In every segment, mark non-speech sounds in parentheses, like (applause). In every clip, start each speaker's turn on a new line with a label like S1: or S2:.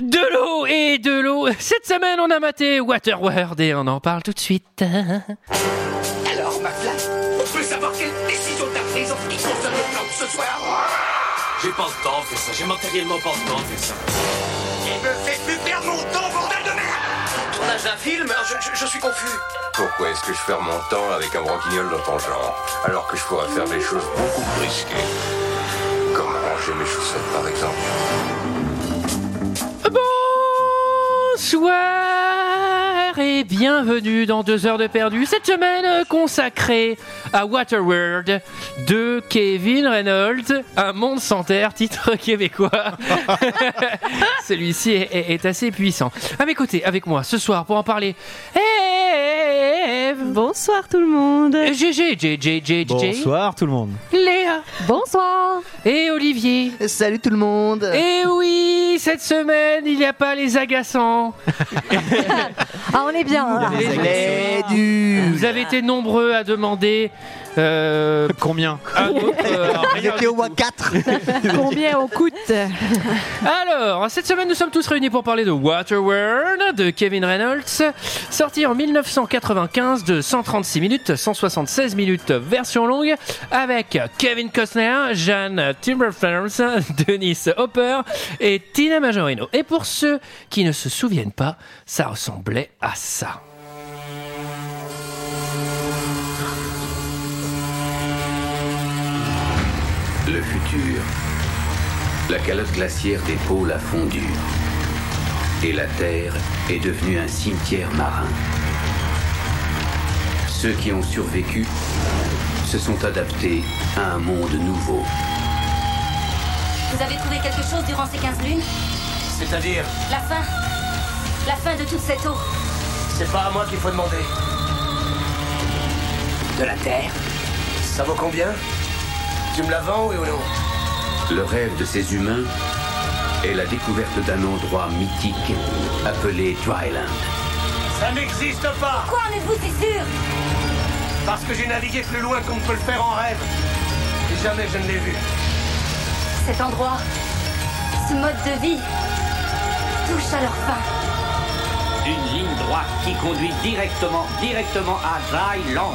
S1: De l'eau et de l'eau. Cette semaine, on a maté Waterworld et on en parle tout de suite.
S2: Alors, McFly, on peut savoir quelle décision t'as prise en ce qui concerne le plan de ce soir
S3: J'ai pas le temps de faire ça, j'ai matériellement pas le temps de faire ça.
S2: Il me fait plus perdre mon temps, bordel de merde Tournage d'un film je, suis confus.
S4: Pourquoi est-ce que je perds mon temps avec un branquignol dans ton genre Alors que je pourrais faire des choses beaucoup plus risquées. Comme ranger mes chaussettes par exemple.
S1: Bonsoir et bienvenue dans 2 heures de perdu. Cette semaine euh, consacrée à Waterworld de Kevin Reynolds, Un monde sans terre, titre québécois. (laughs) Celui-ci est, est- est assez puissant. À mes côtés, avec moi ce soir pour en parler. Eve,
S5: Bonsoir tout le monde.
S1: GG, JJ, JJ,
S6: Bonsoir tout le monde.
S1: Léa
S5: Bonsoir.
S1: et Olivier.
S7: Salut tout le monde
S1: Et oui, cette semaine, il n'y a pas les agaçants.
S5: Ah on est bien. hein.
S6: Il y a des
S1: Les-
S7: Les du
S1: Vous avez été nombreux à demander
S7: (laughs)
S1: euh,
S6: Combien Ah,
S1: à d'autres, euh,
S7: Vous étiez au moins 4
S5: (laughs) Combien on coûte
S8: Euh,
S1: Alors, cette semaine, nous sommes tous réunis pour parler de Waterworld de Kevin Reynolds, sorti en 1995 de 136 minutes, 176 minutes version longue, avec Kevin Costner, Jeanne (laughs) Timberfelms, Denis Hopper et Tina Majorino. Et pour ceux qui ne se souviennent pas, ça ressemblait à ça.
S9: Le futur. La calotte glaciaire des pôles a fondu. Et la Terre est devenue un cimetière marin. Ceux qui ont survécu se sont adaptés à un monde nouveau.
S10: Vous avez trouvé quelque chose durant ces 15 lunes
S3: C'est-à-dire,
S10: La fin La fin de toute cette eau
S3: c'est pas à moi qu'il faut demander.
S2: De la Terre
S3: Ça vaut combien Tu me la vends, oui ou non
S9: Le rêve de ces humains est la découverte d'un endroit mythique appelé Dryland.
S3: Ça n'existe pas
S10: Quoi en êtes-vous si sûr
S3: Parce que j'ai navigué plus loin qu'on ne peut le faire en rêve. Et jamais je ne l'ai vu.
S10: Cet endroit, ce mode de vie, touche à leur fin.
S11: Une ligne droite qui conduit directement, directement à Dryland.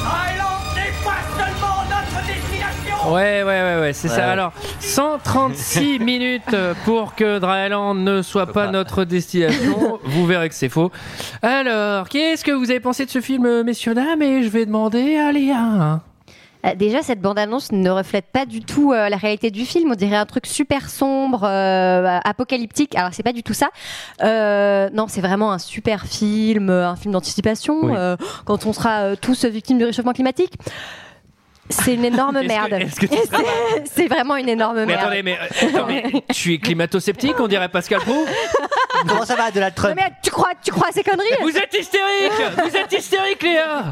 S2: Island n'est pas seulement notre destination
S1: Ouais, ouais, ouais, ouais, c'est ça. Alors, (laughs) 136 minutes euh, pour que Draeland ne soit pas, notre destination. vous verrez que c'est faux. Alors, qu'est-ce que vous avez pensé de ce film, euh, messieurs, dames Et je vais demander à Léa.
S8: Euh, Déjà, cette bande-annonce ne reflète pas du tout euh, la réalité du film. On dirait un truc super sombre, euh, apocalyptique. Alors, c'est pas du tout ça. Euh, non, c'est vraiment un super film, euh, un film d'anticipation.
S1: Oui.
S8: euh, quand on sera euh, tous victimes du réchauffement climatique, c'est une énorme
S1: (laughs) Est-ce que-
S8: merde.
S1: est-ce que tu
S8: Et c'est- (laughs) C'est vraiment une énorme
S1: Mais
S8: merde.
S1: attendez, mais, euh, attends, mais tu es climato-sceptique, on dirait Pascal Proux
S7: Comment ça va, Donald
S8: Non,
S7: Trump
S8: mais tu crois, tu crois à ces conneries
S1: Vous êtes hystérique Vous êtes hystérique, Léa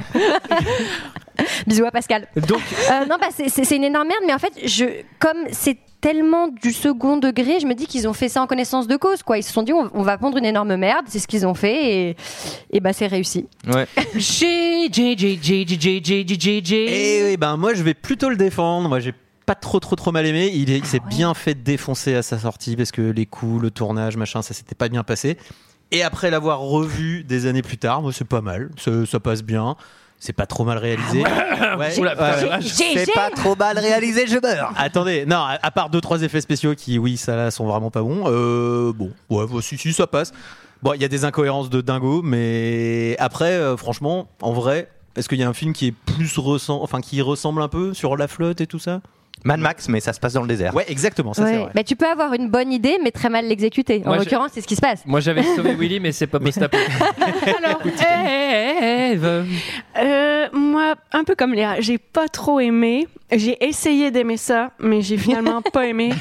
S8: Bisous à Pascal.
S1: Donc,
S8: Euh, non, bah, c'est- c'est c'est une énorme merde, mais en fait, je, comme c'est tellement du second degré, je me dis qu'ils ont fait ça en connaissance de cause, quoi. Ils se sont dit, on, on va pondre une énorme merde, c'est ce qu'ils ont fait, et, et bah, c'est réussi.
S1: J, J, J, J, J, J, J, J, J, J.
S6: Et oui, ben moi je vais plutôt le défendre. Moi j'ai pas trop trop trop mal aimé. Il est- il s'est bien fait défoncer à sa sortie parce que les coups, le tournage, machin, ça s'était pas bien passé. Et après l'avoir revu des années plus tard, moi c'est pas mal. Ça, ça passe bien. C'est pas trop mal réalisé. Ouais,
S1: Oula, putain,
S6: ouais,
S1: c'est
S6: ouais.
S1: vrai.
S7: C'est pas trop mal réalisé, je meurs
S6: Attendez, non, à, à part deux trois effets spéciaux qui, oui, ça là, sont vraiment pas bons. euh, bon, ouais, bah, si, si, ça passe. Bon, il y a des incohérences de dingo, mais après, euh, franchement, en vrai, est-ce qu'il y a un film qui est plus ressent, enfin qui ressemble un peu sur la flotte et tout ça
S7: Mad Max, mais ça se passe dans le désert.
S6: Ouais, exactement, ça c'est
S8: Ouais.
S6: vrai.
S8: Bah, tu peux avoir une bonne idée, mais très mal l'exécuter. En
S1: Moi, je-
S8: l'occurrence, c'est ce qui se passe.
S1: Moi j'avais sauvé Willy, mais c'est pas post-apo.
S5: Alors,
S1: Eve.
S5: euh, moi, un peu comme Léa, j'ai pas trop aimé. J'ai essayé d'aimer ça, mais j'ai
S1: (laughs)
S5: finalement pas aimé.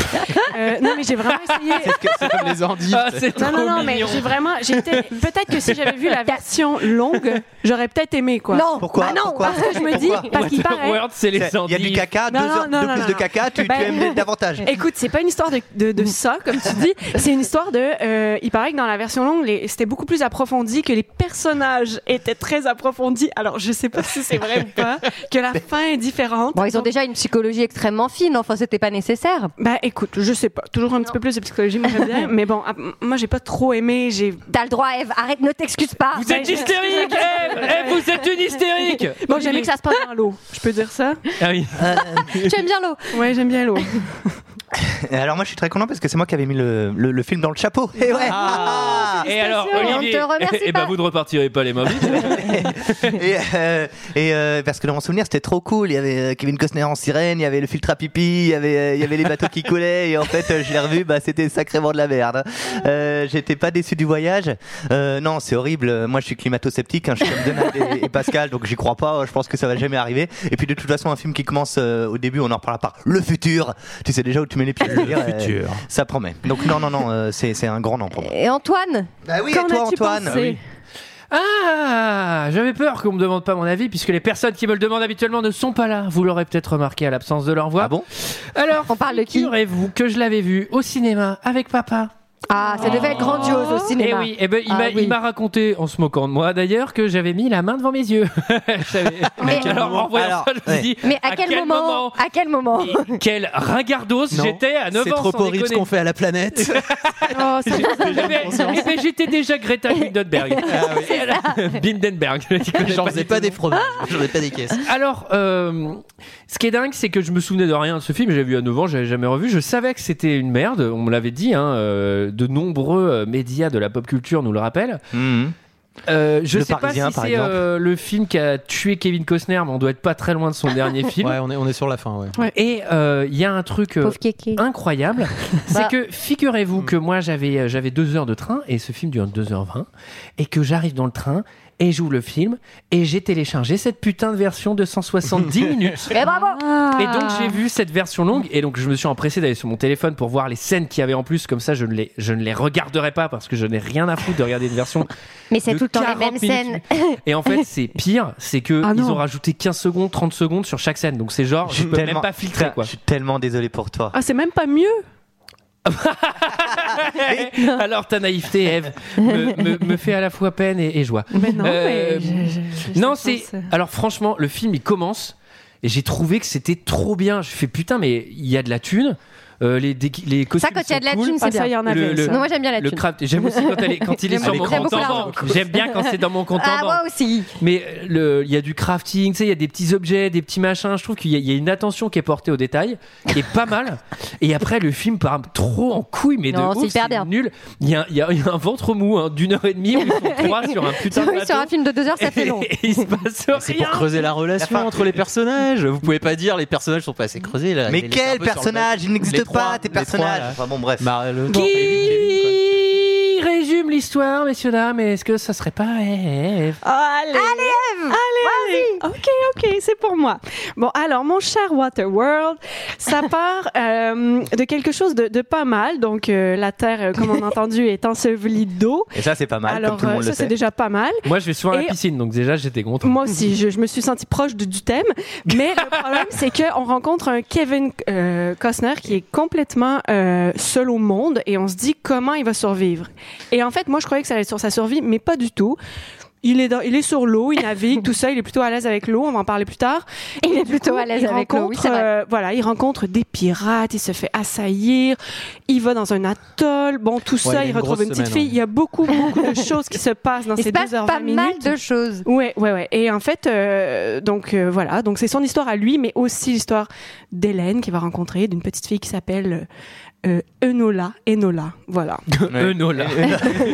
S5: Euh, non, mais j'ai vraiment essayé.
S6: C'est comme les ordi.
S1: Ah, c'est trop
S5: Non, non, non, mais
S1: mignon.
S5: j'ai vraiment. j'étais- Peut-être que si j'avais vu la version longue, j'aurais peut-être aimé, quoi.
S8: Non,
S7: Pourquoi
S8: bah non,
S7: Pourquoi
S5: Ah Parce que je me dis,
S7: Pourquoi
S5: parce qu'il paraît.
S1: Waterworld, c'est les
S7: Il y a du
S1: endives.
S7: caca,
S5: Non,
S7: deux
S5: non,
S7: heures
S5: non,
S7: de
S5: non,
S7: plus de caca, tu, tu
S5: Ben,
S7: aimes davantage.
S5: Écoute, c'est pas une histoire de, de- de ça, comme tu dis. C'est une histoire de. euh, il paraît que dans la version longue, les- c'était beaucoup plus approfondi, que les personnages étaient très approfondis. Alors, je sais pas si c'est vrai ou pas, que la fin est différente.
S8: Bon, ils ont déjà une psychologie extrêmement fine, enfin, c'était pas nécessaire.
S5: Bah écoute, je sais pas. Toujours un petit peu plus de psychologie, moi, j'aime (laughs) bien. mais bon, ah, m- moi, j'ai pas trop aimé. J'ai.
S8: T'as le droit, Eve. Arrête, ne t'excuse pas.
S1: Vous êtes hystérique, Eve Eve, vous êtes une hystérique
S5: Bon, j'aime bien que ça se passe dans l'eau. Je peux dire ça
S1: (laughs) Ah oui.
S8: J'aime bien l'eau.
S5: Ouais, j'aime bien l'eau.
S7: Et Alors moi je suis très content parce que c'est moi qui avais mis le, le- le film dans le chapeau. Et ouais.
S1: Ah, Et alors,
S8: félicitations.
S1: Olivier,
S8: On te remercie
S1: eh ben, vous ne repartirez pas les mains vides.
S7: (laughs) et euh, et, euh, parce que dans mon souvenir c'était trop cool. Il y avait euh, Kevin Costner en sirène, il y avait le filtre à pipi, il y avait euh, il y avait les bateaux qui coulaient. Et en fait euh, je l'ai revu, bah c'était sacrément de la merde. Euh, J'étais pas déçu du voyage. Euh, non c'est horrible. Moi je suis climato sceptique, je suis comme Donald et, et Pascal donc j'y crois pas. Je pense que ça va jamais arriver. Et puis de toute façon un film qui commence euh, au début on en reparlera par le futur. Tu sais déjà où tu mets les pieds. Le
S6: futur.
S7: ça promet. Donc non non non euh, c'est c'est un grand nom pour moi.
S8: Et Antoine
S7: Bah oui, et Qu'en toi, as-tu Antoine pensé Oui.
S1: (laughs) Ah, j'avais peur qu'on me demande pas mon avis puisque les personnes qui me le demandent habituellement ne sont pas là. Vous l'aurez peut-être remarqué à l'absence de leur voix. Ah
S7: bon
S1: Alors,
S8: on parle de qui
S1: vous que je l'avais vu au cinéma avec papa.
S8: Ah, ça devait être grandiose au cinéma.
S1: Eh oui, eh ben, il
S8: Ah
S1: m'a-
S8: oui.
S1: il m'a raconté, en se moquant de moi d'ailleurs, que j'avais mis la main devant mes yeux. (laughs) Je savais.
S8: Mais-
S1: alors, en voyant ça, je me suis dit,
S8: Mais à, quel, moment, À quel moment (laughs)
S1: Quel ringardos
S6: Non,
S1: j'étais à 9 ans.
S6: C'est trop
S1: sans
S6: horrible ce
S1: déconner.
S6: qu'on fait à la (laughs) planète.
S5: Oh, ça
S1: Eh ben, eh ben, j'étais déjà Greta
S6: (laughs)
S1: Bindenberg.
S6: Ah
S1: Bindenberg. je connais
S6: J'en
S1: pas
S6: faisais
S1: du
S6: pas
S1: tout.
S6: des fromages, j'en faisais pas des caisses.
S1: Alors, euh, ce qui est dingue, c'est que je me souvenais de rien de ce film. J'avais vu à 9 ans, j'avais jamais revu. Je savais que c'était une merde. On me l'avait dit. hein, euh, de nombreux euh, médias de la pop culture nous le rappellent. Euh, je
S7: Mhm. Le
S1: sais
S7: Parisien,
S1: pas
S7: par
S1: si c'est
S7: exemple.
S1: euh, le film qui a tué Kevin Costner, mais on doit être pas très loin de
S7: (laughs)
S1: son dernier film.
S6: Ouais, on est, on est sur la fin, ouais.
S1: Et euh, il y a un truc euh,
S8: Pauvre kéké. (laughs)
S1: incroyable,
S8: Bah. Mm.
S1: c'est que figurez-vous que moi j'avais euh, j'avais deux heures de train et ce film dure 2h20 et que j'arrive dans le train et j'ouvre le film et j'ai téléchargé cette putain de version de 170
S8: (laughs)
S1: minutes.
S8: Eh bravo
S1: Et donc j'ai vu cette version longue et donc je me suis empressé d'aller sur mon téléphone pour voir les scènes qu'il y avait en plus comme ça je ne les je ne les regarderai pas parce que je n'ai rien à foutre de regarder une version
S8: (laughs) Mais c'est
S1: de
S8: tout le temps les
S1: 40
S8: mêmes
S1: minutes.
S8: scènes. (laughs)
S1: et en fait c'est pire c'est que
S5: Ah
S1: ils
S5: non.
S1: ont rajouté 15 secondes 30 secondes sur chaque scène donc c'est genre je, peux même pas filtrer quoi.
S7: Je suis tellement désolé pour toi.
S5: Ah, c'est même pas mieux.
S1: Alors ta naïveté, Eve, me, me- me fait à la fois peine et, et joie.
S5: Mais non,
S1: Euh,
S5: mais je- je- je-
S1: non,
S5: je
S1: c'est.
S5: pense-
S1: Alors franchement, le film il commence et j'ai trouvé que c'était trop bien. Je fais putain, mais il y a de la thune. Euh, les, dé- les costumes
S8: Ça, quand il y a de la
S1: sont cool.
S8: thune,
S5: Ah,
S8: c'est
S5: ça, il y
S8: bien.
S5: en avait.
S1: Le- le-
S5: ça.
S8: Non, moi, j'aime bien la
S1: Le
S8: thune.
S1: craft, j'aime aussi quand, elle
S8: (laughs)
S1: est- quand il est
S6: À
S1: sur mon
S6: l'écran.
S8: J'aime
S1: compte
S8: beaucoup
S1: en
S8: l'argent.
S1: banque. J'aime bien quand c'est dans mon compte
S8: Ah,
S1: en
S8: moi
S1: banque.
S8: aussi.
S1: Mais euh, le- il y a du crafting, tu sais, il y a des petits objets, des petits machins. Je trouve qu'il y, a- il y a une attention qui est portée au détail, qui est
S8: (laughs)
S1: pas mal. Et après, le film part trop en couille, mais
S8: Non,
S1: de
S8: c'est
S1: ouf,
S8: hyper bien.
S1: c'est nul. Il y, a, il y a- il y a un ventre mou hein, d'une heure et demie où ils
S8: (laughs)
S1: sont trois sur un putain de
S8: Sur-
S1: bateau.
S8: Sur un film de deux heures, ça fait long.
S1: (laughs) Et, et il se passe
S6: C'est
S1: rien.
S6: pour creuser la relation entre les personnages. Vous pouvez pas dire les personnages sont pas assez creusés. là.
S7: Mais
S6: Les
S7: quel
S6: cerveaux sur le
S7: personnage
S6: bateau.
S7: Il
S6: Les
S7: n'existe
S6: trois-
S7: pas tes
S6: les trois,
S7: personnages.
S6: là.
S7: enfin bon bref.
S6: Bah, le
S1: Qui
S6: non, Kevin, Kevin, quoi.
S1: résume l'histoire, messieurs dames Et Est-ce que ça serait pas Eve
S5: Allez, allez, Ok, ok, c'est pour moi. Bon, alors, mon cher Waterworld, (laughs) ça part euh, de quelque chose de, de pas mal. Donc, euh, la Terre, euh, comme on (laughs) a entendu, est ensevelie d'eau.
S7: Et ça c'est pas mal Ah, comme
S5: Alors,
S7: tout le
S5: euh,
S7: monde
S5: ça,
S7: le
S5: c'est
S7: sait.
S5: déjà pas mal.
S1: Moi, je vais souvent à la
S5: Et-
S1: piscine, donc déjà, j'étais content.
S5: Moi aussi, je, je me suis sentie proche de- du thème. Mais le problème, c'est qu'on rencontre un Kevin euh, Costner qui est complètement euh, seul au monde et on se dit comment il va survivre. Et en fait, moi, je croyais que ça allait être sur sa survie, mais pas du tout. Il est, dans- il est sur l'eau, il navigue, tout ça, il est plutôt à l'aise avec l'eau, on va en parler plus tard.
S8: Il
S5: Et
S8: est
S5: du
S8: plutôt
S5: coup,
S8: à l'aise
S5: il
S8: avec l'eau, oui,
S5: rencontre,
S8: c'est vrai.
S5: euh, voilà, il rencontre des pirates, il se fait assaillir, il va dans un atoll, bon, tout
S6: il y a
S5: ça, il
S6: une
S5: retrouve
S6: grosse
S5: une petite
S6: semaine,
S5: fille.
S6: ouais.
S5: Il y a beaucoup, beaucoup de choses qui se passent dans
S8: Il
S5: ces
S8: se passe
S5: 2 heures
S8: pas
S5: 20 minutes.
S8: mal de choses.
S5: Ouais, ouais, ouais. Et en fait, euh, donc euh, voilà, donc c'est son histoire à lui, mais aussi l'histoire d'Hélène qu'il va rencontrer, d'une petite fille qui s'appelle euh, euh, Enola, Enola, voilà.
S1: (laughs) Euh, non, là.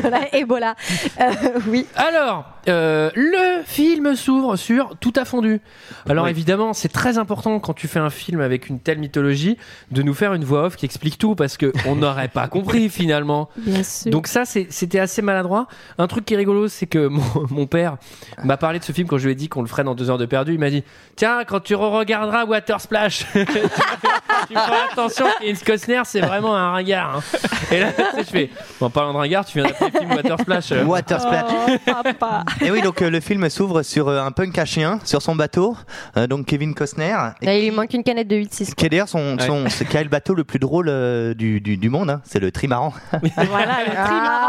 S8: Voilà, Ebola. Euh, oui.
S1: Alors, euh, le film s'ouvre sur Tout à fondu. Alors évidemment, c'est très important quand tu fais un film avec une telle mythologie de nous faire une voix off qui explique tout parce que on n'aurait pas compris finalement.
S5: Bien sûr.
S1: Donc ça, c'est- c'était assez maladroit. Un truc qui est rigolo, c'est que mon, mon père m'a parlé de ce film quand je lui ai dit qu'on le ferait dans deux heures de perdu. Il m'a dit Tiens, quand tu regarderas Water Splash, (laughs) tu, tu feras attention, Kevin Costner, c'est vraiment un ringard. hein. Et là, tu sais, je fais En parlant de ringard, tu viens d'appeler le film Water Splash. euh,
S7: Water splash.
S5: Oh, papa.
S7: Et oui, donc euh, le film s'ouvre sur euh, un punk à chien, sur son bateau, euh, donc Kevin Costner, et
S8: Là, il lui manque une canette de 8-6.
S7: qui est d'ailleurs son,
S8: Ouais.
S7: son- ce- qui a le bateau le plus drôle euh, du, du- du monde, hein. c'est le trimaran.
S5: Voilà, le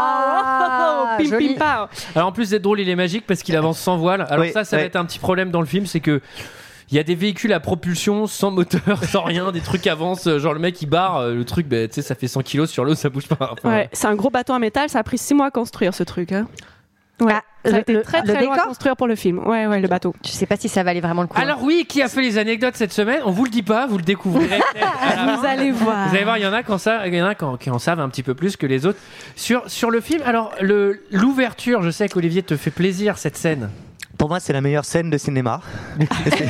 S5: trimaran. Oh, pim, pim, pam.
S1: Alors en plus d'être drôle, il est magique parce qu'il avance sans voile. Alors
S7: Oui,
S1: ça, ça va
S7: oui.
S1: être un petit problème dans le film, c'est que il y a des véhicules à propulsion, sans moteur, (laughs) sans rien, des trucs avancent. euh, Genre le mec il barre, euh, le truc, ben, tu sais, ça fait 100 kilos sur l'eau, ça bouge pas. Enfin,
S5: Ouais, c'est un gros bateau en métal. Ça a pris six mois à construire ce truc. Hein. Ouais. ça a
S8: le-
S5: été
S8: le-
S5: très
S8: le
S5: très long à
S8: décor
S5: construire pour le film. Ouais, ouais, le bateau.
S8: Je sais pas si ça valait vraiment le coup.
S1: Alors oui, qui a fait les anecdotes cette semaine On vous le dit pas, vous le découvrirez.
S5: Ah, Vous allez voir.
S1: Vous allez voir, il y en a, quand ça, il y en a quand- qui en savent un petit peu plus que les autres sur sur le film. Alors le l'ouverture, je sais qu'Olivier te fait plaisir cette scène.
S7: Pour moi, c'est la meilleure scène de
S6: (laughs)
S7: cinéma. C'est-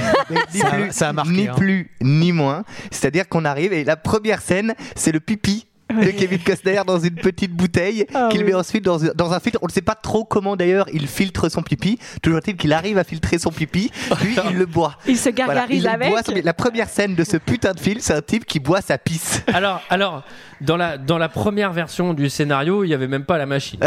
S7: ni
S6: Ça-
S7: plus,
S6: ça a marqué,
S7: Ni
S6: hein.
S7: plus, ni moins. C'est-à-dire qu'on arrive et la première scène, c'est le pipi de Kevin Costner dans une petite bouteille
S6: Ah
S7: qu'il
S5: oui.
S7: met ensuite dans, dans un filtre. On ne sait pas trop comment d'ailleurs il filtre son pipi. Toujours est-il qu'il arrive à filtrer son pipi,
S6: (laughs)
S7: puis il le boit.
S5: Il se
S7: Voilà,
S5: gargarise
S7: il
S5: avec.
S7: boit son- La première scène de ce putain de film, c'est un type qui boit sa pisse.
S1: Alors, alors dans, la, dans la première version du scénario, il n'y avait même pas la machine.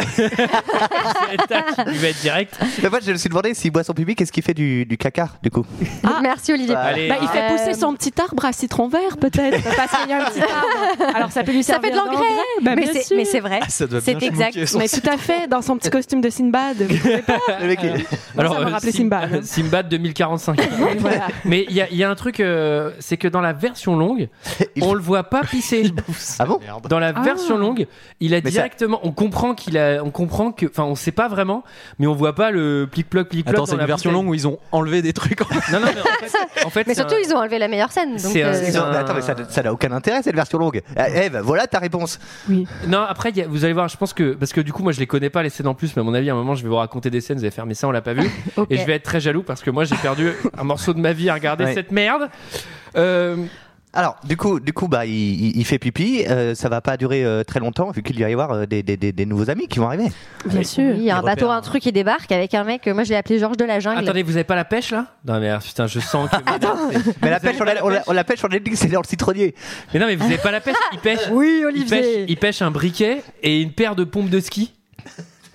S1: Il va être direct.
S7: Mais moi, je me suis demandé s'il boit son pipi, qu'est-ce qu'il fait du, du caca du coup
S5: Ah.
S8: Merci Olivier.
S7: Bah,
S1: Allez,
S5: Bah, il fait pousser
S8: Euh,
S5: son petit arbre à citron vert, peut-être. (laughs) Parce qu'il y a un petit arbre. Alors, ça peut lui
S8: Ça fait
S5: servir
S8: de l'engrais.
S5: Bah,
S8: mais
S5: bien
S8: c'est-
S5: sûr.
S8: mais c'est
S7: Ah,
S8: vrai.
S6: ça doit
S8: C'est exact.
S7: (laughs)
S5: Mais tout à fait, dans son petit costume de (laughs) Sinbad. Vous pouvez pas-
S7: Le mec, il-
S5: ça m'a
S1: euh,
S5: rappelé
S1: Sim- (laughs)
S5: Simbad.
S1: Simbad 2045.
S5: Et voilà.
S1: Mais il y a, il y a un truc, euh, c'est que dans la version longue,
S7: Il-
S1: on le voit pas pisser.
S7: Ah bon
S1: Dans la
S5: Ah.
S1: version longue, il a
S7: Mais ça-
S1: directement, on comprend qu'il a, on comprend que, enfin, on sait pas vraiment, mais on voit pas le plic ploc plic ploc.
S6: Attends, c'est une version longue où ils ont enlevé des trucs. en-
S1: Non, non, mais en fait, en fait,
S8: Mais
S1: c'est
S8: surtout,
S1: un-
S8: ils ont enlevé la meilleure scène. donc,
S1: C'est un-
S8: euh,
S1: c'est
S7: Ils ont-
S1: un-
S7: mais attends, mais ça ça n'a aucun intérêt cette version longue. Eh, Eve, voilà ta réponse.
S1: Non, après, il y a- vous allez voir, je pense que. Parce que du coup, moi, je les connais pas, les scènes en plus, mais à mon avis, à un moment, je vais vous raconter des scènes, vous allez faire, mais ça, on l'a pas vu.
S8: ok.
S1: Et je vais être très jaloux parce que moi, j'ai perdu un morceau de ma vie à regarder
S7: Ouais.
S1: cette merde. Euh,
S7: Alors, du coup, du coup, bah, il, il- il fait pipi. euh, ça va pas durer euh, très longtemps vu qu'il va y avoir euh, des, des- des- des nouveaux amis qui vont arriver.
S5: Bien sûr.
S8: Oui, il y a un
S6: repères,
S8: bateau,
S6: hein.
S8: un truc qui débarque avec un mec. euh, Moi, je l'ai appelé Georges de la Jungle.
S1: attendez, vous avez pas la pêche là Non, mais ah, putain, je sens que. Vous
S7: Mais la
S8: (laughs)
S1: avez
S7: pêche, on
S1: pas
S7: la, on la- on la pêche, on l'a dit que c'est dans le citronnier.
S1: Mais non, mais vous avez pas la pêche Il pêche.
S8: (laughs) Oui,
S1: il, pêche il pêche un briquet et une paire de pompes de ski.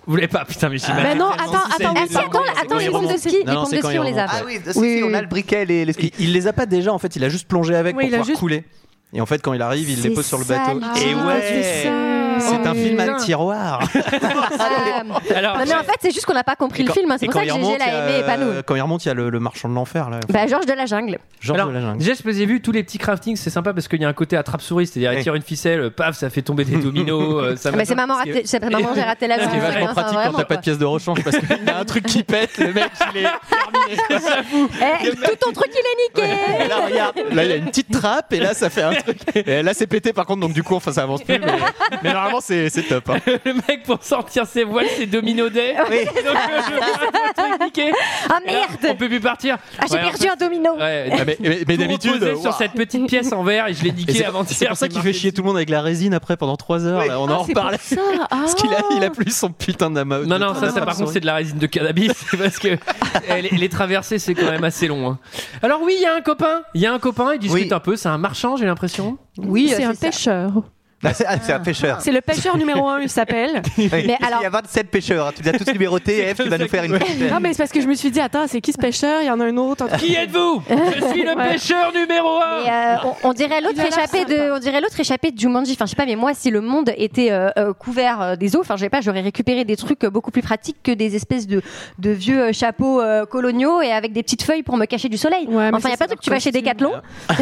S1: Vous voulez pas Putain, mais j'imagine.
S5: Mais non,
S1: tellement
S5: attends,
S1: si c'est
S5: attends,
S1: une
S8: Ah si,
S1: histoire.
S8: attends, attends, les pompes de ski, les
S6: Non, non,
S8: pompes
S6: c'est
S8: de
S6: quand
S8: ski,
S6: ils
S8: on les a.
S6: remontent. Ah
S7: oui,
S8: Oui, oui,
S7: on a
S8: oui.
S7: le briquet, les, les
S6: (laughs)
S7: skis.
S6: Il, il les a pas déjà, en fait, il a juste plongé avec
S5: Oui,
S6: pour
S5: il a
S6: pouvoir
S5: juste-
S6: couler. Et en fait, quand il arrive, il les
S8: C'est
S6: pose sur le
S8: ça,
S6: bateau.
S8: l'idée.
S6: Et ouais C'est un film à tiroir.
S8: Ah,
S1: Alors,
S8: non, mais en fait, c'est juste qu'on n'a pas compris le
S6: quand-
S8: film. hein. C'est
S6: et
S8: pour ça
S6: quand
S8: que
S6: il
S8: GG
S6: remonte, il y
S8: l'a
S6: a-
S8: aimé et pas nous.
S6: Quand il remonte, il y a le, le marchand de l'enfer, là.
S8: Bah, Georges de la Jungle.
S6: Georges
S1: Alors,
S6: de la jungle.
S1: Déjà, je vous ai vu tous les petits craftings, c'est sympa parce qu'il y a un côté attrape-souris, c'est-à-dire il
S7: Oui.
S1: tire une ficelle, paf, ça fait tomber des dominos. euh, ça
S8: Ah, Mais c'est maman,
S1: Parce que-
S8: raté- c'est maman, j'ai raté la
S6: Ce qui est
S8: Jungle.
S6: vachement
S8: Enfin,
S6: pratique quand
S8: vraiment,
S6: t'as pas de
S8: quoi.
S6: pièce de rechange parce qu'il y a un truc qui pète, le mec il est terminé.
S8: Eh, Tout ton truc, il est niqué.
S6: Et là, regarde, là il y a une petite trappe et là ça fait un truc. Et là c'est pété par contre donc du coup enfin ça avance plus mais, mais normalement c'est c'est top. hein.
S1: le mec pour sortir ses voiles, c'est domino day. Donc, euh, je vois un truc niqué.
S8: Ah
S1: Et là, On
S8: merde
S1: peut plus partir.
S8: Ah, j'ai
S1: Ouais, en
S8: perdu
S1: fait,
S8: un domino.
S1: Ouais,
S6: Ah, mais mais- mais
S1: tout
S6: d'habitude
S1: reposé
S6: waouh.
S1: sur cette petite pièce en verre et je l'ai
S6: Et
S1: niqué
S6: c'est
S1: avant
S6: c'est pour ça qu'il fait chier tout le monde avec la résine après pendant 3 heures. là, on
S5: Ah,
S6: en
S5: c'est pour
S6: reparlait.
S5: ça.
S6: (laughs)
S5: Ah.
S6: Parce qu'il a, il a plus son putain d'amas.
S1: Non, non, ça, ça par contre, c'est de la résine de cannabis parce que eh, les, les traversées, c'est quand même assez long. hein. Alors, oui, il y a un copain, il y a un copain, il discute
S7: Oui.
S1: un peu, c'est un marchand, j'ai l'impression.
S8: Oui,
S5: c'est un pêcheur.
S6: Bah,
S7: Ah, c'est ah, c'est un pêcheur.
S5: C'est le pêcheur numéro un,
S6: (laughs)
S5: il s'appelle.
S7: Oui.
S8: alors-
S7: Il y a 27 pêcheurs. hein, Tu les as tous numérotés. Eve, tu vas nous faire une.
S5: Non, mais c'est parce que je me suis dit, attends, c'est qui ce pêcheur Il y en a un autre. un-
S1: Qui êtes-vous Je suis le
S5: Ouais.
S1: pêcheur numéro
S8: Et,
S1: 1
S8: euh, on, on dirait l'autre
S5: Il a l'air
S8: échappé de,
S5: sympa.
S8: on dirait l'autre échappé de Jumanji. Enfin, je sais pas, mais moi, si le monde était euh, euh, couvert euh, des eaux, enfin, je sais pas, j'aurais récupéré des trucs euh, beaucoup plus pratiques que des espèces de, de vieux euh, chapeaux euh, coloniaux et avec des petites feuilles pour me cacher du soleil.
S5: Ouais, mais
S8: enfin,
S5: ça,
S8: il y a pas
S5: c'est
S8: de truc.
S5: leur
S8: Tu vas chez
S5: costume. hein.
S8: Decathlon,
S5: (laughs)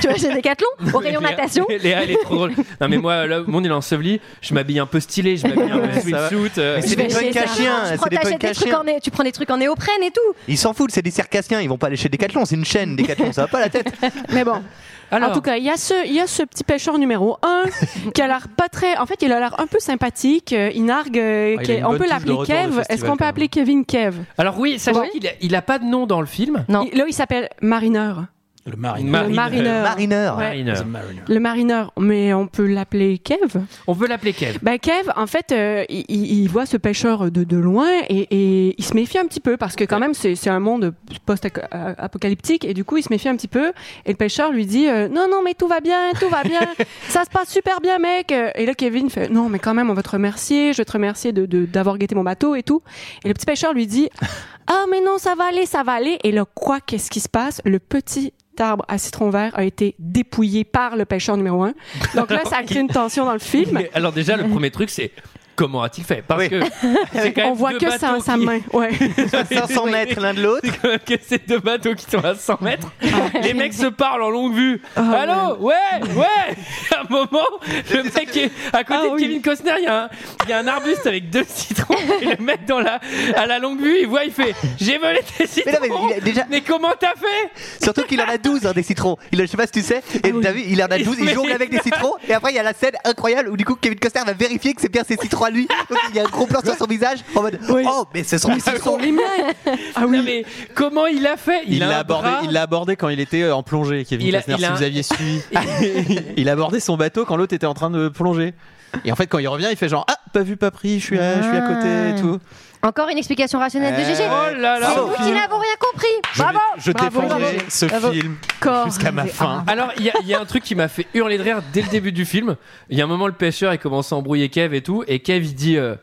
S8: tu vas chez Decathlon au rayon
S1: Léa-
S8: natation.
S1: Léa, elle est trop drôle. Non, mais moi, là, mon il est enseveli. Je m'habille un peu stylé. Je m'habille un
S6: Ouais, ça va.
S1: swimsuit. euh,
S7: Mais c'est
S8: Tu vas
S7: des
S8: chez
S7: punks à
S8: Decathlon,
S7: chiens,
S8: tu
S7: c'est
S8: prends-
S7: des
S8: t'achètes
S7: punks à
S8: des trucs
S7: chiens.
S8: en né- Tu prends des trucs en néoprène et tout.
S7: Ils s'en foutent. C'est des circassiens. Ils vont pas aller chez Decathlon. C'est une chaîne. Decathlon, ça va pas la tête.
S5: Mais bon,
S1: Alors,
S5: en tout cas, il y, a ce- il y a ce petit pêcheur numéro un qui a l'air pas très. En fait, il a l'air un peu sympathique. euh, Il nargue. euh,
S6: Ah, il
S5: que-
S6: a une
S5: on
S6: bonne
S5: peut
S6: touche de
S5: l'appeler
S6: retour au
S5: Kev.
S6: festival,
S5: Est-ce qu'on
S6: quand
S5: peut appeler Kevin Kev
S1: alors oui, sachez
S5: Oui.
S1: qu'il a- il a pas de nom dans le film.
S8: Non.
S5: Il- Là, il s'appelle Marineur.
S12: Le
S1: euh,
S5: Le marineur. Ah (laughs) Ouais.
S1: Marineur.
S5: Le marineur, mais on peut l'appeler Kev.
S1: On peut l'appeler Kev.
S5: Ben Kev, en fait, euh, il, il- il voit ce pêcheur de, de loin et, et il se méfie un petit peu parce que quand même, c'est c'est un monde post-apocalyptique et du coup, il se méfie un petit peu et le pêcheur lui dit euh, Non, non, mais tout va bien, tout va bien, ça se passe super bien, mec. » Et là, Kevin fait « Non, mais quand même, on va te remercier, je vais te remercier de- de- d'avoir guetté mon bateau et tout. » Et le petit pêcheur lui dit « Ah, mais non, ça va aller, ça va aller. » Et là, quoi, qu'est-ce qui se passe Le petit arbre à citron vert a été dépouillé par le pêcheur numéro un. Donc là, ça crée une tension dans
S1: (laughs)
S5: le film.
S1: Mais Alors déjà, le premier truc, c'est comment a-t-il fait Parce
S5: (laughs)
S1: que c'est quand
S5: on
S1: même
S5: voit
S1: deux
S5: que
S1: bateaux
S5: sa, sa
S1: qui- (laughs)
S5: main. Ouais.
S1: 500 mètres l'un de l'autre. que (laughs) c'est deux bateaux qui sont à 100 mètres. Les mecs se parlent en longue vue.
S5: Oh,
S1: Allô Ouais Ouais (laughs) À un moment, le mec est à
S5: Ah
S1: côté de Kevin Costner, il y, a un- il y a un arbuste avec deux citrons. et le mec dans la, à la longue vue, il voit, il fait J'ai volé tes citrons Mais, comment t'as fait
S7: Surtout qu'il en a 12 hein, des citrons. Il, je sais pas si tu sais. Et t'as vu, il en a 12, il
S1: Mais-
S7: jongle avec des citrons. Et après, il y a la scène incroyable où du coup, Kevin Costner va vérifier que c'est bien ses citrons à lui. Donc, il y a un gros plan sur son visage en mode Oh, mais ce sont mes citrons.
S1: Ah oui. mais comment il a fait
S6: Il
S1: a
S6: l'a
S1: un
S6: abordé,
S1: bras-
S6: il l'a abordé quand il était euh, en plongée, Kevin
S1: Il a-
S6: Costner,
S1: il a
S6: si
S1: un-
S6: vous aviez suivi. il a abordé son bateau quand l'autre était en train de plonger. Et en fait, quand il revient, il fait genre Ah, pas vu, pas pris, je suis à, je suis à côté et tout.
S8: Encore une explication rationnelle de
S6: Eh,
S8: GG.
S6: oh là là.
S8: C'est
S6: Bravo.
S8: nous qui n'avons rien compris.
S6: Je
S8: Bravo.
S6: vais- je
S8: Bravo,
S6: défendrai
S8: bravo.
S6: ce
S8: Bravo.
S6: film
S8: Corps.
S6: jusqu'à ma fin.
S1: (laughs) Alors, il y, a- il y a un truc qui m'a fait hurler de rire dès le début du film. Il y a un moment, le pêcheur, il commence à embrouiller Kev et tout. Et Kev, il dit. euh,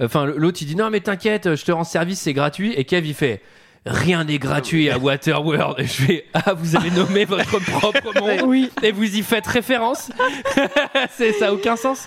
S1: Enfin, l'autre, il dit Non, mais t'inquiète, je te rends service, c'est gratuit. Et Kev, il fait. Rien n'est gratuit à Waterworld. Et Je fais ah vous avez nommé votre
S8: (laughs)
S1: propre monde et vous y faites référence. (laughs) c'est ça a aucun sens.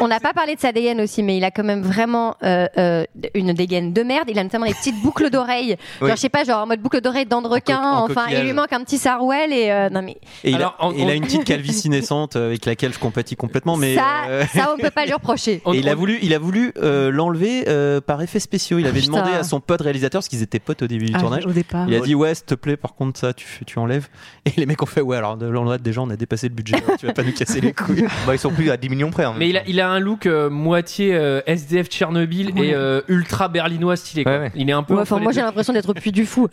S8: On n'a pas parlé de sa dégaine aussi, mais il a quand même vraiment euh, euh, une dégaine de merde. Il a notamment des petites boucles d'oreilles.
S6: Oui.
S8: Genre, je sais pas, genre en mode boucle d'oreille d'an de requin.
S6: en
S8: enfin, il lui
S6: coquillage.
S8: manque un petit sarouel et euh, non mais
S6: Et il,
S1: Alors,
S6: a,
S1: en-
S6: il a
S1: on-
S6: une petite calvitie naissante avec laquelle je compatis complètement, mais.
S8: ça,
S6: euh,
S8: ça, on peut pas
S1: (laughs)
S8: lui reprocher.
S6: Et il a voulu, il a voulu euh, l'enlever euh, par effet spéciaux. Il avait
S8: Ah, putain.
S6: demandé à son pote réalisateur, parce qu'ils étaient potes au début du
S5: Ah,
S6: tournage.
S5: au départ.
S6: Il a dit ouais, s'il te plaît, par contre ça, tu, fais- tu enlèves. (laughs) Et les mecs ont fait ouais, alors de l'enlève déjà, on a dépassé le budget. alors tu vas pas nous casser les couilles.
S7: bah, ils sont plus à 10 millions près.
S1: Mais il a, il a un look euh, moitié euh, SDF Tchernobyl et euh, ultra berlinois stylé. quoi. Il est un peu.
S8: Ouais,
S1: entre
S8: enfin,
S1: les
S8: moi, j'ai
S1: deux.
S8: l'impression d'être puits du fou.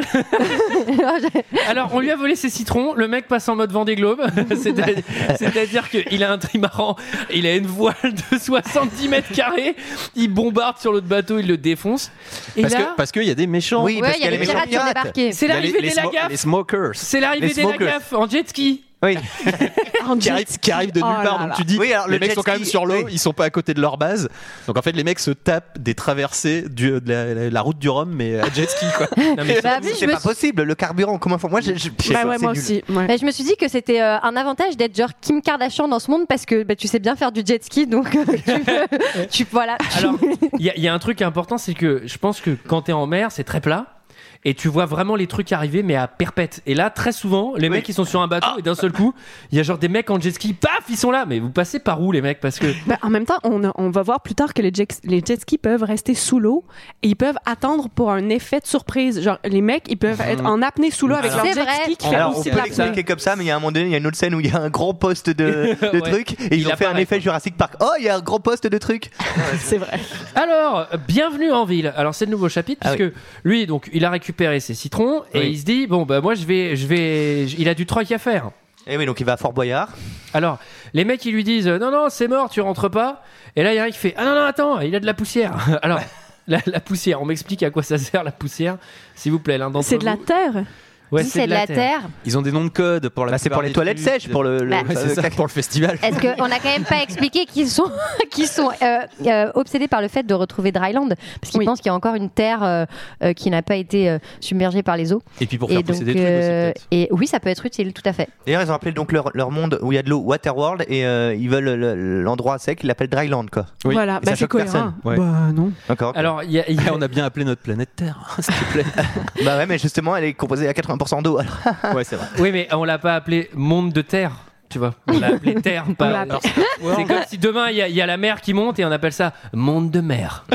S1: Alors, on lui a volé ses citrons. Le mec passe en mode Vendée Globe. (laughs) C'est-à- C'est-à-dire qu'il a un trimaran, il a une voile de (laughs) 70 mètres carrés. Il bombarde sur l'autre bateau, il le défonce. Et
S6: parce
S1: là,
S6: que parce qu'il y a des méchants.
S1: Oui, parce Ouais, qu'il y a y a les les méchants pirates qui ont pirates. débarqué. C'est
S6: Il y a
S1: l'arrivée
S6: Bah, les- les
S1: des
S6: smo-
S1: Lagaffe.
S6: Les smokers.
S1: c'est l'arrivée
S6: Les
S1: des
S6: smokers.
S1: Lagaffe en jet ski.
S6: (laughs)
S7: Oui.
S6: Qui arrivent qui arrivent de nulle
S1: Oh
S6: part.
S1: là
S6: donc
S1: là.
S6: tu dis,
S1: Oui, alors,
S6: les
S1: le
S6: mecs
S1: jet
S6: sont quand même
S1: ski,
S6: sur l'eau, ils sont pas à côté de leur base. Donc en fait, les mecs se tapent des traversées du- de la, la- la route du Rhum, mais à jet ski
S7: (laughs)
S6: quoi.
S8: mais Bah, oui, je
S7: c'est
S8: me
S7: pas
S8: suis-
S7: possible, le carburant, comment faut- Moi, je, je-
S5: Ben
S7: je- c'est nul.
S8: Bah, je me suis dit que c'était euh, un avantage d'être genre Kim Kardashian dans ce monde parce que bah, tu sais bien faire du jet ski, donc (laughs) tu, peux- tu- voilà.
S1: Alors, il y, a- il y a un truc important, c'est que je pense que quand t'es en mer, c'est très plat. Et tu vois vraiment les trucs arriver, mais à perpète. Et là, très souvent, les mecs, ils sont sur un bateau
S6: Ah.
S1: et d'un seul coup, il y a genre des mecs en jet ski, paf, ils sont là. Mais vous passez par où, les mecs Parce que.
S5: Ben, en même temps, on, a- on va voir plus tard que les jet, les jet skis peuvent rester sous l'eau et ils peuvent attendre pour un effet de surprise. Genre, les mecs, ils peuvent être en apnée sous l'eau avec leur
S7: Alors,
S5: jet ski qui fait
S7: Alors, on
S5: aussi
S7: peut
S5: de l'apnée.
S7: l'expliquer comme ça, mais il y a un moment donné, il y a une autre scène où il y a un grand poste (laughs) de, de
S1: Ouais.
S7: truc et ils
S1: Il
S7: ont fait un
S1: apparaît,
S7: effet Jurassic Park. Oh, il y a un grand poste de truc.
S5: c'est vrai.
S1: Alors, euh, bienvenue en ville. Alors, c'est le nouveau chapitre,
S7: Ah
S1: puisque lui, donc, il a récupéré ses citrons et
S7: Oui.
S1: il se dit Bon, bah, moi, je vais. je vais j- Il a du troc à faire.
S7: Et Eh oui, donc il va à Fort Boyard.
S1: Alors, les mecs, ils lui disent euh, Non, non, c'est mort, tu rentres pas. Et là, il y en a un qui fait Ah non, non, attends, il a de la poussière. (laughs)
S7: (laughs)
S1: Alors, la, la poussière, on m'explique à quoi ça sert la poussière, s'il vous plaît, l'un d'entre
S5: C'est de la
S1: vous.
S5: terre.
S1: Ouais, c'est de la terre.
S6: Ils ont des noms de code pour la.
S7: Bah, c'est pour les toilettes sèches, pour le- le-
S8: Bah.
S6: Ouais, c'est ça, pour le festival.
S8: Est-ce qu'on n'a quand même pas expliqué qu'ils sont, (laughs) qu'ils sont euh, euh, obsédés par le fait de retrouver Dryland Parce qu'ils pensent qu'il y a encore une terre euh, euh, qui n'a pas été euh, submergée par les eaux. euh,
S6: Et puis
S7: pour faire pousser des trucs aussi, peut-être.
S8: et oui, ça peut être utile, tout à fait.
S7: D'ailleurs, ils ont appelé donc leur, leur monde où il y a de l'eau Waterworld et euh, ils veulent le- l'endroit sec, ils l'appellent Dryland quoi.
S5: Oui. Voilà,
S7: Et ça
S5: bah, c'est
S7: choque
S5: cohérent.
S7: personne.
S5: Ouais. Bah non.
S7: D'accord.
S6: (laughs)
S1: Alors,
S6: on a bien appelé notre planète Terre, s'il te plaît.
S7: bah ouais, mais justement, elle est composée à 80% d'eau. alors.
S6: ouais, c'est vrai.
S1: Oui, mais on l'a pas appelé monde de terre. Tu vois, on l'a appelé terre. pas-
S6: l'a appelé-
S1: C'est comme si demain il y, a- il y a la mer qui monte et on appelle ça monde de mer.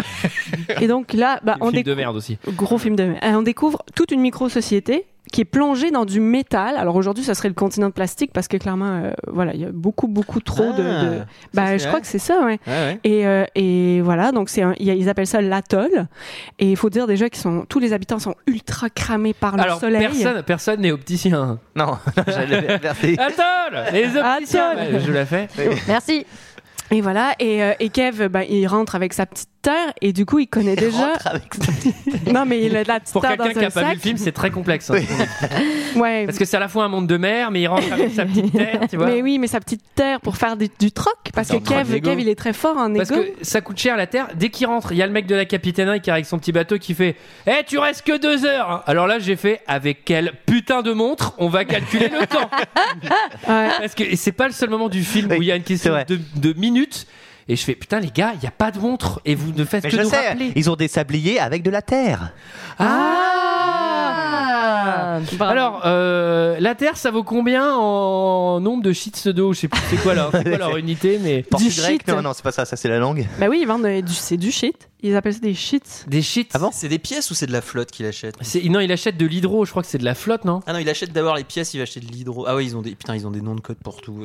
S5: Et donc là, bah, on
S1: Film de
S5: découvre.
S1: merde aussi.
S5: Gros film de merde. Euh, On découvre toute une micro-société qui est plongé dans du métal. Alors aujourd'hui, ça serait le continent de plastique parce que clairement, euh, voilà, il y a beaucoup, beaucoup trop de.
S12: Ah,
S5: de-
S12: ça,
S5: Bah,
S12: c'est
S5: je
S12: vrai.
S5: crois que c'est ça, ouais.
S12: Ouais, ouais.
S5: Et, euh, et voilà, donc c'est un- il y a- ils appellent ça l'atoll. Et il faut dire déjà qu'ils sont, tous les habitants sont ultra cramés par le
S1: Alors,
S5: soleil.
S1: personne personne n'est opticien.
S7: (laughs) Non,
S6: (laughs)
S1: Atoll Les opticiens
S5: Atoll.
S1: Ouais, Je la fais.
S8: Merci.
S5: Et voilà, et, euh, et Kev, ben, il rentre avec sa petite terre et du coup, il connaît déjà. (laughs) non, mais il a de la petite
S1: Pour
S5: terre dans
S1: quelqu'un qui n'a pas
S5: un
S1: vu
S5: sac.
S1: le film, c'est très complexe. hein.
S5: Ouais.
S1: Parce que c'est à la fois un monde de mer, mais il rentre avec sa
S5: (laughs)
S1: petite terre, tu vois.
S5: Mais oui, mais sa petite terre pour faire du, du troc. Parce que
S1: Dans le troc
S5: Kev,
S1: d'ego.
S5: Kev, il est très fort en égo.
S1: Parce que ça coûte cher la terre. Dès qu'il rentre, il y a le mec de la capitainerie qui est avec son petit bateau qui fait Eh, tu restes que deux heures hein. Alors là, j'ai fait Avec quelle putain de montre on va calculer le
S5: (laughs)
S1: temps Parce que et c'est pas le seul moment du film où il y a une question de, de minutes. Et je fais Putain, les gars, il n'y a pas de montre et vous ne faites
S7: Mais
S1: que
S7: je
S1: nous
S7: sais,
S1: rappeler.
S7: ils ont des sabliers avec de la terre.
S1: Ah Alors, euh, la Terre, ça vaut combien en nombre de sheets d'eau Je sais plus c'est quoi leur, c'est quoi leur unité, mais.
S7: Portugais grec Non, non, c'est pas ça, ça c'est la langue.
S5: Bah oui, ils vendent euh, du, c'est du shit. Ils appellent ça des shits.
S1: Des shit
S6: C'est des pièces ou c'est de la flotte qu'il achète
S1: Ah C'est- Non, il achète de l'hydro, je crois que c'est de la flotte, non
S6: Ah non, il achète d'abord les pièces, il va acheter de l'hydro. Ah ouais, ils ont des putain, ils ont des noms de code pour tout.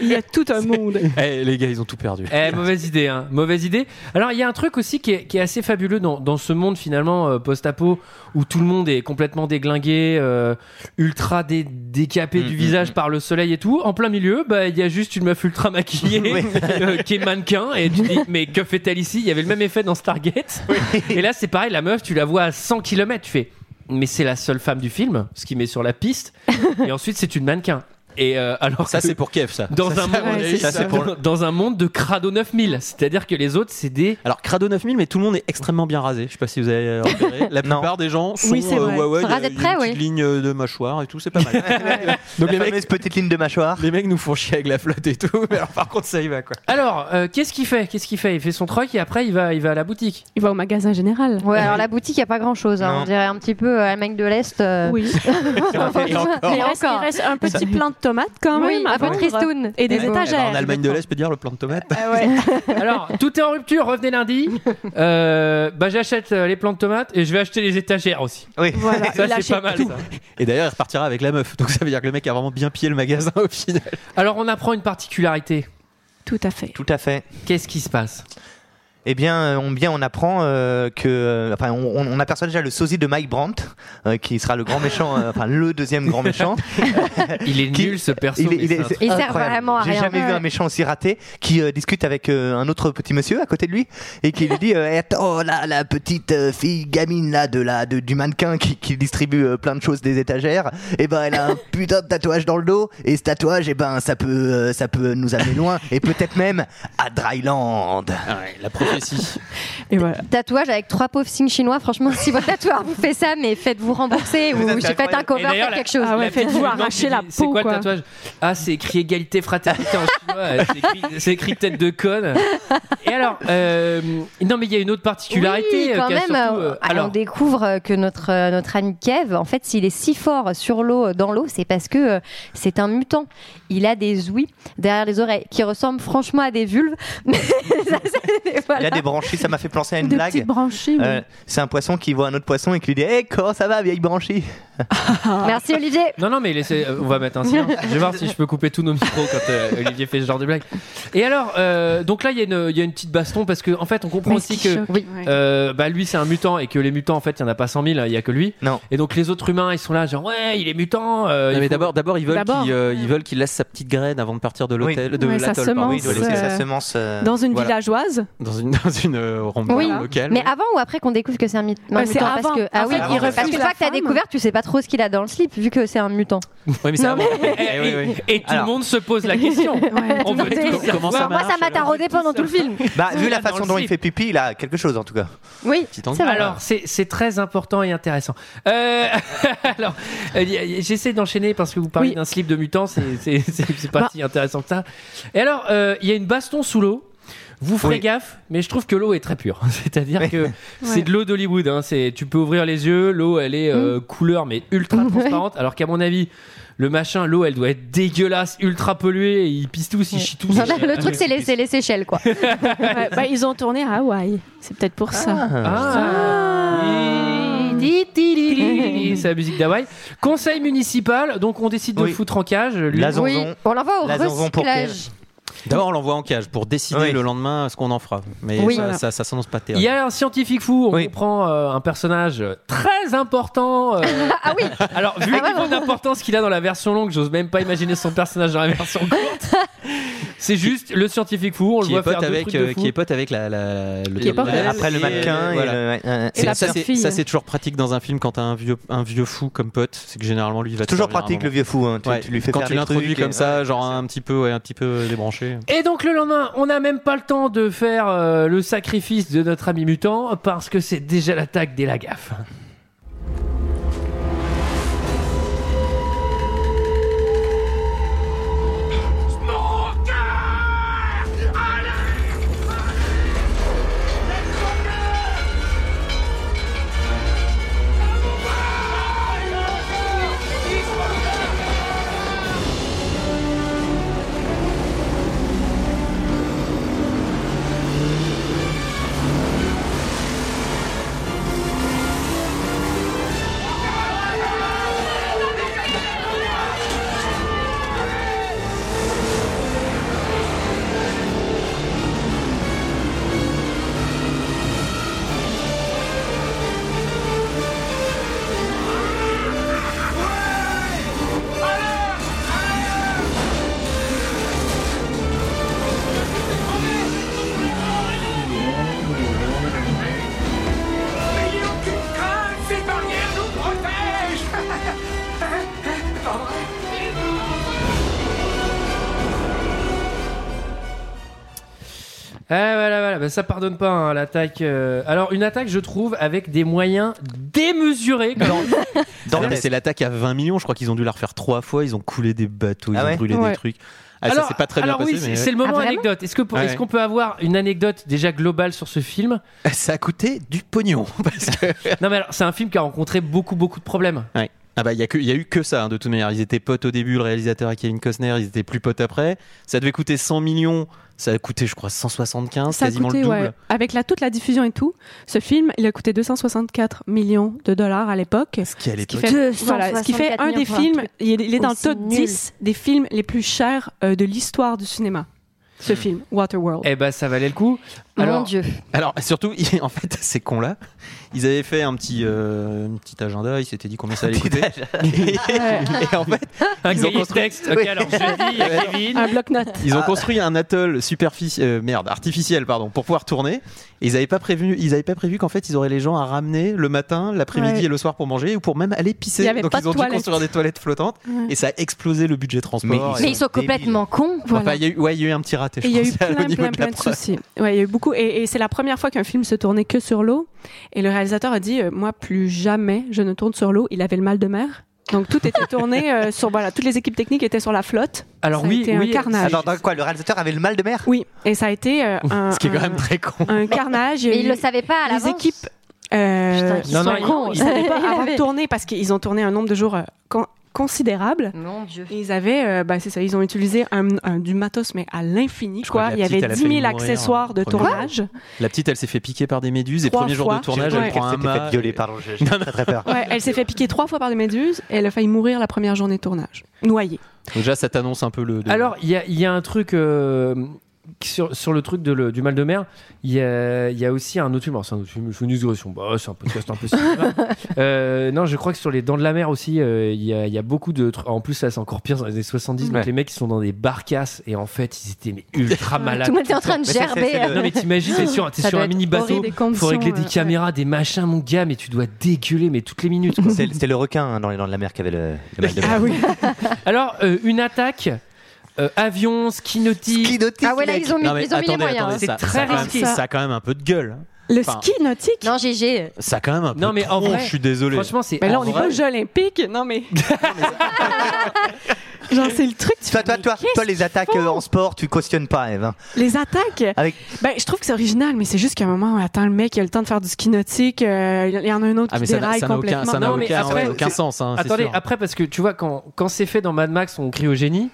S5: Il y a tout
S1: (laughs)
S5: un monde.
S6: (laughs) Eh les gars, ils ont tout perdu.
S1: Eh, mauvaise idée, hein. mauvaise idée. Alors, il y a un truc aussi qui est, qui est assez fabuleux dans, dans ce monde finalement euh, post-apo où tout le monde est complètement déglingué, euh, ultra dé- décapé
S6: Mm,
S1: du visage par le soleil et tout. En plein milieu, bah, il y a juste une meuf ultra maquillée (laughs) euh, qui est mannequin et tu dis, mais que fait-elle ici Il y avait le même effet dans Stargate. Et là, c'est pareil, la meuf, tu la vois à 100 km, tu fais, mais c'est la seule femme du film, ce qui met sur la piste. Et ensuite, c'est une mannequin. Et euh, alors
S6: Ça
S1: que-
S6: c'est pour Kev ça.
S1: dans,
S6: Ça,
S1: un
S6: c'est- à mon
S1: monde,
S6: avis, ça, c'est pour
S1: dans, dans un monde de Crado 9000. C'est-à-dire que les autres, c'est des.
S6: Alors, Crado 9000, mais tout le monde est extrêmement bien rasé. Je sais pas si vous avez euh, (laughs) repéré. La plupart des gens sont
S7: Oui, c'est
S6: euh,
S7: vrai.
S6: ouais, ouais,
S7: Sont
S6: il y a
S7: rasés de
S6: une
S7: près,
S6: petite ligne euh, de mâchoire et tout, c'est pas (laughs) mal. Donc les mecs,
S7: petite ligne de mâchoire.
S6: Les mecs nous font chier avec la flotte et tout, mais alors par contre ça y va quoi.
S1: Alors, euh, qu'est-ce qu'il fait Qu'est-ce qu'il fait Il fait son troc et après, il va, il va à la boutique.
S5: Il va au magasin général.
S8: Ouais, alors la boutique, il n'y a pas grand chose.
S1: Non.
S8: On dirait un petit peu euh, Allemagne de l'Est. euh.
S5: Oui.
S8: Mais
S5: (laughs) Il reste, il reste un petit plan de tomates quand même.
S8: Oui, un
S5: à
S8: peu
S5: vendre.
S8: tristoun.
S5: Et des
S6: Ouais. Alors,
S5: étagères.
S6: ben, en Allemagne de l'Est, je peux dire le plan de tomate.
S5: Bah (laughs)
S1: Alors, tout est en rupture, revenez lundi. Euh, bah, j'achète euh, les plants de tomates et je vais acheter les étagères aussi.
S7: Oui,
S1: ça,
S5: Voilà, il
S1: c'est pas
S5: achète
S1: mal.
S5: Ah, tout.
S1: ça.
S6: Et d'ailleurs, il repartira avec la meuf. Donc ça veut dire que le mec a vraiment bien pillé le magasin au final.
S1: Alors, on apprend une particularité.
S5: Tout à fait.
S7: Tout à fait.
S1: Qu'est-ce qui se passe
S7: Eh bien, euh, on, bien, on apprend euh, que, euh, enfin, on, on- on aperçoit déjà le sosie de Mike Brandt, euh, qui sera le grand méchant, euh, enfin le deuxième grand méchant.
S1: il est nul ce perso.
S7: Il, est-
S1: mais
S7: il est-
S1: c'est un truc.
S7: c'est incroyable. J'ai jamais vu un méchant aussi raté qui euh, discute avec euh, un autre petit monsieur à côté de lui et qui lui dit euh, Eh, Attends, là, la petite euh, fille gamine là, de la, de- du mannequin qui, qui distribue euh, plein de choses des étagères, et ben elle a un putain de tatouage dans le dos et ce tatouage, et ben ça peut, euh, ça peut nous amener loin et peut-être même à Dryland.
S6: la prophétie.
S5: Et voilà.
S8: Tatouage avec trois pauvres signes chinois. Franchement, (laughs) si votre tatoueur vous fait ça, mais faites-vous rembourser ou je sais, faites un
S1: Et
S8: cover,
S1: d'ailleurs,
S8: faites
S1: la-
S8: quelque chose.
S5: Ah
S1: la petite
S8: Ah faites-vous
S1: demande qui dit, C'est quoi, le tatouage Ah, c'est écrit égalité, fraternité en chinois. C'est écrit- C'est écrit tête de conne. Et alors, euh, non, mais il y a une autre particularité.
S8: Oui,
S1: euh,
S8: quand
S1: qui a
S8: même.
S1: surtout,
S8: euh,
S1: euh,
S8: alors, on
S1: alors,
S8: découvre euh, que notre, euh, notre ami Kev, en fait, s'il est si fort sur l'eau, euh, dans l'eau, c'est parce que euh, c'est un mutant. Il a des ouïes derrière les oreilles qui ressemblent franchement à des vulves. (laughs) Mais ça, c'est- voilà.
S7: Il a des branchies, ça m'a fait penser à une
S8: Des
S7: blague.
S8: petites branchies, oui.
S7: Euh, c'est un poisson qui voit un autre poisson et qui lui dit Hey, comment ça va, vieille branchie
S8: Merci Olivier.
S1: Non, non, mais laissez, euh, on va mettre un
S8: (laughs)
S1: silence. Je vais voir si je peux couper tous nos micros quand euh, Olivier fait ce genre de blague. Et alors, euh, donc là, il y, a une- il y a une petite baston parce qu'en en fait, on comprend
S8: Mais
S1: aussi
S8: ce qui
S1: que
S8: choque, oui.
S1: euh, bah, lui, c'est un mutant et que les mutants, en fait, il n'y en a pas 100 000, il n'y a que lui.
S7: Non.
S1: Et donc, les autres humains, ils sont là, genre, ouais, il est mutant. euh, il
S6: mais
S1: faut-
S6: d'abord, d'abord ils veulent
S1: D'abord.
S6: qu'il euh, ils veulent qu'il laisse sa petite graine avant de partir de l'hôtel, de
S5: Ouais, sa
S6: l'atoll.
S7: Bah
S6: pardon.
S5: semence, Oui, il doit laisser sa euh, semence, Dans une
S6: Voilà.
S5: villageoise.
S6: Dans une dans une euh, rambole
S8: Oui,
S6: locale.
S1: ah,
S8: mais avant ou après qu'on découvre que c'est un mut- un mutant
S5: Euh, c'est avant.
S8: Parce que, ah
S5: En
S8: oui,
S5: fait, il refuse
S8: parce que une
S5: la
S8: fois que t'as
S5: femme.
S8: découvert, tu sais pas trop ce qu'il a dans le slip, vu que c'est un mutant.
S6: Ouais, mais c'est avant. Eh, oui, oui.
S1: Et tout le monde se pose la
S8: (laughs)
S1: question. on veut tout savoir.
S6: Comment
S5: Ah bah,
S6: ça
S8: Moi, ça m'a taraudé pendant tout le
S5: (laughs)
S8: film.
S7: Bah, vu la
S1: Dans
S7: façon
S1: le
S7: dont il
S1: slip.
S7: fait pipi, il a quelque chose en tout cas.
S8: Oui, c'est vrai.
S1: Alors, c'est c'est très important et intéressant. Euh, (laughs) alors, euh, y- y- j'essaie d'enchaîner parce que vous parlez d'un slip de mutant, c'est c'est- (laughs) c'est- c'est
S8: Bah.
S1: pas si intéressant que ça. Et alors, euh, il y a une baston sous l'eau. Vous ferez gaffe, mais je trouve que l'eau est très pure. (laughs) C'est-à-dire que c'est de l'eau d'Hollywood. hein. C'est- Tu peux ouvrir les yeux, l'eau elle est
S8: Mm.
S1: euh, couleur mais
S8: (laughs)
S1: ultra transparente. Alors qu'à mon avis, le machin, l'eau elle doit être dégueulasse, ultra polluée. et Ils pissent tous, ils chient tous.
S8: le truc, c'est les, c'est les Seychelles, quoi.
S5: Ouais, bah, ils ont tourné
S7: Ah.
S5: à Hawaï. C'est peut-être pour ça.
S1: Ah.
S8: Di- di- di- di- di-
S1: oui, c'est la musique d'Hawaï. Conseil municipal, donc on décide de le foutre en cage. lui.
S6: La zonzon. Oui,
S8: on l'envoie au
S6: La zonzon pour
S8: recyclage.
S6: cage. D'abord, on l'envoie en cage pour décider le lendemain ce qu'on en fera. Mais
S1: Oui.
S6: ça,
S1: Voilà.
S6: ça, ça s'annonce pas
S1: Il
S6: terrible.
S1: y a un scientifique fou, on comprend euh, un personnage très important. euh,
S8: (laughs) ah oui
S1: Alors, vu le niveau d'importance qu'il a dans la version longue, j'ose même pas imaginer son personnage dans la
S8: (laughs)
S1: version courte. C'est juste le scientifique fou, on
S6: Qui
S1: le voit
S6: est, pote
S1: faire deux
S6: avec,
S1: trucs de
S6: euh,
S1: fou.
S6: qui est pote avec la, la- le
S1: Qui est pote
S6: modèle.
S1: avec- Après le mannequin et le- ouais, ouais.
S6: C'est-
S1: Et la
S6: ça,
S1: pauvre
S6: c'est-
S1: fille.
S6: ça, c'est toujours pratique dans un film quand t'as un vieux, un vieux fou comme pote. C'est que généralement lui il va te
S7: toujours
S6: servir à un
S7: pratique,
S6: moment.
S7: le vieux fou, hein. Tu- tu lui fais
S6: quand
S7: faire
S6: tu
S7: des
S6: l'introduis
S7: trucs et-
S6: comme ça, genre un petit peu, ouais, un petit peu euh, débranché.
S1: Et donc le lendemain, on n'a même pas le temps de faire euh, le sacrifice de notre ami mutant parce que c'est déjà l'attaque des lagaffes.
S2: Ces barrières nous protègent Pas
S1: Ah voilà, voilà, bah, ça pardonne pas hein, l'attaque. euh, Alors une attaque, je trouve, avec des moyens démesurés.
S6: Ah non, mais c'est l'attaque à 20 millions. Je crois qu'ils ont dû la refaire trois fois. Ils ont coulé des bateaux, ils
S1: Ah ouais
S6: ont brûlé
S1: Ouais.
S6: des trucs. Ah, ça, c'est pas très
S1: alors
S6: bien passé.
S1: oui, c'est
S6: mais ouais.
S1: c'est
S5: Ah,
S1: le moment anecdote. Est-ce que pour-
S6: Ouais.
S1: est-ce qu'on peut avoir une anecdote déjà globale sur ce film
S6: Ça a coûté du pognon. (laughs) parce que-
S1: non mais alors c'est un film qui a rencontré beaucoup beaucoup de problèmes.
S6: Ouais. Ah bah il y, a que- il y a eu que ça hein, de toute manière. Ils étaient potes au début, le réalisateur et Kevin Costner, ils étaient plus potes après. Ça devait coûter 100 millions, ça a coûté je crois 175,
S5: Ça a
S6: quasiment
S5: coûté,
S6: le double.
S5: ouais, avec la, toute la diffusion et tout, ce film, il a coûté 264 millions de dollars à l'époque. Ce
S6: qui, à
S5: ce qui
S6: l'époque-
S5: fait, voilà, ce qui fait
S8: 264
S5: un des
S8: millions pour un
S5: films,
S8: truc
S5: il est, il est dans le
S8: aussi
S5: top
S8: nul.
S5: 10 des films les plus chers euh, de l'histoire du cinéma. Ce film, Waterworld.
S1: Eh ben ça valait le coup.
S5: Mon Dieu.
S8: oh,
S6: Alors surtout, (laughs) ils- en fait, ces cons-là, ils avaient fait un petit, euh, un petit agenda, ils s'étaient dit combien ça
S7: (laughs)
S6: allait coûter. et en fait,
S1: Un
S6: ils ont
S1: cahier de
S6: construit-
S1: texte. Ok, alors jeudi, il y a Kevin.
S5: Un bloc-notes.
S6: Ils ont
S1: Ah.
S6: construit un atoll superficie, euh, merde, artificiel, pardon, pour pouvoir tourner. Et ils n'avaient pas prévenu, ils avaient pas prévu qu'en fait ils auraient les gens à ramener le matin, l'après-midi
S5: Ouais.
S6: et le soir pour manger ou pour même aller pisser.
S5: Il y avait
S6: Donc
S5: pas
S6: ils
S5: de
S6: ont dû
S5: toilettes.
S6: construire des toilettes flottantes
S5: Ouais.
S6: et ça a explosé le budget transport.
S8: Mais ils sont complètement cons.
S6: Enfin,
S5: Voilà.
S6: il y a eu, ouais, il y a eu un petit raté.
S5: Et
S6: Je
S5: il y a eu
S6: pense, (laughs) au
S5: plein,
S6: niveau
S5: plein,
S6: de la
S5: plein de
S6: prod.
S5: soucis. Ouais, il y a eu beaucoup. Et, et c'est la première fois qu'un film se tournait que sur l'eau. Et le réalisateur a dit, euh, moi, plus jamais je ne tourne sur l'eau. Il avait le mal de mer. Donc tout (laughs) était tourné euh, sur, voilà, toutes les équipes techniques étaient sur la flotte.
S7: Alors
S5: Ça a
S7: oui,
S5: été
S7: oui.
S5: un carnage.
S7: Attends, attends, quoi, le réalisateur avait le mal de mer
S5: Oui, et ça a été euh, un,
S7: Ce qui est quand
S5: un-
S7: même très con.
S5: (laughs) un carnage.
S8: Mais
S5: il
S8: ils le savaient pas à
S5: Les
S8: l'avance.
S5: équipes. euh,
S8: Putain, qu'ils Non, sont non, ils- cons.
S5: Ils savaient
S8: Ils (laughs)
S5: pas avant
S8: avaient-
S5: de tourner parce qu'ils ont tourné un nombre de jours euh, con- considérable.
S8: Mon Dieu.
S5: Et ils avaient, euh, bah, c'est ça, ils ont utilisé un- un- du matos mais à l'infini quoi.
S6: que la
S5: Il y avait
S6: petite, elle a
S5: 10
S6: failli
S5: 000
S6: mourir,
S5: accessoires de
S6: hein, premier
S5: tournage.
S6: La petite, elle s'est fait piquer par des méduses et
S5: Trois
S6: premier jour
S5: fois.
S6: de tournage,
S5: J'ai
S6: elle
S5: cru
S6: prend un
S7: qu'elle s'était
S6: mât.
S7: fait violer, pardon, j'ai j'ai très très peur.
S5: Ouais, elle s'est fait piquer trois fois par des méduses et elle a failli mourir la première journée de tournage. Noyée.
S6: Déjà, ça t'annonce un peu le. de-
S1: Alors, il y a, il y a un truc euh, sur, sur le truc de le- du mal de mer. Il y a, il y a aussi un autre film. Alors, C'est un autre film, c'est une digression. Bah, c'est un podcast un peu
S8: (laughs)
S1: cinéma. Euh, non, je crois que sur les Dents de la Mer aussi, euh, il y, a, il y a beaucoup de. tr- En plus, ça, c'est encore pire dans les années 70. Donc,
S6: Ouais.
S1: les mecs, ils sont dans des barcasses et en fait, ils étaient mais, ultra malades.
S8: (laughs) Tout le monde était en train de
S1: Mais ça, c'est-
S8: gerber,
S1: c'est le-
S8: euh.
S1: Non, mais t'imagines, t'es sur, t'es
S8: Ça
S1: sur
S8: doit
S1: un
S8: être
S1: mini bateau.
S8: horrible, des
S1: Faut
S8: conditions,
S1: régler des
S8: euh, ouais.
S1: caméras, des machins, mon gars, mais tu dois dégueuler, mais toutes les minutes.
S8: (laughs)
S1: quoi.
S7: C'est c'est le requin hein, dans les dents de la mer qui avait le, le mal de
S5: Ah
S6: Ah
S7: mer.
S6: (laughs)
S1: Alors, euh, une attaque. euh, avion, ski nautique.
S8: Ah ouais, là, ils ont mis,
S6: Non, mais
S8: ils ont mis les
S6: attendez,
S8: moyens.
S6: attendez,
S8: hein.
S6: ça- ça a quand même- Ça a quand même un peu de gueule. hein. Enfin,
S5: nautique
S8: Non, GG.
S6: Ça a quand même un peu.
S1: Non, mais en
S6: trop,
S1: vrai,
S6: je suis désolé.
S1: franchement, c'est-
S5: Mais là,
S1: en
S5: on est
S1: vrai-
S5: pas aux Jeux Olympiques.
S6: (laughs)
S5: Non, mais. Genre, c'est le truc. Tu
S7: toi, toi, toi, toi, les attaques euh, en sport, tu cautionnes pas, Eve. hein.
S5: Les attaques.
S7: Avec-
S5: Ben, je trouve que c'est original, mais c'est juste qu'à un moment, attends, le mec, il a le temps de faire du ski nautique. euh, il y en a un autre
S6: Ah, mais
S5: qui
S6: ça n'a-
S5: déraille
S6: ça n'a aucun-
S5: complètement.
S6: ça n'a
S5: Non, mais
S6: aucun-
S5: après-
S6: ouais, aucun sens, hein, c'est
S1: attendez,
S6: sûr.
S1: après, parce que tu vois, quand, quand c'est fait dans Mad Max, on crie au génie.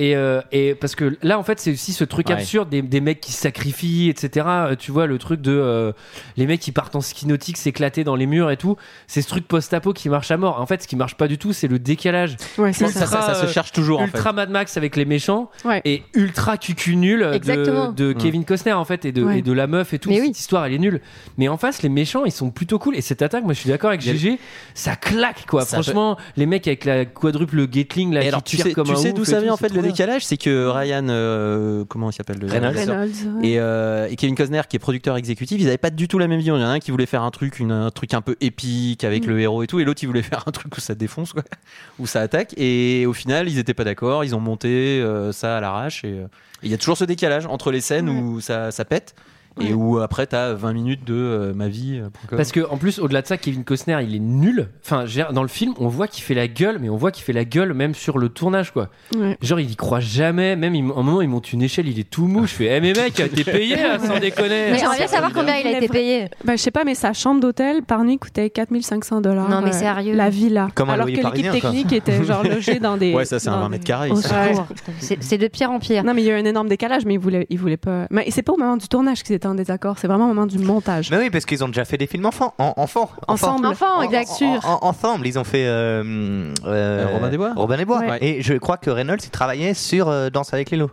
S1: Et, euh, et parce que là, en fait, c'est aussi ce truc
S6: Ouais.
S1: absurde des, des mecs qui se sacrifient, etc. Euh, Tu vois, le truc de euh, les mecs qui partent en ski nautique s'éclater dans les murs et tout. C'est ce truc post-apo qui marche à mort. En fait, ce qui marche pas du tout, c'est le décalage.
S5: Ouais, c'est
S1: Ultra,
S6: ça. Ça- ça se
S1: euh,
S6: cherche toujours, en fait.
S1: Ultra Mad Max avec les méchants
S5: Ouais.
S1: et ultra cucu nul
S5: Exactement.
S1: de, de
S5: Mm.
S1: Kevin Costner, en fait, et de,
S5: Ouais.
S1: et de la meuf et tout. Cette histoire, elle est nulle. Mais en face, les méchants, ils sont plutôt cool. Et cette attaque, moi, je suis d'accord avec GG, ça claque, quoi.
S6: Ça
S1: Franchement, les mecs avec la quadruple Gatling, là,
S6: Et
S1: qui
S6: alors, tu
S1: tirent
S6: sais,
S1: comme
S6: tu
S1: un
S6: sais
S1: ouf
S6: d'où
S1: et
S6: ça
S1: tout,
S6: vient en
S1: c'est
S6: fait le
S1: trop bien.
S6: décalage C'est que Ryan, euh, comment il s'appelle le
S1: Reynolds.
S6: réalisateur
S5: Reynolds,
S6: et, euh, et Kevin Costner, qui est producteur exécutif, ils n'avaient pas du tout la même vision. Il y en a un qui voulait faire un truc, une- un truc un peu épique avec
S5: Mm.
S6: le héros et tout, et l'autre il voulait (laughs) faire un truc où ça défonce, quoi, (laughs) où ça attaque. Et au final, ils n'étaient pas d'accord. Ils ont monté euh, ça à l'arrache. Et euh, et il y a toujours ce décalage entre les scènes où ça, ça pète et où après t'as 20 minutes de euh, ma vie. euh, pourquoi-
S1: Parce que en plus, au-delà de ça, Kevin Costner, il est nul. Enfin, je veux dire, dans le film, on voit qu'il fait la gueule, mais on voit qu'il fait la gueule même sur le tournage, quoi.
S5: Ouais.
S1: Genre, il y croit jamais. Même, il- à un moment, il monte une échelle, il est tout mou. Je fais, eh mais mec, t'es payé, là, sans déconner.
S8: Mais j'aimerais bien savoir combien il a été payé.
S5: Ben, je sais pas, mais sa chambre d'hôtel par nuit coûtait 4500 dollars. euh,
S8: Non, mais sérieux.
S5: La villa.
S6: Comme un
S5: Alors que
S6: loyer
S5: l'équipe
S6: parisien, quoi.
S5: technique était genre logée dans des.
S6: Ouais, ça, c'est un
S5: dans
S6: 20
S5: des-
S6: mètres carrés,
S5: Au
S6: ça.
S5: secours.
S8: C'est c'est de pire en pire.
S5: Non, mais il y a eu un énorme décalage, mais il voulait, il voulait pas. Mais c'est pas au moment du tournage qu'ils étaient en désaccord, c'est vraiment au moment du montage.
S7: Mais oui, parce qu'ils ont déjà fait des films enfants. En, enfants.
S5: Ensemble. Enfants,
S7: En-
S5: exact,
S7: en-
S5: sûr.
S7: en- ensemble, ils ont fait. euh, hum, euh,
S6: Euh, Robin des Bois.
S7: Robin des Bois.
S6: Ouais.
S7: Et je crois que Reynolds, il travaillait sur euh, Danse avec les loups.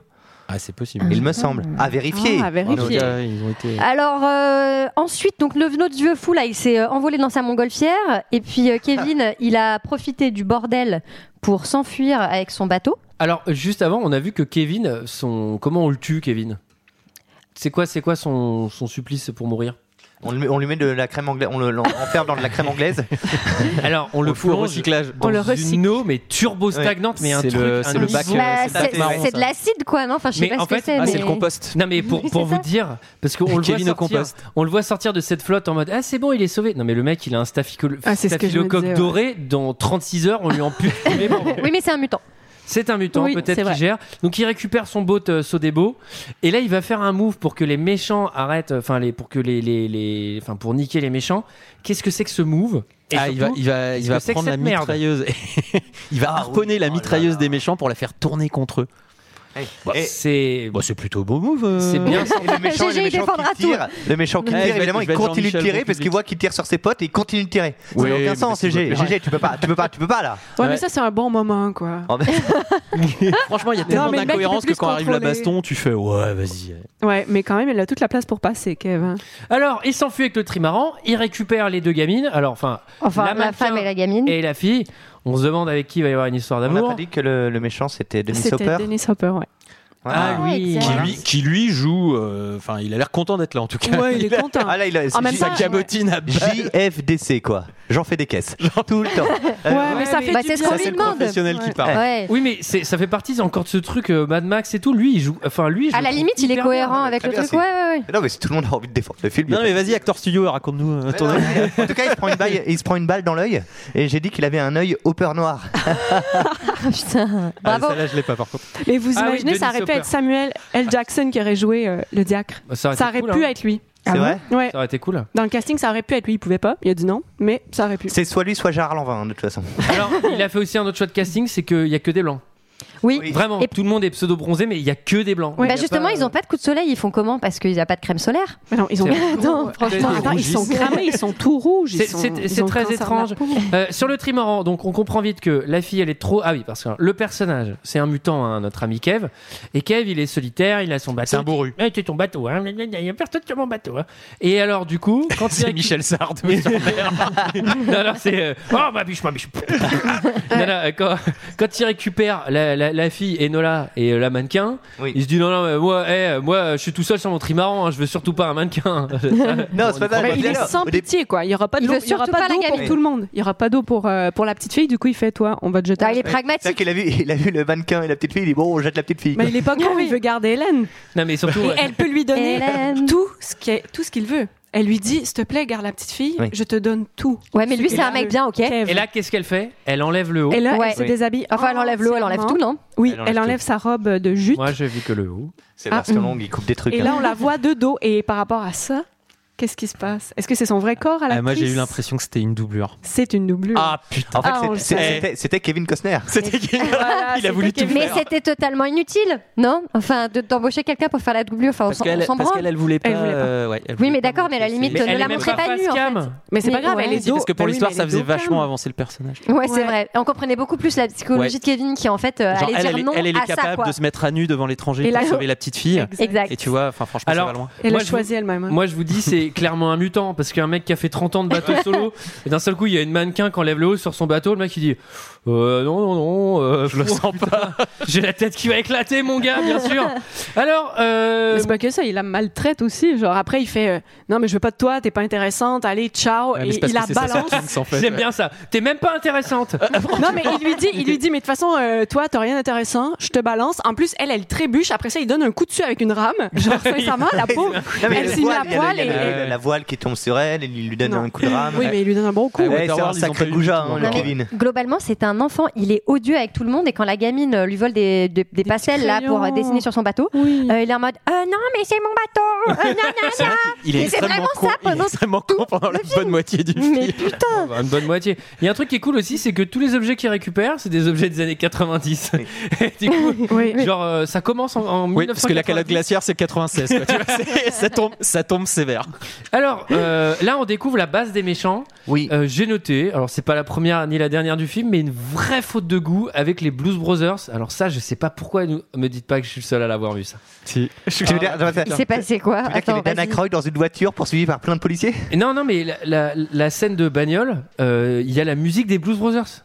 S6: Ah, c'est possible.
S7: Il me semble. À vérifier.
S8: Ah, à vérifier.
S6: Ah, ils ont été.
S8: Alors euh, ensuite, donc le notre vieux fou là, il s'est euh, envolé dans sa montgolfière et puis euh, Kevin,
S6: Ah.
S8: il a profité du bordel pour s'enfuir avec son bateau.
S1: Alors, juste avant, on a vu que Kevin, son, comment on le tue, Kevin C'est quoi, c'est quoi son, son supplice pour mourir
S7: On, le met- on lui met de la crème anglaise, on le- l'enferme dans de la crème anglaise.
S1: Alors, on, le
S6: fout au
S1: plonge
S6: recyclage.
S1: dans
S6: On le
S1: une eau, mais turbo stagnante, mais un
S6: C'est
S1: truc.
S6: le-
S1: un
S6: c'est le
S1: niveau-
S6: bac,
S8: Bah, c'est c'est de l'acide quoi, non Enfin, je sais pas ce que
S6: ah,
S8: c'est. mais-
S1: Non, mais pour,
S8: Oui,
S1: pour
S8: c'est
S1: vous
S8: ça.
S1: dire, parce qu'on le voit
S6: Kevin au
S1: sortir,
S6: compost.
S1: on le voit sortir de cette flotte en mode ah c'est bon il est sauvé. Non mais le mec il a un staphylo-
S5: Ah, c'est ce que je me
S1: staphylocoque
S5: disais, ouais.
S1: doré. Dans 36 heures on lui ampute tous les membres.
S8: Oui, mais c'est un mutant.
S1: C'est un mutant,
S8: Oui, c'est
S1: peut-être
S8: vrai.
S1: qu'il gère. Donc il récupère son boat euh, Sodebo et là il va faire un move pour que les méchants arrêtent, euh, enfin les pour que les les les- enfin pour niquer les méchants. Qu'est-ce que c'est que ce move Et
S6: Ah, il va,
S1: surtout,
S6: il va, il
S1: qu'est-ce
S6: va
S1: que c'est que
S6: prendre la
S1: cette merde
S6: mitrailleuse. (laughs) il va harponner la mitrailleuse des méchants pour la faire tourner contre eux. Bah,
S1: c'est
S6: bah, c'est plutôt beau move. euh.
S1: C'est bien.
S7: Et le méchant,
S8: GG,
S7: le
S8: il
S7: méchant
S8: défendra
S7: qui tire,
S6: tout.
S7: le méchant qui
S6: Ouais, Eh, je
S7: tire,
S6: vais-
S7: évidemment,
S6: je
S7: il
S6: vais être
S7: continue de
S6: Jean-Michel
S7: tirer
S6: Bon
S7: parce qu'il
S6: public.
S7: voit qu'il tire sur ses potes et il continue de tirer. Ça
S6: Ouais,
S7: n'a aucun
S6: mais
S7: sens,
S6: c'est Ah
S7: GG.
S6: pas-
S7: GG, tu peux pas, tu peux pas, tu peux pas là.
S5: Ouais, mais ça, c'est un bon moment, quoi.
S7: Oh, mais-
S6: Franchement, il y a
S5: Non,
S6: tellement
S5: mais le mec, il est
S6: d'incohérences que
S5: plus
S6: quand arrive la
S5: contrôlé.
S6: baston, tu fais ouais, vas-y.
S5: Ouais, mais quand même, il a toute la place pour passer, Kevin.
S1: Alors, il s'enfuit avec le trimaran, il récupère les deux gamines. Alors, enfin,
S8: Enfin, la,
S1: mannequin
S8: femme et la gamine.
S1: et la fille. On se demande avec qui il va y avoir une histoire
S7: On n'a
S1: d'amour.
S7: pas dit que le, le méchant c'était Denis
S5: C'était
S7: Hopper.
S5: Dennis Hopper, ouais.
S1: Ah,
S8: Ouais,
S1: oui.
S8: exact.
S6: Qui lui, qui lui joue. euh, Enfin, il a l'air content d'être là en tout cas.
S5: Ouais, il est content.
S7: Ah là, il a
S5: En même
S6: Sa
S5: temps,
S6: cabotine à balle.
S7: JFDC quoi. J'en fais des caisses. Tout le temps.
S5: Ouais, mais ça
S1: mais-
S5: fait
S8: Bah,
S5: du
S8: c'est ce
S5: bien.
S8: qu'on
S6: Ça,
S8: lui
S6: c'est le
S8: demande.
S6: professionnel qui parle.
S8: Ouais.
S1: Oui, mais c'est- ça fait partie encore de ce truc euh, Mad Max et tout. Lui, il joue. Enfin, lui, je
S8: À
S1: le
S8: la
S1: trouve
S8: limite, il est
S1: hyper bien.
S8: cohérent avec
S7: très
S8: le
S7: bien,
S8: truc.
S7: c'est-
S8: Ouais, ouais, ouais.
S7: Mais Non mais si tout le monde a envie de défendre le film. il y a
S6: Non, mais
S7: pas de-
S6: vas-y, acteur studio, raconte-nous euh, ton
S7: Non,
S6: avis.
S7: mais- en tout cas, il se prend une balle, il se prend une balle dans l'œil et j'ai dit qu'il avait un œil au peur noir.
S8: Ah, putain. Bravo.
S6: là, je l'ai pas par contre.
S5: Mais vous
S1: Ah oui,
S5: imaginez, ça
S1: Dennis
S5: aurait pu
S1: Hopper.
S5: être Samuel L. Jackson qui aurait joué euh, le diacre.
S1: Bah, ça aurait,
S5: Ça
S1: été
S5: aurait
S1: cool,
S5: pu
S1: hein.
S5: être lui.
S7: C'est vrai
S5: Ouais.
S1: Ça aurait été cool.
S5: Dans le casting, ça aurait pu être lui. Il pouvait pas. Il a dit non, mais ça aurait pu.
S7: C'est soit lui, soit Gérard Lanvin hein, de toute façon.
S8: (laughs)
S1: Alors, il a fait aussi un autre choix de casting, c'est qu'il y a que des blancs.
S8: Oui.
S1: Vraiment,
S8: Et-
S1: tout le monde est pseudo bronzé, mais il y a que des blancs.
S8: Bah, justement, ils ont pas de coup de soleil. Ils font comment Parce qu'il n'y a pas de crème solaire.
S5: Mais non, ils (laughs) ont.
S1: C'est-
S8: Non, franchement.
S5: Attends, ils sont cramés, ils sont tout rouges. ils
S1: C'est-
S5: sont-
S1: c'est-
S5: ils
S1: c'est
S5: ont le
S1: très
S5: cancer de la
S1: étrange.
S5: peau.
S1: Euh, sur le trimaran, donc on comprend vite que la fille, elle est trop. Ah oui, parce que hein, le personnage, c'est un mutant, hein, notre ami Kev. Et Kev, il est solitaire, il a son bateau.
S6: C'est un bourru.
S1: Eh, t'es ton bateau, hein. Il y a personne sur mon bateau, hein. Et alors, du coup, quand il
S6: (laughs) C'est
S1: a-
S6: Michel Sard. oui, sur mer.
S1: non, non, c'est.
S6: (laughs)
S1: euh, Oh, ma biche, ma biche. Non, non, euh, quand, quand il récupère la, la, la fille Enola et euh, la mannequin,
S7: Oui.
S1: il se dit non, non, mais moi, eh, euh, moi, euh, je suis tout seul sur mon trimaran, hein, je veux surtout pas un mannequin.
S7: Non, c'est pas ça.
S5: Ouais,
S7: je
S5: il
S7: dis
S1: bah,
S5: est
S7: alors,
S5: sans
S7: au dé-
S5: pitié, quoi. Il n'y aura pas
S8: Il
S5: d'eau
S8: veut
S5: il y aura
S8: surtout pas
S5: pas
S8: la
S5: d'eau pour
S8: gagner.
S5: tout le monde. Il n'y aura pas d'eau pour, euh, pour la petite fille. Du coup, Bah, il fait Toi, on va te jeter.
S8: Ah, il est
S7: C'est vrai
S8: pragmatique.
S7: qu'il a vu, il a vu le mannequin et la petite fille. Il dit bon, on jette la petite fille.
S5: Mais il est pas con, il veut garder Hélène.
S1: non, mais surtout.
S5: Et
S1: ouais.
S5: elle peut lui donner
S8: Hélène.
S5: tout ce qu'est- tout ce qu'il veut. Elle lui dit S'il te plaît, garde la petite fille,
S7: Oui.
S5: je te donne tout.
S8: Ouais, mais lui,
S5: Et
S8: c'est
S5: là,
S8: un mec
S5: le-
S8: bien, ok.
S5: Kev.
S1: Et là, qu'est-ce qu'elle fait Elle enlève le haut.
S5: Et là,
S8: Ouais.
S5: elle se
S7: Oui.
S5: déshabille.
S8: Enfin, elle enlève l'eau, elle enlève tout, non
S5: Oui,
S7: Elle
S5: elle
S7: enlève
S5: enlève,
S7: tout.
S5: sa robe de jute.
S1: Moi, je vis que le haut.
S7: C'est
S5: Ah.
S7: parce que long, il coupe des trucs.
S5: Et
S7: hein.
S5: là, on la voit de dos. Et par rapport à ça, Qu'est-ce qui se passe Est-ce que c'est son vrai corps à la
S6: Ah, moi, j'ai eu l'impression que c'était une doublure.
S5: C'est une doublure.
S6: Ah putain.
S5: En fait, Ah, c'est- on le c'est- savait.
S7: c'était- c'était Kevin Costner.
S6: C'était Kevin.
S5: Voilà,
S6: Il a voulu tout
S8: Mais
S6: faire.
S8: c'était totalement inutile, non Enfin, de- d'embaucher quelqu'un pour faire la doublure, enfin, on
S6: Parce
S8: s'en
S6: qu'elle,
S8: on s'en
S6: parce
S8: branle.
S6: qu'elle, elle voulait pas. euh, ouais, elle
S8: Oui,
S6: voulait-
S8: mais d'accord, mais à la limite,
S6: Mais
S8: ne
S6: elle
S8: la
S6: est même
S8: montrez
S6: pas
S8: pas nue, en fait.
S5: Mais c'est pas grave, elle est
S6: Si, parce que pour
S5: mais
S6: l'histoire,
S5: elle
S6: ça
S5: est
S6: faisait
S5: dos cam.
S6: vachement avancer le personnage.
S8: Ouais, c'est vrai. On comprenait beaucoup plus la psychologie
S6: Ouais.
S8: de Kevin qui, en fait, euh,
S6: Genre,
S8: allait
S6: elle,
S8: dire
S6: elle est-
S8: non
S6: elle, elle est
S8: à
S6: capable
S8: ça, quoi.
S6: de se mettre à nu devant l'étranger
S8: Et
S6: pour
S8: là-
S6: sauver la petite fille.
S8: Exact.
S6: Et tu vois, enfin, franchement,
S1: Alors,
S6: ça va loin.
S5: Elle
S1: Moi,
S5: a
S1: je
S5: choisi elle-même.
S1: (laughs)
S5: hein.
S1: Moi, je vous dis, c'est clairement un mutant parce qu'un mec qui a fait 30 ans de bateau solo, et d'un seul coup, il y a une mannequin qui enlève le haut sur son bateau. Le mec, il dit Euh, Non, non, non, euh,
S6: Je le
S1: oh,
S6: sens
S1: putain, (laughs) J'ai la tête qui va éclater, mon gars, bien sûr. Alors, euh,
S5: Mais c'est pas que ça, il la maltraite aussi. Genre, après, il fait euh, Non, mais je veux pas de toi, t'es pas intéressante, allez, ciao.
S6: Ouais, mais
S5: et
S6: c'est parce
S5: il la
S6: que c'est ça,
S5: balance.
S6: Kings, en fait.
S1: j'aime bien ça. T'es même pas intéressante.
S5: non, mais il lui dit Il lui dit, mais de toute façon, euh, toi, t'as rien d'intéressant, je te balance. En plus, elle, elle trébuche. Après ça, il donne un coup dessus avec une rame.
S6: (laughs)
S5: Genre, sincèrement, la peau.
S7: Non, mais il y a
S5: Elle
S7: le
S5: s'y met
S7: voile,
S5: la
S7: il y a le- il y
S5: poêle
S7: a
S5: et.
S7: le-
S6: et-
S7: La voile qui tombe sur elle, il lui donne
S5: Non.
S7: un coup de rame.
S5: Oui, mais il lui donne un bon coup.
S6: Ah ouais,
S7: Ouais, c'est un
S6: Waterworld, ils ont
S7: sacré
S6: pas eu
S7: goujat,
S6: du tout,
S7: hein, le
S6: hein.
S7: Kevin.
S8: Globalement, c'est un enfant. Il est odieux avec tout le monde et quand la gamine euh, lui vole des, des- des pastels là pour euh,
S5: crayons.
S8: dessiner sur son bateau,
S5: Oui.
S8: euh, il est en mode euh, non mais c'est mon bateau. Euh, non,
S6: (laughs)
S8: non, non.
S6: Il est
S8: Mais c'est
S6: extrêmement
S8: vraiment
S6: con.
S8: ça
S6: Il est
S8: pendant
S6: extrêmement con pendant la bonne moitié du
S8: Mais
S6: film.
S8: putain.
S1: Bah, Une bonne moitié. Il y a un truc qui est cool aussi, c'est que tous les objets qu'il récupère, c'est des objets des années 90. (laughs) Et du coup,
S5: Oui.
S1: genre, euh, ça commence en, en
S6: Oui, parce que la calotte
S1: 1990.
S6: glaciaire, c'est 96. quoi, tu vois,
S8: (laughs)
S6: c'est- ça, tombe, ça tombe sévère.
S1: Alors euh, là, on découvre la base des méchants.
S7: Oui.
S1: Euh, J'ai noté, alors c'est pas la première ni la dernière du film, mais une vraie faute de goût avec les Blues Brothers. Alors ça, je sais pas pourquoi. nous- Me dites pas que je suis le seul à l'avoir vu ça.
S7: Tu veux dire attends, attends,
S8: Il
S7: attends.
S8: s'est passé quoi
S7: Tu veux dire qu'il y
S8: Attends,
S7: avait Dana
S8: vas-y.
S7: Croy Ben dans une voiture poursuivie par plein de policiers
S1: Et non, non, mais la, la- la scène de bagnole, euh, il y a la musique des Blues Brothers.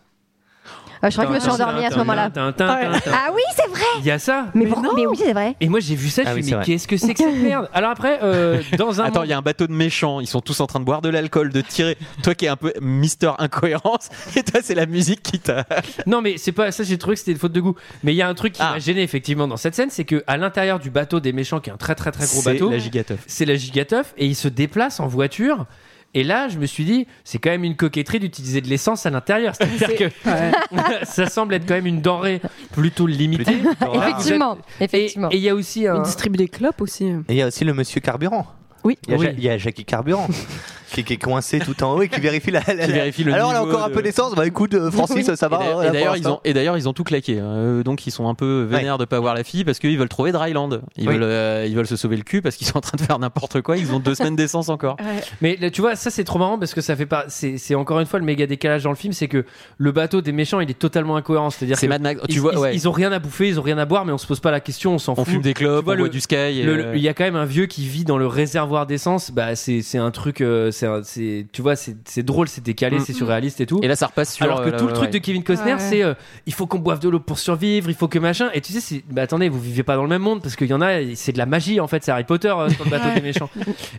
S8: Euh, je crois que je me suis endormie à ce moment-là.
S1: Tin, tin, tin, tin, tin.
S8: Ah oui, c'est vrai.
S1: Il y a ça.
S8: Mais, pour- mais oui, c'est vrai.
S1: Et moi j'ai vu ça, je
S7: Ah
S1: me
S7: oui,
S1: suis
S7: c'est
S1: dit, mais
S7: vrai.
S1: qu'est-ce que c'est que
S8: (laughs)
S1: cette merde Alors après, euh, dans un
S6: Attends,
S1: monde-
S6: il y a un bateau de méchants. Ils sont tous en train de boire de l'alcool, de (laughs) tirer. Toi qui es un peu Mister Incohérence, et toi, c'est la musique qui t'a.
S1: Non, mais c'est pas ça, j'ai trouvé que c'était une faute de goût. Mais il y a un truc qui
S6: Ah.
S1: m'a gêné effectivement dans cette scène, c'est que à l'intérieur du bateau des méchants, qui est un très très très gros bateau,
S6: la gigateuf.
S1: c'est la gigateuf et il se déplace en voiture. Et là, je me suis dit, c'est quand même une coquetterie d'utiliser de l'essence à l'intérieur. C'est-à-dire que
S5: Ouais.
S1: (laughs) ça semble être quand même une denrée plutôt
S5: (laughs)
S1: limitée.
S7: Plutôt rare.
S8: Effectivement,
S1: Et
S8: effectivement.
S1: et il y a aussi un.
S5: Il distribue des clopes aussi.
S7: Et il y a aussi le monsieur carburant.
S5: Oui.
S7: Il y a,
S1: Oui.
S7: Ja- il y a Jackie
S5: (laughs)
S7: Carburant qui, qui est coincé tout en haut et qui vérifie la. la-
S6: Qui vérifie le
S7: Alors là
S6: niveau
S7: encore un
S6: de-
S7: peu d'essence. Bah écoute, euh, Francis, ça va.
S6: et
S7: hein, là, pour
S6: d'ailleurs- et d'ailleurs, ils
S7: l'instant.
S6: ont, et d'ailleurs, ils ont tout claqué. hein. Euh, donc, ils sont un peu vénères de pas voir la fille parce qu'ils veulent trouver Dryland. Ils,
S7: Oui.
S6: veulent, euh, ils veulent se sauver le cul parce qu'ils sont en train de faire n'importe quoi. Ils ont deux semaines d'essence encore.
S1: Mais là, tu vois, ça c'est trop marrant parce que ça fait pas. C'est c'est encore une fois le méga décalage dans le film, c'est que le bateau des méchants, il est totalement incohérent. C'est-à-dire
S6: (laughs) C'est
S1: que
S6: Mad Max. Tu
S1: ils,
S6: vois,
S1: ils-
S6: ouais.
S1: ils ont rien à bouffer, ils ont rien à boire, mais on se pose pas la question, on s'en
S6: on
S1: fout.
S6: fume des clopes,
S1: Tu vois,
S6: on boit
S1: le-
S6: du sky. et,
S1: Le- le-
S6: euh,
S1: Il y a quand même un vieux qui vit dans le réservoir d'essence. Bah, c'est c'est un truc, euh, c'est un- c'est tu vois, c'est c'est drôle, c'est décalé,
S6: Mm.
S1: c'est surréaliste et tout.
S6: Et là, ça repasse sur.
S1: Alors que
S6: euh,
S1: tout le
S6: la-
S1: truc de
S6: ouais.
S1: Kevin Costner,
S5: Ouais.
S1: c'est euh, il faut qu'on boive de l'eau pour survivre, il faut que machin. Et tu sais, c'est bah, attendez, vous vivez pas dans le même monde parce qu'il y en a, c'est de la magie en fait, c'est Harry Potter euh, sur le bateau des
S5: (laughs)
S1: méchants.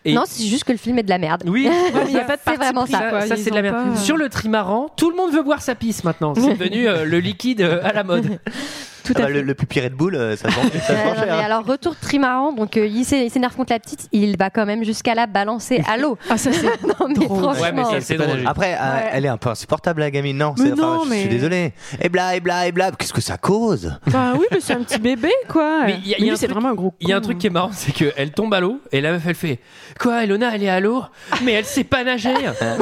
S1: Et-
S8: Non, c'est juste que le film est de la merde.
S1: Oui,
S5: Il y a pas de
S8: C'est
S5: parti
S8: vraiment
S5: pris,
S8: ça.
S5: quoi.
S1: ça, ça,
S5: Ils
S1: c'est de la
S5: ont
S1: merde.
S5: pas- euh.
S1: Sur le trimaran, tout le monde veut boire sa pisse maintenant. C'est devenu euh, le liquide euh, à la
S5: (laughs)
S1: mode.
S5: Tout
S7: Ah
S5: à
S7: bah,
S5: fait.
S7: le, le pupiret de boule, euh, ça vend. ça
S8: Euh,
S7: vend
S8: non, mais
S7: cher, hein.
S8: alors retour trimaran, donc euh, il s'é- il s'énerve contre la petite, il va quand même jusqu'à la balancer à l'eau.
S5: Ah, ça, c'est.
S8: (laughs) Non mais
S5: Drôle.
S8: franchement,
S1: Ouais, mais ça,
S6: Elle
S1: c'est
S6: sait pas
S1: drôle.
S6: nager.
S7: Après, euh,
S5: Ouais.
S7: elle est un peu insupportable, la gamine. Non,
S5: Mais
S7: c'est- enfin,
S5: non,
S7: je
S5: mais-
S7: suis désolé. Et bla, et bla, et bla. Qu'est-ce que ça cause
S5: Bah oui, mais c'est un petit bébé, quoi.
S1: Mais il y a- il y a
S5: lui,
S1: un
S5: c'est
S1: truc-
S5: vraiment un gros
S1: Il y a un
S5: con,
S1: truc
S5: hein.
S1: qui est marrant, c'est qu'elle tombe à l'eau et la meuf elle fait Quoi, Elona elle est à l'eau, mais elle sait pas (laughs) nager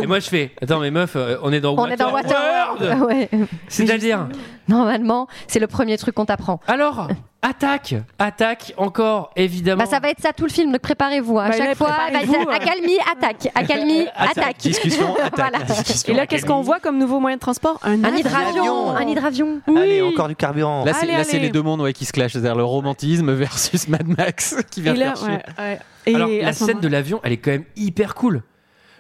S1: Et moi je fais Attends, mais meuf, euh, on est dans
S8: on est dans
S1: Waterworld
S8: Waterworld. (laughs) Ouais.
S1: C'est-à-dire
S8: Normalement, c'est le premier truc qu'on t'apprend.
S1: Alors, attaque Attaque encore, évidemment.
S8: Bah, ça va être ça tout le film, donc préparez-vous. hein. À
S5: Bah, là,
S8: chaque fois,
S5: préparez-vous,
S8: bah, (laughs) accalmie, attaque, accalmie, attaque.
S6: (laughs) Discussion, (laughs) attaque.
S8: Voilà.
S6: Discussion,
S5: Et là, qu'est-ce qu'on
S6: attaque.
S5: voit comme nouveau moyen de transport Un
S8: Un
S5: hydravion.
S8: hydravion, un hydravion.
S7: Allez, encore du carburant.
S6: Là, c'est,
S5: Allez,
S6: là, c'est
S5: allez.
S6: les deux mondes ouais, qui se clashent, c'est-à-dire le romantisme versus Mad Max (laughs) qui vient
S5: Et là,
S6: faire chier.
S5: ouais, ouais. Et
S1: Alors,
S5: à
S1: la
S5: ce
S1: scène de
S5: moment-là-
S1: l'avion, elle est quand même hyper cool.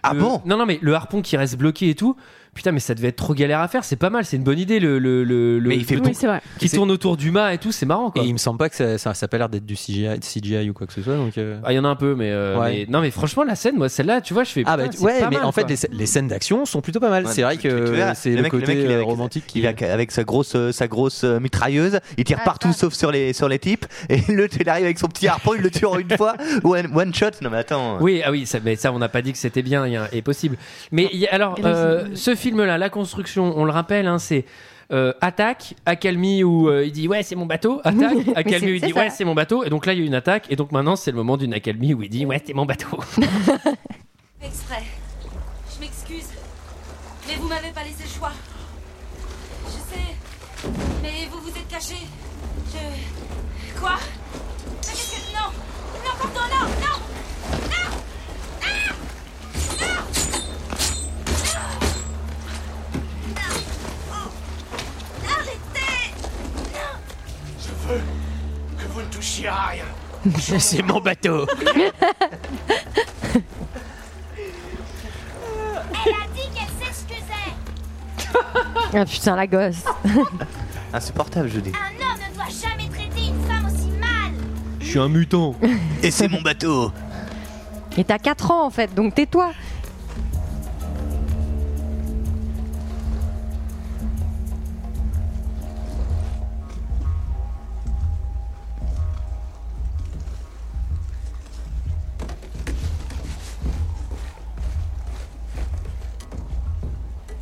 S7: ah
S1: Le-
S7: bon
S1: Non, non, mais le harpon qui reste bloqué et tout. Putain, mais ça devait être trop galère à faire. C'est pas mal, c'est une bonne idée. Le, le, le,
S7: Mais
S1: le-
S7: il fait
S1: le-
S5: Oui, c'est vrai.
S1: qui tourne autour du mât et tout, c'est marrant quoi.
S6: Et
S1: Ah,
S6: il me semble pas que ça, ça, ça a pas l'air d'être du CGI, de CGI ou quoi que ce soit. Donc, euh,
S1: Il y en a un peu, mais, euh,
S6: Ouais.
S1: mais- non, mais franchement, la scène, moi, celle-là, tu vois, je fais.
S6: Ah bah
S1: putain, c'est
S6: ouais,
S1: pas
S6: mais
S1: mal,
S6: en fait
S1: quoi.
S6: les, les scènes d'action sont plutôt pas mal.
S7: Ouais,
S6: c'est vrai
S7: tu- tu-
S6: que
S7: tu verras,
S6: c'est
S7: le
S6: le,
S7: mec- le
S6: côté
S7: mec, il est
S6: euh,
S7: avec-
S6: romantique qui
S7: Il a avec sa grosse, euh, sa grosse euh, mitrailleuse, il tire
S8: Ah,
S7: partout
S8: ça.
S7: sauf sur les, sur les types. Et (laughs) l'autre, il arrive avec son petit harpon, il le tue en une fois. One, one shot. Non, mais attends.
S1: Oui, ah oui, ça, mais ça, on n'a pas dit que c'était bien et, et possible. Mais il y a- alors,
S5: Et les-
S1: euh, ce film-là, la construction, on le rappelle, hein, c'est euh, attaque, accalmie où euh, il dit ouais c'est mon bateau, attaque, accalmie où il
S8: c'est
S1: dit
S8: ça.
S1: ouais c'est mon bateau, et donc là il y a une attaque, et donc maintenant c'est le moment d'une accalmie où il dit ouais c'est mon bateau.
S10: exprès. Je m'excuse, mais vous m'avez pas laissé le choix. Je sais, mais vous vous êtes caché. Je. Quoi Mais qu'est-ce que. Non Non, pardon, non Non
S3: Je veux que vous ne touchiez à rien.
S12: C'est mon bateau.
S13: Elle a dit qu'elle s'excusait.
S8: Ah putain, la gosse.
S7: Insupportable, je dis.
S13: Un homme ne doit jamais traiter une femme aussi mal.
S6: Je suis un mutant.
S7: Et c'est mon bateau.
S8: Et t'as 4 ans en fait, donc tais-toi.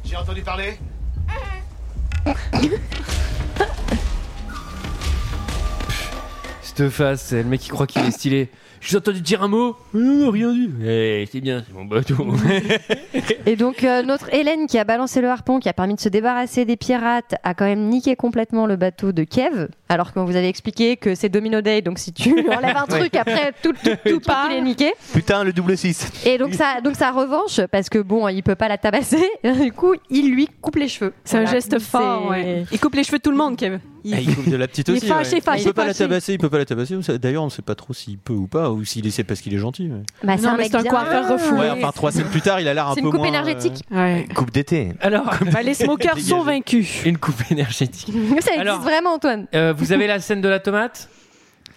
S3: J'ai entendu parler
S1: (laughs) Cette face, c'est le mec qui croit qu'il est (laughs) stylé. Je vous ai entendu dire un mot Non, rien dit. Eh, c'est bien, c'est mon bateau.
S8: Et donc euh, notre Hélène qui a balancé le harpon, qui a permis de se débarrasser des pirates, a quand même niqué complètement le bateau de Kev. Alors qu'on vous avait expliqué que c'est Domino Day, donc si
S5: (laughs)
S8: tu enlèves un truc,
S7: Oui.
S8: après tout, tout, tout part. Il est niqué.
S7: Putain, le double 6.
S8: Et donc sa, donc sa revanche, parce que bon, il peut pas la tabasser, (laughs) du coup, il lui coupe les cheveux.
S5: C'est un
S8: Voilà.
S5: geste fort,
S8: C'est-
S5: ouais. Il coupe les cheveux de tout le monde, Kev. Il-
S6: (laughs) Ah, il coupe de la petite
S5: Il est
S6: aussi.
S5: fâché,
S6: ouais.
S5: fâché,
S6: il peut pas la
S5: fâché.
S6: tabasser, il peut pas la tabasser. On sait- D'ailleurs, on ne sait pas trop s'il peut ou pas, ou s'il essaie parce qu'il est gentil. ouais.
S8: Bah,
S5: Non, mais
S8: mec
S5: c'est un
S8: bien.
S5: coiffeur refoulé.
S6: Ouais, enfin, trois semaines plus tard, il a l'air un
S8: C'est
S6: peu
S8: une coupe
S6: moins,
S8: énergétique.
S7: Coupe d'été.
S1: Alors,
S5: Bah, les smokers sont vaincus.
S1: Une coupe énergétique.
S8: (laughs) Ça existe
S1: Alors,
S8: vraiment, Antoine.
S1: euh, vous avez la scène de la tomate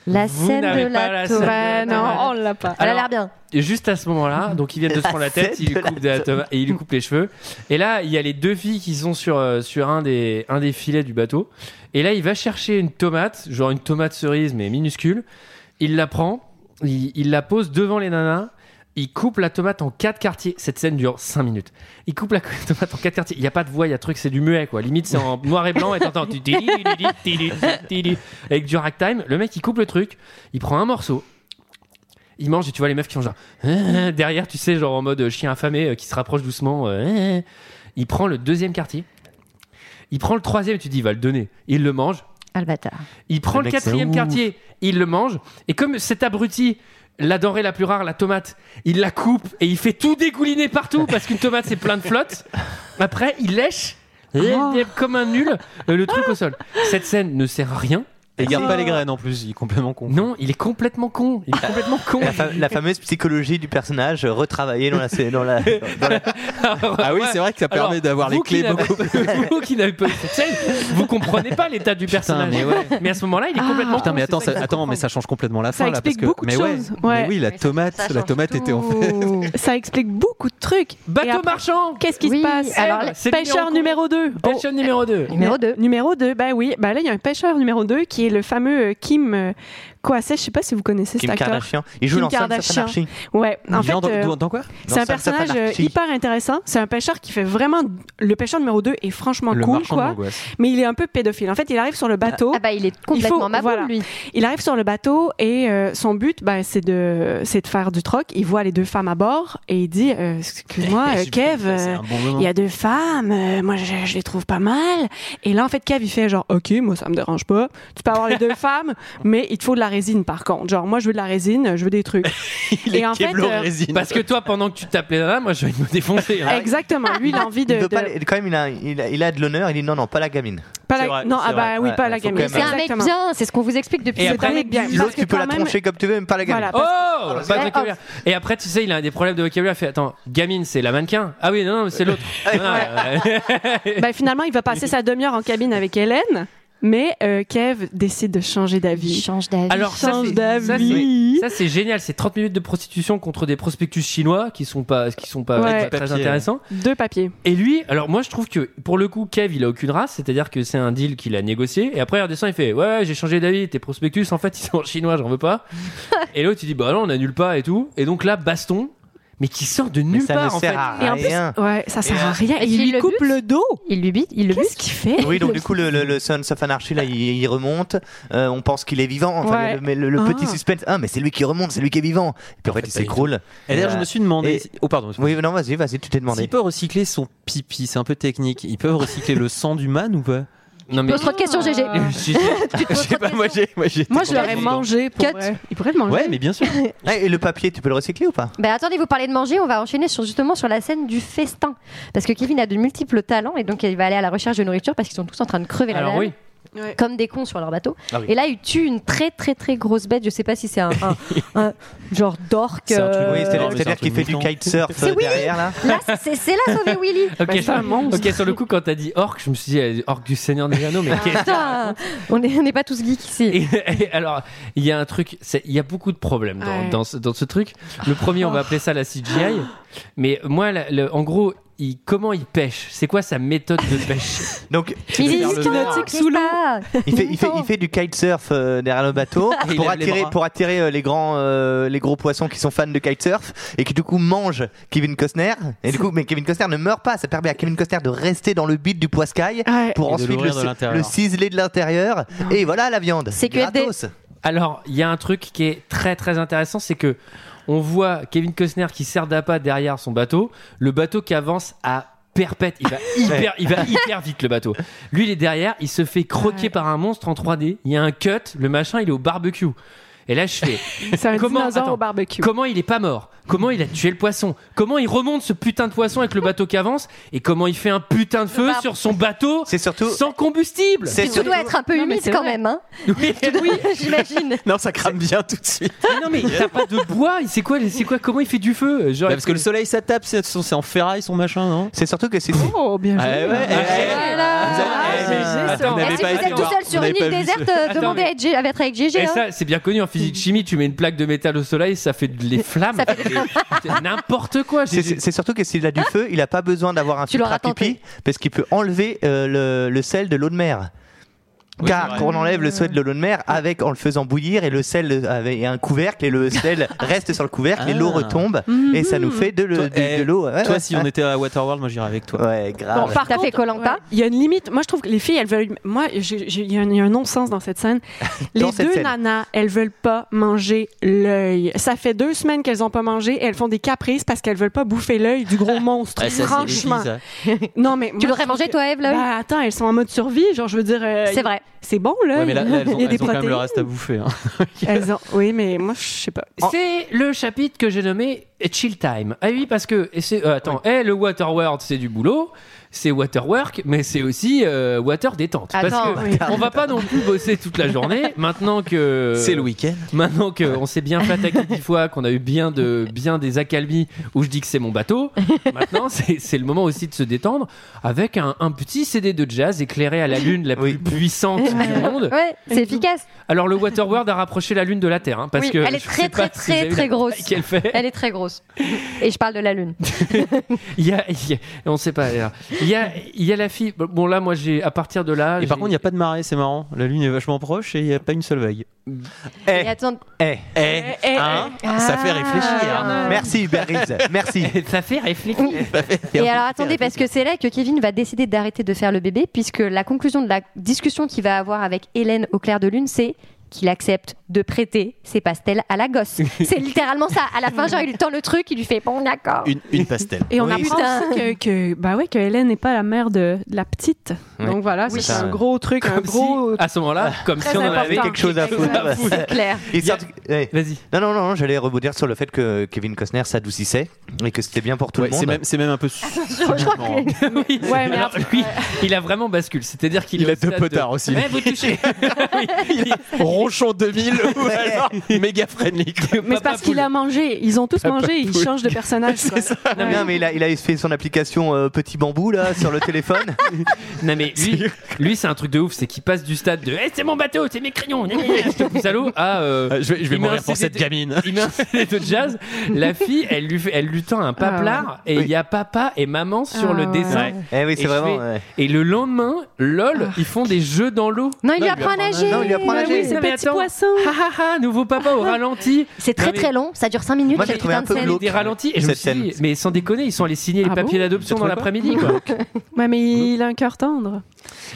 S8: La
S1: Vous
S8: scène
S1: n'avez
S8: de
S1: pas
S8: la
S1: la scène de la
S8: tomate.
S1: tomate.
S5: Non, on l'a pas.
S8: Elle a
S1: Alors-
S8: l'air bien.
S1: Et juste à ce moment-là, donc ils viennent de se
S7: (laughs) La
S1: prendre la tête,
S7: scène
S1: ils lui
S7: de la
S1: coupent de la tomate et ils lui coupent les cheveux. Et là, il y a les deux filles qui sont sur, euh, sur un, des, un des filets du bateau. Et là, il va chercher une tomate, genre une tomate cerise, mais minuscule. Il la prend, il, il la pose devant les nanas. Il coupe la tomate en quatre quartiers. Cette scène dure 5 minutes. Il coupe la (laughs) tomate en quatre quartiers. Il n'y a pas de voix, il y a truc, c'est du muet quoi. Limite, c'est
S7: (laughs)
S1: en noir et blanc et t'entends. tu- tu- tu- tu- tu- tu- tu- tu- Avec du ragtime, le mec il coupe le truc, il prend un morceau, il mange et tu vois les meufs qui font genre euh, (laughs) derrière, tu sais, genre en mode chien affamé euh, qui se rapproche doucement. euh, euh. (laughs) il prend le deuxième quartier, il prend le troisième, tu te dis, il va le donner. Il le mange,
S8: Ah, le bâtard.
S1: il prend
S8: Le
S1: le,
S8: mec, c'est
S1: quatrième
S8: ouf.
S1: quartier, il le mange, et comme cet abruti, la denrée la plus rare, la tomate, il la coupe et il fait tout dégouliner partout parce qu'une tomate c'est plein de
S8: (laughs)
S1: flotte. Après, il lèche
S8: Ah.
S1: et
S6: Oh.
S1: il est comme un nul euh, le truc au sol. Cette scène ne sert à rien.
S6: Et euh, il garde pas les graines en plus, il est complètement con.
S1: Non, il est complètement con.
S8: (laughs)
S1: Il est complètement con.
S7: La, fa- la fameuse psychologie du personnage euh, retravaillée dans la. scène- Dans la, dans
S5: (laughs)
S7: la-
S6: Ah oui, c'est vrai que ça permet d'avoir les
S1: vous qui
S6: clés
S1: n'avez-
S6: beaucoup
S1: (laughs) vous qui n'avez pas eu cette scène, vous comprenez pas l'état du personnage.
S6: mais ouais.
S1: à ce moment-là, il
S5: Ah.
S1: est complètement
S6: Putain,
S1: con,
S6: mais
S1: c'est
S6: attends,
S1: ça
S6: ça-
S1: qu'il faut
S6: attends, mais ça change complètement la fin
S5: Ça
S6: là, parce
S5: explique
S6: que
S5: beaucoup de
S6: mais ouais,
S5: choses,
S6: mais
S5: ouais.
S6: oui, la
S5: Mais ça-
S6: tomate,
S5: ça
S6: la
S5: change
S6: tomate était en fait.
S5: ça explique beaucoup de trucs.
S1: Bateau
S5: Et après,
S1: marchand
S5: Qu'est-ce qui
S8: Oui,
S5: se passe
S8: alors,
S5: Eh,
S8: c'est
S5: Pêcheur numéro Oh. 2
S1: Pêcheur numéro 2.
S8: Numéro 2.
S5: Numéro 2, bah oui. Bah là, il y a un pêcheur numéro 2 qui est le fameux euh, Kim euh, Kouasset. Je sais pas si vous connaissez
S7: Kim
S5: cet acteur.
S7: Kardashian. Il joue
S5: Kim
S7: dans Sons of
S5: Kardashian.
S7: Anarchy.
S5: Ouais. En
S6: Il vient
S5: fait,
S6: dans-
S5: euh,
S6: dans- dans quoi Dans
S5: C'est un
S6: Sons of
S5: personnage euh,
S6: Anarchy.
S5: hyper intéressant. C'est un pêcheur qui fait vraiment. Le pêcheur numéro 2 est franchement
S6: Le
S5: cool,
S6: marchand de
S5: quoi.
S6: l'angoisse.
S5: Mais il est un peu pédophile. En fait, il arrive sur le bateau.
S8: Ah bah il est complètement
S5: Il faut-
S8: ma
S5: voilà.
S8: lui.
S5: Il arrive sur le bateau et euh, son but, ben, c'est de, c'est de faire du troc. Il voit les deux femmes à bord et il dit,
S6: (laughs)
S5: euh, excuse-moi, euh, Kev,
S6: un
S5: euh,
S6: bon
S5: il
S6: moment.
S5: y a deux femmes, euh, moi je, je les trouve pas mal. Et là, en fait, Kev, il fait genre, ok, moi ça me dérange pas. Tu peux avoir les
S6: (laughs)
S5: deux femmes, mais il te faut de la résine par contre. Genre, moi je veux de la résine, je veux des
S6: (laughs)
S5: trucs. et en fait, euh,
S1: Parce que toi, pendant que tu tapes les nanas, moi, je vais me défoncer. hein.
S5: exactement, lui il a envie de,
S7: Il veut pas
S5: de-
S7: les- quand même, il a, il a, il a de l'honneur. Il dit non, non, pas la gamine.
S5: pas la- non, ah bah oui,
S7: Ouais,
S5: pas la
S7: faut quand
S5: gamine.
S7: même-
S8: C'est un mec
S5: Exactement.
S8: bien, c'est ce qu'on vous explique depuis
S1: Et
S8: ce
S1: après,
S8: premier bien.
S7: L'autre, tu peux la troncher comme tu veux, même pas la gamine.
S5: Voilà, parce-
S1: Oh, pas de
S8: ouais.
S1: vocabulaire. Et après, tu sais, il a un des problèmes de vocabulaire. Il fait Attends, gamine, c'est la mannequin Ah oui, non, non, mais c'est
S6: (laughs)
S1: l'autre. Non, non, euh,
S5: Ben, finalement, il va passer sa demi-heure en cabine avec Hélène, mais euh, Kev décide de changer
S8: Il
S5: d'avis.
S8: change d'avis.
S1: Alors, ça,
S5: change
S1: c'est- ça,
S5: d'avis.
S1: Ça, c'est génial. C'est 30 minutes de prostitution contre des prospectus chinois qui sont pas, qui sont pas,
S5: Ouais.
S1: pas très
S6: Papier.
S1: intéressants.
S5: Deux papiers.
S1: Et lui, alors moi, je trouve que pour le coup, Kev, il a aucune race. C'est-à-dire que c'est un deal qu'il a négocié. Et après, il redescend, il fait Ouais, ouais, j'ai changé d'avis. Tes prospectus, (laughs)
S8: (laughs)
S1: en fait, ils sont chinois, j'en veux pas. et l'autre, il dit Bah non, on annule pas et tout. Et donc là, baston. mais qui sort de nulle
S7: ça
S1: part
S7: ne
S1: en
S7: sert
S1: fait.
S7: à
S5: Et en plus, (laughs) ouais, ça sert à rien. Et il lui coupe le dos.
S8: Il lui bite, il le bute.
S5: qu'il fait
S7: Oui, donc du coup, le, le, le Sons of Anarchy, là, il, il remonte. Euh, on pense qu'il est vivant. Enfin, il y a
S5: Ouais.
S7: le, mais le- le petit
S5: Ah.
S7: suspense. Ah, mais c'est lui qui remonte, c'est lui qui est vivant. Et puis en fait, il s'écroule.
S6: Et d'ailleurs, je me suis demandé si-
S7: Oh, pardon. Oui, non, vas-y, vas-y, tu t'es demandé.
S6: S'ils peuvent recycler son pipi, c'est un peu technique. Ils peuvent recycler le sang du man ou
S5: (laughs)
S6: pas
S1: Non
S8: Pose trop de questions, GG.
S5: Ah.
S6: Je sais pas, moi j'ai. j'ai été
S5: Moi, je
S6: complètement
S5: l'aurais
S6: dedans.
S5: mangé. Pour vrai. Il pourrait le manger.
S6: Ouais, mais bien sûr.
S7: Eh, et le papier, tu peux le recycler ou pas
S8: Ben attendez, vous parlez de manger, on va enchaîner sur, justement sur la scène du festin. Parce que Kevin a de multiples talents et donc il va aller à la recherche de nourriture parce qu'ils sont tous en train de crever la
S1: Alors
S8: dalle.
S1: oui.
S8: Comme des cons sur leur bateau.
S1: Ah oui.
S8: Et là, il tue une très très très grosse bête. Je sais pas si c'est un, un- un genre d'orque. euh,
S7: Oui, c'est-à-dire
S6: Non, mais c'est un
S7: c'est-à-dire qu'il fait
S6: truc
S7: du
S6: mouton.
S7: kitesurf
S8: C'est
S7: euh,
S8: oui.
S7: derrière, là.
S8: Là, c'est c'est là sauver Willy.
S1: Ok,
S5: c'est un monstre.
S1: ok, sur le coup, quand t'as dit orc, je me suis dit euh, orc du Seigneur des Anneaux,
S8: Ah.
S1: mais qu'est-ce
S8: Putain, on n'est on n'est pas tous geeks ici.
S1: Et, (laughs) et alors, il y a un truc, c'est- il y a beaucoup de problèmes dans,
S8: Ouais.
S1: dans ce, dans ce truc. Le premier, on va appeler ça la CGI. Mais moi, la- le- en gros, il- comment il pêche C'est quoi sa méthode de pêche
S7: Donc,
S8: Il est
S7: faire le
S8: instant,
S7: noir.
S8: qu'est-ce que t'as
S7: Il fait, il, fait, il fait du kitesurf euh, derrière le bateau
S6: Et (laughs) il
S7: pour
S6: lève les
S7: attirer,
S6: bras.
S7: pour attirer euh, les, grands, euh, les gros poissons qui sont fans de kitesurf et qui du coup mangent Kevin Costner. Et du coup, mais Kevin Costner ne meurt pas, ça permet à Kevin Costner de rester dans le beat du poiscaille
S5: Ouais.
S6: Et
S7: pour
S6: de
S7: ensuite le,
S6: l'ouvrir de
S7: ci-
S6: l'intérieur.
S7: le ciseler de l'intérieur. Et voilà la viande.
S8: C'est QFD.
S7: Gratos.
S1: Alors, il y a un truc qui est très très intéressant, c'est que on voit Kevin Costner qui sert d'appât derrière son bateau, le bateau qui avance à perpète,
S6: (laughs)
S1: il va hyper, il va hyper vite le bateau. Lui il est derrière, il se fait croquer par un monstre en 3D, il y a un cut, le machin il est au barbecue. Et là je fais
S5: C'est un
S1: comment
S5: dinosaure
S1: attends,
S5: au barbecue.
S1: Comment il est pas mort Comment il a tué le poisson Comment il remonte ce putain de poisson avec le bateau qui avance et comment il fait un putain de feu
S8: bar-
S1: sur son bateau
S7: C'est surtout.
S1: sans combustible
S7: C'est
S8: Tu dois être un peu
S5: Non, mais
S8: humide
S5: c'est
S8: quand
S5: vrai.
S8: même, hein
S1: (laughs) Oui, oui.
S8: (laughs) J'imagine.
S6: Non, ça crame bien tout de suite.
S1: Mais non mais t'as pas de bois, c'est quoi c'est quoi comment il fait du feu Genre,
S6: Bah, parce que le soleil, ça tape, c'est c'est en ferraille son machin, non
S7: C'est surtout que c'est.
S5: Oh, bien
S6: Ah,
S5: joué.
S6: ouais, eh, eh,
S8: Voilà.
S6: vous avez- eh, mais-
S1: Attends,
S6: attends,
S1: est-ce
S6: vous
S8: Si
S6: n'avez
S8: vous
S6: pas été
S8: êtes tout
S6: voir-
S8: seul
S6: vous
S8: sur
S6: n'avez
S8: une
S6: pas
S8: île
S6: vu ce-
S8: déserte, euh,
S1: Attends,
S8: demandez
S1: mais-
S8: à être, à être avec GG.
S1: Et
S8: hein.
S1: Eh, ça, c'est bien connu en physique chimie, tu mets une plaque de métal au soleil, ça fait de- les flammes. C'est N'importe quoi. j'ai-
S7: C'est- C'est c'est surtout que s'il a du feu, il a pas besoin d'avoir un
S8: Tu
S7: filtre
S8: l'auras
S7: à pipi
S8: tenté.
S7: parce qu'il peut enlever euh, le, le sel de l'eau de mer. Car on enlève le sel de l'eau de mer avec en le faisant bouillir et le sel avec un couvercle et le sel reste sur le couvercle et l'eau
S6: Ah.
S7: retombe et ça nous fait de, le-
S6: Toi,
S7: du-
S6: eh,
S7: de l'eau. Ouais,
S6: Toi,
S7: ouais,
S6: si
S7: ouais.
S6: on était à Waterworld, moi j'irais avec toi.
S7: Ouais, grave.
S5: Bon, par
S8: T'as fait
S5: contre,
S8: Koh-Lanta
S5: ouais, Il y a une limite. Moi, je trouve que les filles, elles veulent. Moi, j'ai- j'ai- il y, a un- il y a un non-sens dans
S6: (laughs)
S5: cette scène. les
S7: Dans cette
S5: deux
S7: scène.
S5: nanas, elles veulent pas manger l'œil. Ça fait deux semaines qu'elles ont pas mangé et elles font des caprices parce qu'elles veulent pas bouffer l'œil du gros monstre.
S6: Ah, ça, c'est
S5: Franchement.
S6: les filles, ça.
S5: Non, mais.
S8: Tu l'aurais mangé, toi, Eve, l'œil
S5: Bah, attends, elles sont en mode survie. Genre, je veux dire. euh,
S8: C'est vrai.
S5: C'est bon, l'œil.
S6: Ouais, mais là, là, elles ont,
S5: (laughs) il y a des Ah,
S6: elles ont quand même
S5: protéines.
S6: le reste à bouffer. hein.
S5: Elles ont- Oui, mais moi, je sais pas.
S1: C'est le chapitre que j'ai nommé Chill Time. Ah oui, parce que. et c'est- euh, attends, eh, le Waterworld, c'est du boulot, c'est Waterwork, mais c'est aussi euh, Water Détente.
S8: Attends,
S1: parce que on va pas non plus bosser toute la journée. Maintenant que.
S6: Euh, C'est le week-end.
S1: Maintenant qu'on s'est bien attaqué dix fois, qu'on a eu bien, de, bien des accalmies où je dis que c'est mon bateau, maintenant c'est c'est le moment aussi de se détendre avec un, un petit CD de jazz éclairé à la lune la plus
S7: Oui.
S1: puissante du monde.
S8: Ouais, c'est efficace.
S1: Alors le Waterworld a rapproché la lune de la Terre, hein, parce
S8: Oui,
S1: que
S8: elle est
S1: je
S8: très,
S1: sais pas
S8: très,
S1: si vous avez
S8: très,
S1: vu
S8: très
S1: la
S8: grosse.
S1: taille qu'elle fait.
S8: Elle est très grosse. Et je parle de la lune.
S1: Il y a, il y a- on sait pas. alors. Il y a, il y a la fille. Bon là, moi j'ai à partir de là.
S6: Et par
S1: j'ai-
S6: contre, il n'y a pas de marée, c'est marrant. La lune est vachement proche et il n'y a pas une seule vague.
S8: Et attends,
S7: Eh,
S6: Eh,
S5: eh,
S6: hein, ça fait réfléchir.
S8: Ah.
S7: Merci Berriz,
S6: (laughs)
S7: merci.
S1: ça fait réfléchir.
S8: Et alors attendez, parce que c'est là que Kevin va décider d'arrêter de faire le bébé, puisque la conclusion de la discussion qu'il va avoir avec Hélène au clair de lune, c'est qu'il accepte de prêter ses pastels à la
S6: (laughs)
S8: gosse. c'est littéralement ça. À la fin, genre, il lui tend le truc, il lui fait bon, d'accord.
S6: Une, une pastel.
S5: Et on
S8: Oui.
S5: apprend
S8: Putain.
S5: aussi que, que- bah ouais, que Hélène n'est pas la mère de, de la petite.
S7: Oui.
S5: Donc voilà,
S8: Oui.
S5: c'est un gros truc, un
S1: Comme
S5: gros.
S1: si, à ce moment-là, comme
S5: Très
S1: si on en avait quelque
S5: important.
S7: Quelque chose à
S1: Exactement.
S7: foutre.
S8: C'est clair.
S7: Il sort- eh.
S1: Vas-y.
S7: Non, non, non, non, j'allais rebondir sur le fait que Kevin Costner s'adoucissait et que c'était bien pour tout
S6: Ouais,
S7: le
S6: c'est
S7: monde.
S6: même, c'est même un (laughs) peu.
S8: Je crois que-
S6: (laughs)
S1: oui.
S5: Ouais, mais
S1: Alors, lui, il a vraiment bascule. C'est-à-dire qu'il
S6: Il
S1: est
S6: a
S1: au stade
S6: deux potards
S1: de-
S6: aussi.
S1: Ouais, vous
S6: (laughs)
S1: touchez. Oui.
S6: Ronchon 2000 ou alors méga friendly.
S5: Mais c'est
S1: Papa
S5: parce qu'il a mangé. Ils ont tous
S1: Ah,
S5: mangé. Ils changent
S1: (laughs)
S5: de personnage. quoi. Ouais.
S7: Non, mais il a, il a fait son application euh, Petit Bambou là sur le téléphone.
S1: Non mais lui, lui c'est un truc de ouf, c'est qu'il passe du stade de Eh, c'est mon bateau, c'est mes crayons, gna, gna, gna, je te pousse à l'eau à euh,
S6: Euh, je vais, je vais
S1: il met
S6: mourir
S1: un
S6: pour
S1: CD
S6: cette gamine.
S1: (laughs) Il met un CD de jazz, la fille, elle lui, fait- elle lui tend un paplard et il y a papa et maman sur
S5: Ah
S1: le
S5: ouais.
S1: dessin.
S6: Ouais.
S7: (laughs) Eh oui,
S1: Et je
S7: c'est vraiment.
S1: fais-
S7: ouais.
S5: Ah.
S1: Et le lendemain, lol, ils font des jeux dans l'eau.
S8: Non, il lui
S6: Non,
S8: apprend à nager. Bah
S7: non, il lui apprend à
S5: Ouais,
S7: nager.
S5: Ah oui, c'est
S8: Non, mais
S1: mais
S8: petit
S1: attends.
S8: poisson.
S1: Ah ah ah, nouveau papa au ralenti.
S8: C'est
S7: Bah
S8: très
S1: Non, mais-
S8: très long, ça dure 5 minutes.
S1: Moi, j'ai
S8: cette
S1: trouvé
S8: putain
S1: un
S8: de
S1: peu
S8: scène.
S1: glauque, Des ralentis, et je me suis dit, mais sans déconner, ils sont allés signer
S5: Ah
S1: les papiers d'adoption dans l'après-midi. quoi.
S5: ouais, mais il a un cœur tendre.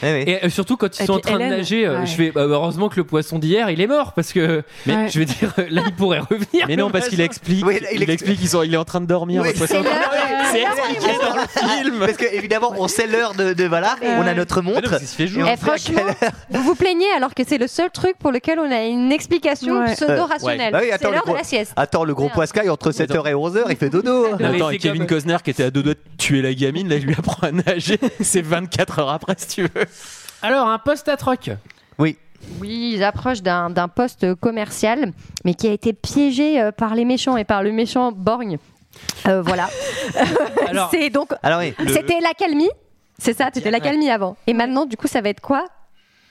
S1: Et euh, surtout quand ils
S5: Et
S1: sont en
S5: puis
S1: train de
S5: Hélène,
S1: nager, euh,
S5: ouais.
S1: je fais bah, heureusement que le poisson d'hier il est mort parce que
S6: Mais-
S1: je vais dire euh, là il pourrait revenir.
S6: Mais non, parce qu'il explique, il, explique qu'ils sont- il est en train de dormir.
S7: Eh Oui,
S6: le poisson.
S7: C'est expliqué dans le film. Parce que évidemment, on sait l'heure de, de voilà, on a notre
S1: Ah,
S7: montre.
S8: Eh,
S7: Et on sait à
S8: franchement,
S7: Hein, quelle heure.
S8: vous vous plaignez alors que c'est le seul truc pour lequel on a une explication
S7: Ouais.
S8: pseudo-rationnelle.
S7: Euh, Ouais. Ah oui,
S8: c'est
S7: attends, le
S8: l'heure de
S7: gros-
S8: la sieste.
S7: Attends, le gros poiscaille entre 7h et 11h, il fait dodo. (laughs)
S6: Mais euh, Attends, et Kevin Costner qui était à deux doigts de tuer la gamine, là il lui apprend à nager. (laughs) C'est 24 heures après si tu veux.
S1: Alors un poste à
S5: (laughs)
S1: troc.
S7: Oui.
S8: Oui, ils approchent d'un d'un poste commercial, mais qui a été piégé euh, par les méchants et par le méchant Borgne. Euh, voilà.
S7: (laughs) Alors-
S8: c'est donc.
S7: Alors oui, le-
S8: C'était l'accalmie. C'est ça, c'était l'accalmie avant. Et maintenant, du coup, ça va être quoi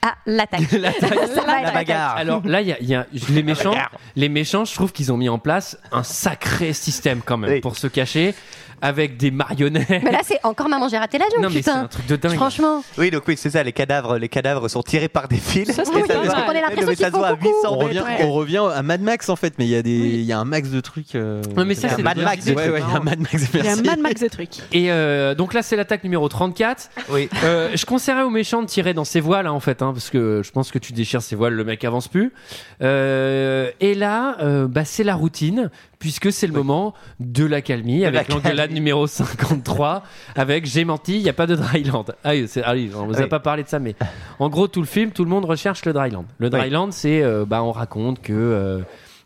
S8: Ah,
S7: (laughs)
S8: l'attaque.
S1: (laughs)
S8: Ça va être-
S7: bagarre.
S1: Alors là, il y a- il y a- les méchants. Les méchants, je trouve qu'ils ont mis en place un sacré système quand même pour se cacher avec des marionnettes.
S8: Mais là, c'est encore maman, j'ai raté l'avion,
S1: Non, mais c'est
S8: putain.
S1: un truc de dingue.
S8: Franchement.
S7: Oui, donc oui, c'est ça, les cadavres, les cadavres sont tirés par des fils.
S8: Ça, c'est
S7: Et
S8: oui, parce
S7: se voit-
S8: qu'on a l'impression
S7: mais ça
S8: qu'ils
S7: se voit à
S8: font coucou.
S7: 800
S6: On revient,
S7: mètres.
S6: on revient à Mad Max en fait, mais il y, a des- il y a un max de trucs. euh,
S1: Ouais, mais ça,
S6: il y a
S1: c'est
S6: un Mad
S1: des
S6: Max.
S1: trucs
S6: Ouais, ouais, il y a un
S1: marrants.
S6: Mad Max.
S1: Il y a un
S6: merci.
S1: Mad
S5: Max de (laughs) trucs.
S1: Et euh, donc là, c'est l'attaque numéro 34.
S7: Oui.
S1: je conseillerais aux méchants de tirer dans ses voiles, hein, en fait, hein, parce que je pense que tu déchires ses voiles, le mec avance plus. Euh, et là, euh, bah, c'est la routine, puisque c'est le moment de l'accalmie, avec l'engueulade numéro 53, avec J'ai menti, il n'y a pas de Dryland. Ah, oui, c'est- ah oui, on vous a
S7: Oui.
S1: pas parlé de ça, mais en gros, tout le film, tout le monde recherche le Dryland. Le
S7: Oui.
S1: Dryland, c'est, euh, bah, on raconte que. euh,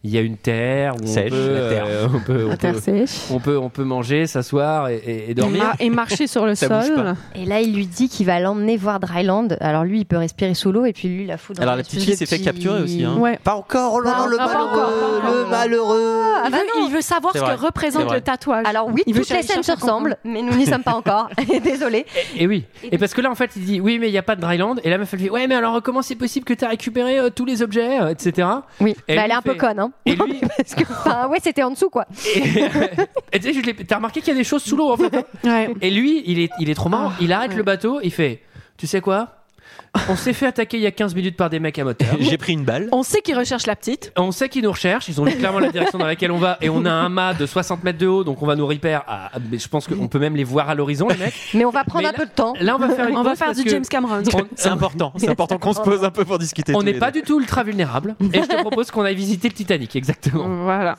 S1: il y a une terre où on peut,
S7: Sèche, la terre.
S1: euh, on peut- on
S5: La terre
S1: peut-
S5: sèche.
S1: on peut, on peut manger, s'asseoir et, et- et dormir.
S5: mar- et marcher sur le Ça bouge sol. pas.
S1: hein.
S8: Et là, il lui dit qu'il va l'emmener voir Dryland. Alors lui, il peut respirer sous l'eau et puis lui, il la fout dans
S6: Alors
S8: une
S6: la petite
S8: espèce
S6: fille
S8: de
S6: s'est fait
S8: petit-
S6: capturer aussi. Hein.
S5: Ouais.
S7: Pas encore, oh là là, le
S5: Ah, pas encore, pas
S7: malheureux,
S5: encore.
S7: le malheureux.
S5: il, veut, Ah, bah il veut savoir
S1: C'est
S5: ce que
S1: vrai. C'est
S5: représente
S1: vrai.
S5: le tatouage.
S8: Alors oui,
S5: Il veut
S8: toutes les
S5: chercher
S8: scènes se
S5: à comprendre.
S8: ressemblent, mais nous n'y sommes pas
S5: (laughs)
S8: encore. Désolé.
S1: Et oui. Et parce que là, en fait, il dit oui, mais il n'y a pas de Dryland. Et la meuf, elle fait ouais, mais alors comment c'est possible que tu as récupéré euh, tous les objets, euh, etc.
S8: Oui.
S1: Et lui
S8: Bah, elle est un peu
S1: fait-
S8: conne, hein.
S5: (laughs)
S8: Parce que, enfin, ouais, c'était en dessous, quoi.
S1: Et (laughs) tu sais, je l'ai- t'as remarqué qu'il y a des choses sous l'eau, en fait. hein Et lui, il est, il est trop
S5: Ah,
S1: marrant. il arrête le bateau, il fait tu sais quoi On s'est fait attaquer il y a 15 minutes par des mecs à moteur.
S6: J'ai pris une balle.
S5: (laughs) On sait qu'il recherche la petite.
S1: On sait qu'ils nous recherchent, ils ont vu clairement la direction dans laquelle on va, et on a un mât de 60 mètres de haut, donc on va nous repère. À, à- mais je pense qu'on peut même les voir à l'horizon, les mecs.
S8: Mais on va prendre un peu de temps.
S1: Là, on va faire, une
S5: On va
S1: pause
S5: faire
S1: Ah parce
S5: du
S1: que-
S5: James Cameron.
S1: (laughs)
S6: C'est important. C'est important qu'on se pose un peu pour discuter.
S1: On
S6: tous
S1: n'est
S6: les
S1: pas
S6: deux.
S1: du tout ultra vulnérable. Et je
S5: (laughs)
S1: te propose qu'on aille visiter le Titanic, exactement.
S5: Voilà.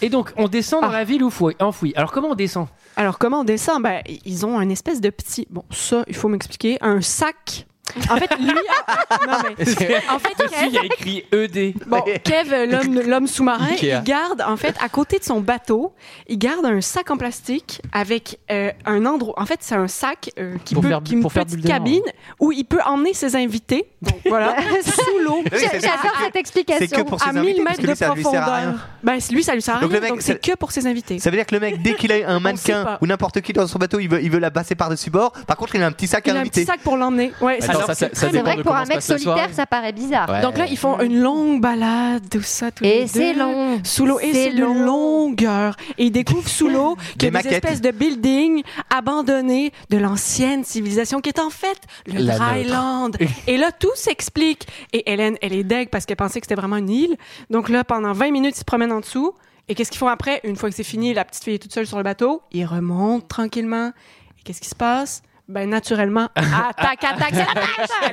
S1: Et donc, on descend dans
S5: Ah.
S1: la ville où fou- enfouie. Alors, comment on descend
S5: Alors, comment on descend ben, Ils ont un espèce de petit. Bon, ça, il faut m'expliquer. Un sac. En (laughs) fait, lui. a- Non,
S6: (laughs)
S5: mais- En fait,
S1: Dessus, il y a écrit E ED.
S5: Bon, Kev, l'homme, l'homme sous-marin,
S1: Ikea.
S5: il garde, en fait, à côté de son bateau, il garde un sac en plastique avec euh, un endroit. En fait, c'est un sac euh, qui
S6: Pour
S5: peut,
S6: faire-
S5: qui a une
S6: pour faire
S5: petite
S6: bulle de vent.
S5: cabine où il peut emmener ses invités. Donc voilà, sous l'eau.
S7: Oui, (laughs) c'est ça, J'adore c'est que- cette explication. c'est que pour ses
S5: à
S7: invités,
S5: 1000
S7: parce
S5: mètres
S7: que lui,
S5: de
S7: ça lui sert à
S5: profondeur.
S7: rien.
S5: Ben, c'est- lui, ça lui sert à
S7: Donc
S5: rien.
S7: le mec,
S5: donc
S7: c'est-
S5: c'est que pour ses invités.
S7: Ça veut dire que le mec, dès qu'il a un
S5: sait
S7: mannequin
S5: pas.
S7: ou n'importe qui dans son bateau, il veut, il veut la passer par-dessus bord. Par contre, il a un petit sac
S5: Il
S7: à
S5: a un petit
S7: inviter.
S5: sac pour l'emmener. Ouais,
S7: Attends,
S5: leur
S7: ça-
S5: fait
S7: ça- ça
S5: très
S7: dépend
S5: bien.
S7: de Pour un
S8: mec solitaire, ça paraît bizarre.
S5: Donc là, ils font une longue balade, tout ça, tous les
S8: Et c'est
S5: deux,
S8: long.
S5: Sous l'eau, et
S8: C'est
S5: c'est de
S8: long.
S5: longueur. Et ils découvrent sous l'eau qu'il y
S7: Des
S5: a des
S7: maquettes.
S5: espèces de buildings abandonnés de l'ancienne civilisation qui est en fait le
S6: La
S5: Dryland. et là, tout s'explique. Et Hélène, elle est deg parce qu'elle pensait que c'était vraiment une île. Donc là, pendant 20 minutes, ils se promènent en dessous. Et qu'est-ce qu'ils font après? Une fois que c'est fini, la petite fille est toute seule sur le bateau. Ils remontent tranquillement. Et qu'est-ce qui se passe? Ben, naturellement, attaque, attaque, c'est la pêche!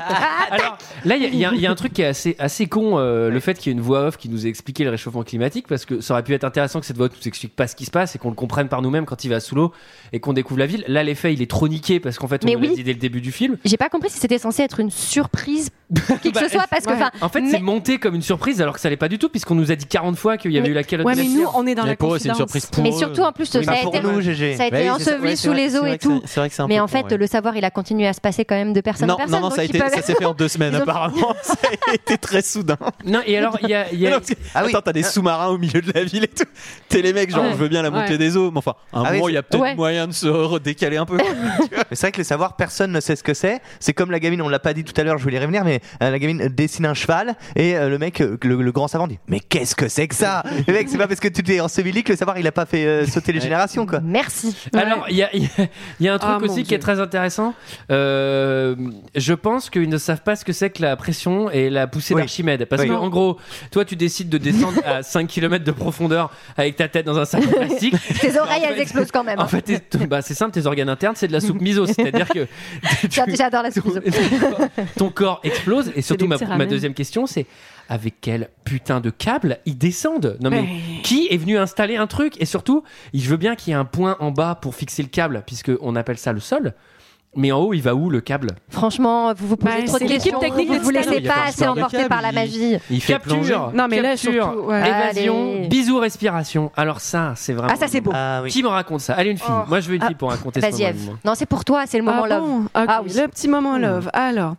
S1: Alors, là, il y a- il y, a- il y a un truc qui est assez, assez con, euh, le fait qu'il y ait une voix off qui nous ait expliqué le réchauffement climatique, parce que ça aurait pu être intéressant que cette voix off nous explique pas ce qui se passe et qu'on le comprenne par nous-mêmes quand il va sous l'eau et qu'on découvre la ville. Là, l'effet, il est trop niqué parce qu'en fait, on
S8: Mais
S1: nous l'a
S8: oui.
S1: dit dès le début du film.
S8: J'ai pas compris si c'était censé être une surprise pour qui que
S1: Bah,
S8: ce soit, parce que, enfin,
S1: En fait,
S8: mais-
S1: c'est monté comme une surprise alors que ça l'est pas du tout, puisqu'on nous a dit 40 fois qu'il y avait eu la calotte.
S5: Ouais, mais nous, on est dans
S1: Mais
S5: la
S1: pour eux, c'est une
S5: confidence.
S1: surprise pour
S8: mais surtout en plus
S1: Oui,
S8: ça a
S7: Ah,
S1: mais
S8: été,
S1: pour nous, GG.
S8: ça a été
S1: Bah oui, c'est ça.
S8: enseveli
S1: Ouais, c'est
S8: sous
S1: vrai-
S8: les
S1: c'est
S8: eaux
S1: vrai
S8: et
S1: que
S8: tout
S1: c'est- c'est vrai que c'est un
S8: mais
S1: peu
S8: en fait
S1: con, ouais.
S8: le savoir il a continué à se passer quand même de personne
S6: Non,
S8: en personne
S6: non, non, ça, a
S8: donc
S6: été,
S8: ils peuvent-
S6: ça s'est fait en deux semaines
S8: Ils ont-
S6: apparemment. Ça a été très soudain.
S1: Non, et alors, il y a. il y a-
S6: (laughs) Mais non, parce que- Attends, t'as des sous-marins au milieu de la ville et tout. T'es les mecs, genre,
S1: Ouais.
S6: je veux bien la montée
S1: Ouais.
S6: des eaux, mais enfin, à un
S7: Ah oui,
S6: moment, il y a peut-être
S7: Ouais.
S6: moyen de se redécaler un peu.
S7: Mais c'est vrai que le savoir, personne ne sait ce que c'est. C'est comme la gamine, on l'a pas dit tout à l'heure, je voulais y revenir, mais euh, la gamine dessine un cheval et euh, le mec, euh, le, le grand savant dit Mais qu'est-ce que c'est que ça Le mec, c'est pas parce que tu t'es enseveli que le savoir, il a pas fait euh, sauter les générations, quoi.
S8: Merci.
S1: Alors, il y a, il y a- il y a un truc
S7: Ah, mon
S1: aussi qui
S7: Dieu.
S1: est très intéressant. Euh, je pense qu'ils ne savent pas ce que c'est que la pression et la poussée
S7: Oui.
S1: d'Archimède. Parce
S7: Oui.
S1: que, en gros, toi, tu décides de descendre à 5 km de profondeur avec ta tête dans un sac en plastique.
S8: Tes oreilles, elles explosent quand même.
S1: En fait, t'es- t- bah, c'est simple, tes organes internes, c'est de la soupe miso. C'est-à-dire
S8: (laughs)
S1: que
S8: J'a- J'adore la soupe.
S1: (laughs) ton corps explose. Et surtout,
S8: des
S1: ma,
S8: petits
S1: ma
S8: ramen.
S1: deuxième question, c'est avec quel putain de câble ils descendent Non mais
S5: Ben,
S8: Ouais.
S1: qui est venu installer un truc Et surtout, je veux bien qu'il y ait un point en bas pour fixer le câble, puisque on appelle ça le sol. Mais en haut, il va où le câble
S8: Franchement, vous vous posez
S5: Bah,
S8: trop
S5: c'est
S8: de
S5: l'équipe
S8: questions.
S5: technique
S8: Vous
S5: de
S8: vous laissez
S1: Titanic. Il y a
S8: pas
S1: pas
S8: assez
S1: de
S8: emporter
S1: câble,
S8: par la
S1: il-
S8: magie.
S1: Il fait
S5: Capture.
S1: plonger.
S5: Non, mais là,
S1: Capture,
S5: surtout, ouais.
S1: évasion,
S8: Allez.
S1: bisous, respiration. Alors ça, c'est vraiment.
S8: Ah, ça, c'est beau.
S7: oui.
S1: Qui me raconte ça Allez une
S5: Oh.
S1: fille. Moi, je veux une fille pour raconter
S8: Vas-y,
S1: ça.
S8: Eve. Non, c'est pour toi, c'est le moment
S5: ah
S8: love.
S5: bon Ok, Le petit moment love. Alors,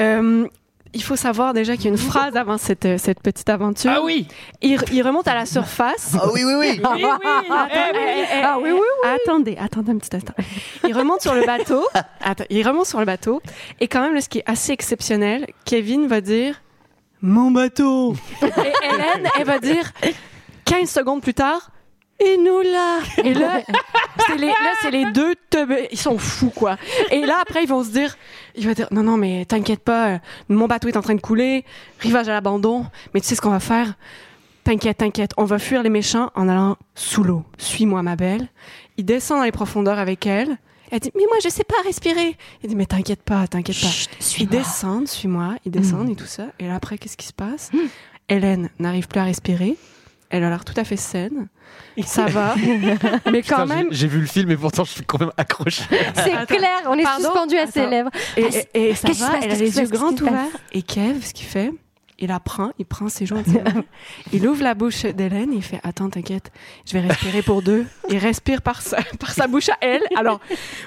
S5: euh, il faut savoir déjà qu'il y a une phrase avant cette, euh, cette petite aventure.
S1: Ah oui
S5: il, il remonte à la surface.
S7: Ah oui, oui, oui.
S5: Attends,
S1: eh oui.
S5: eh, eh,
S8: Ah oui, oui,
S5: Attendez, attendez un petit instant. Il remonte sur le bateau.
S8: (laughs)
S5: Attends, il remonte sur le bateau. Et quand même, là, ce qui est assez exceptionnel, Kevin va dire Mon bateau Et Hélène, elle va dire 15 secondes plus tard et nous là Et là, c'est les, là, c'est les deux teubés. Ils sont fous, quoi. Et là, après, ils vont se dire, ils vont dire, non, non, mais t'inquiète pas, euh, mon bateau est en train de couler, rivage à l'abandon, mais tu sais ce qu'on va faire? T'inquiète, t'inquiète, on va fuir les méchants en allant sous l'eau. Suis-moi, ma belle. Il descend dans les profondeurs avec elle. Elle dit, mais moi, je sais pas respirer. Il dit, mais t'inquiète pas, t'inquiète pas. ils descendent, suis-moi, ils descendent et
S6: Mm.
S5: tout ça. Et là, après, qu'est-ce qui se passe? Hélène n'arrive plus à respirer. Elle a l'air tout à fait saine.
S6: (laughs)
S5: Ça va. mais quand
S6: Putain, j'ai-
S5: même,
S6: J'ai vu le film et pourtant je suis quand même accroché.
S8: C'est clair, on est
S5: Pardon
S8: suspendu à ses
S5: Attends.
S8: lèvres.
S5: Et,
S8: Ah, c'est-
S5: et- et
S8: qu'est-ce
S5: ça
S8: qui se
S5: va,
S8: passe,
S5: elle a
S8: qu'est-ce qui
S5: les
S8: se
S5: yeux
S8: passe,
S5: grands
S8: qu'est-ce qui se
S5: ouverts. Et Kev, ce qu'il fait, il la prend, il prend ses joints, intimement, il ouvre la bouche d'Hélène, il fait Attends, t'inquiète, je vais respirer pour deux. Il respire par sa, (laughs) par sa bouche à elle. Alors,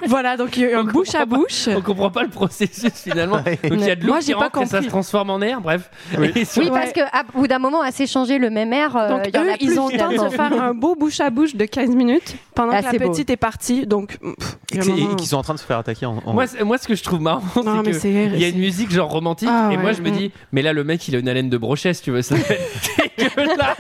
S5: voilà, donc il y a eu un bouche à bouche.
S1: On comprend pas le processus finalement. Donc il y a de l'eau
S5: Moi,
S1: qui
S5: j'ai pas
S1: rentre et ça
S5: compris.
S1: se transforme en air. Bref. Et sur-
S8: Oui, parce
S5: Ouais.
S8: qu'à bout d'un moment, à s'échanger le même air, euh,
S5: Donc,
S8: il y en
S5: eux,
S8: a plus,
S5: ils ont le temps de
S8: finalement.
S5: se faire un beau bouche à bouche de 15 minutes pendant
S8: Ah,
S5: que
S8: c'est
S5: la
S8: beau.
S5: petite est partie. Donc, pff, il
S6: Et
S5: y a un moment-
S6: qui sont en train de se faire attaquer en. en-
S1: Moi, c'est- moi, ce que je trouve marrant,
S5: Non, mais
S1: c'est
S5: c'est-
S1: qu'il y a une musique genre romantique,
S5: Ah,
S1: et moi
S5: ouais.
S1: je me
S5: Mm.
S1: dis, mais là le mec il a une haleine de brochet, si tu veux, ça doit être (laughs) dégueulasse.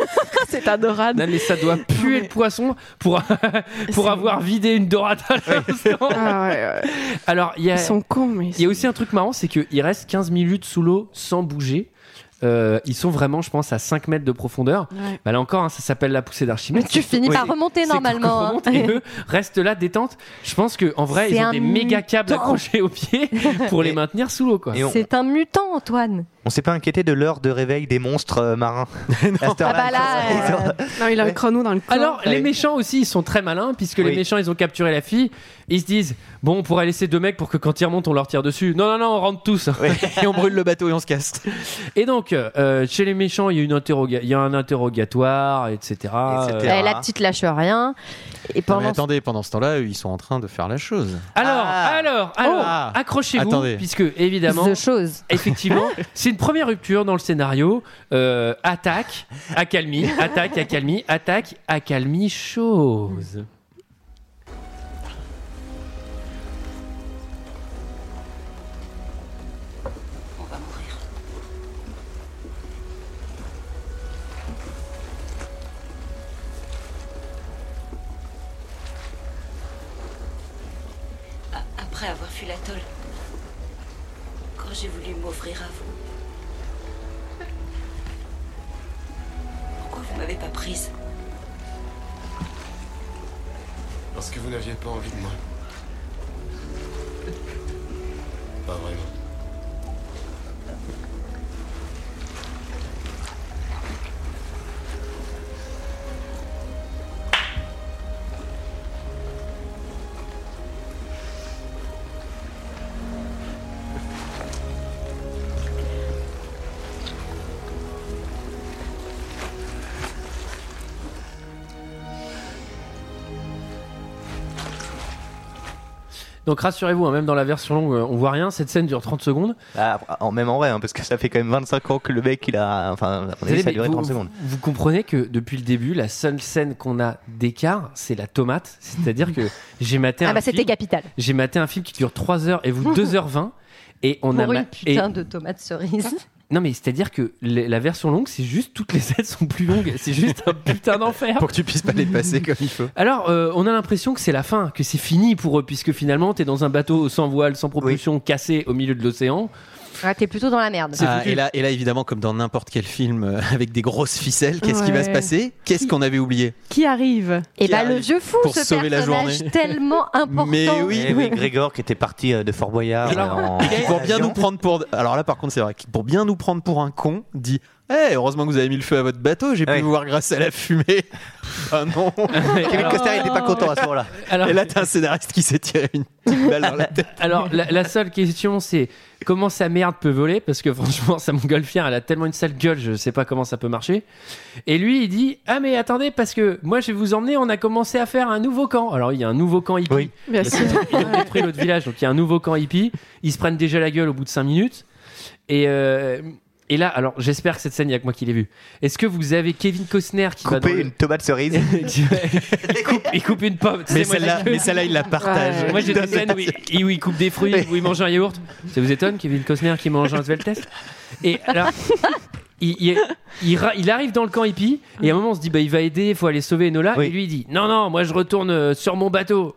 S5: c'est (laughs) adorable.
S1: Non, mais ça doit puer le poisson pour, (laughs) pour avoir vidé une dorade à l'instant.
S5: Ah, ouais, ouais.
S1: Alors, il y a,
S5: Ils sont cons, mais.
S1: il y a aussi un truc marrant, c'est qu'il reste 15 minutes sous l'eau sans bouger. Euh, ils sont vraiment, je pense, à 5 mètres de profondeur.
S5: Ouais.
S1: Bah, là encore, hein, ça s'appelle la poussée d'Archimède.
S8: Tu finis
S1: Oui.
S8: par remonter
S1: C'est que
S8: normalement. hein.
S1: remonte et eux restent là détente. Je pense que en vrai,
S8: C'est
S1: ils ont
S8: un
S1: des méga câbles
S8: mutant.
S1: accrochés aux pieds pour les maintenir sous l'eau, quoi.
S7: Et on,
S8: C'est un mutant, Antoine.
S7: on s'est pas inquiété de l'heure de réveil des monstres euh, (laughs) marins. À cette
S8: Ah
S7: heure-là,
S8: bah
S7: ils sont- ils sont-
S8: là, euh,
S5: Non, il a un chrono dans le corps.
S1: Alors, les
S7: Ouais.
S1: méchants aussi, ils sont très malins, puisque les
S7: Oui.
S1: méchants, ils ont capturé la fille. Ils se disent, bon, on pourrait laisser deux mecs pour que quand ils remontent, on leur tire dessus. Non, non, non, on rentre tous. (laughs)
S6: Et on brûle le bateau et on se casse.
S1: Et donc, euh, chez les méchants, il y, a une interroga- il y a un interrogatoire, etc.
S7: Etc.
S1: Euh,
S8: euh, la petite lâche rien. Et
S6: Non, mais
S8: pendant
S6: attendez, pendant ce temps-là, eux, ils sont en train de faire la chose.
S1: Alors,
S7: Ah.
S1: alors, alors,
S6: Ah.
S1: accrochez-vous,
S6: Attendez.
S1: puisque évidemment,
S8: (laughs) The chose.
S1: effectivement, c'est une première rupture dans le scénario. Euh, attaque, accalmie, attaque, accalmie, attaque, accalmie, chose.
S10: On va mourir. A- Après avoir fui l'atoll, quand j'ai voulu m'offrir à vous, pourquoi vous m'avez pas prise
S4: Parce que vous n'aviez pas envie de moi. Pas vraiment.
S1: Donc rassurez-vous, hein, même dans la version longue, euh, on voit rien. Cette scène dure 30 secondes.
S7: Ah, en même en vrai, hein, parce que ça fait quand même 25 ans que le mec, il a. Enfin, à mon avis, ça a
S1: Mais
S7: duré
S1: vous,
S7: 30 secondes.
S1: vous- vous comprenez que depuis le début, la seule scène qu'on a d'écart, c'est la tomate. C'est-à-dire que j'ai maté,
S8: Ah
S1: un
S8: bah c'était
S1: film-
S8: capital.
S1: j'ai maté un film qui dure 3 heures et vous 2h20. Et on a
S8: Pour
S1: ma- et-
S8: une (laughs) putain de tomate cerise.
S1: Non, mais c'est-à-dire que la la version longue, c'est juste toutes les aides sont plus longues. C'est juste un putain d'enfer.
S6: (laughs) Pour que tu puisses pas les passer (laughs) comme il faut.
S1: Alors, euh, on a l'impression que c'est la fin, que c'est fini pour eux, puisque finalement, t'es dans un bateau sans voile, sans propulsion, cassé au milieu de l'océan.
S8: Ouais, T'es plutôt dans la merde.
S6: Ah, et, là, et là, évidemment, comme dans n'importe quel film euh, avec des grosses ficelles, qu'est-ce qui va se
S8: Ouais.
S6: passer Qu'est-ce qu'on avait oublié
S5: Qui arrive
S8: Et
S6: Qui
S8: bah
S6: arrive
S8: le vieux fou,
S6: pour
S8: ce
S6: sauver la
S8: personnage (laughs)
S6: journée.
S8: tellement important.
S7: Eh oui, Grégor qui était parti euh, de Fort Boyard. euh, en-
S6: Et qui, pour bien nous prendre pour. Alors là, par contre, c'est vrai. qui, Pour bien nous prendre pour un con, dit. Eh, heureusement que vous avez mis le feu à votre bateau, j'ai pu vous voir grâce à la fumée. (laughs) ah non
S1: Kevin Costner, il était pas content à ce
S7: Bah
S1: moment-là.
S6: Et là, t'as un scénariste qui s'est tiré une petite balle dans (laughs) la tête.
S1: Alors, la, la seule question, c'est comment sa merde peut voler Parce que franchement, sa montgolfière, elle a tellement une sale gueule, je sais pas comment ça peut marcher. Et lui, il dit Ah, mais attendez, parce que moi, je vais vous emmener, on a commencé à faire un nouveau camp. Alors, il y a un nouveau camp hippie.
S5: Bien
S1: Parce
S5: sûr.
S1: qu'ils ont détruit l'autre village, donc il y a un nouveau camp hippie. Ils se prennent déjà la gueule au bout de 5 minutes. Et. euh, et là, alors j'espère que cette scène, il n'y a que moi qui l'ai vue. Est-ce que vous avez Kevin Costner qui va dans le-
S7: Couper une tomate cerise.
S1: (laughs) il, coupe, il coupe une pomme.
S6: Mais
S1: C'est moi,
S6: celle-là-
S1: la queue.
S6: mais celle-là, il la partage.
S1: Moi, j'ai
S6: Il donne
S1: des scènes où il, où il coupe des fruits, où il mange un yaourt. Ça vous étonne, Kevin Costner qui mange un Sveltes
S6: (laughs)
S1: Et alors, il, il- il ra- il arrive dans le camp hippie, et à un moment, on se dit, bah, il va aider, il faut aller sauver Enola. Et lui, il dit, non, non, moi, je retourne euh, sur mon bateau.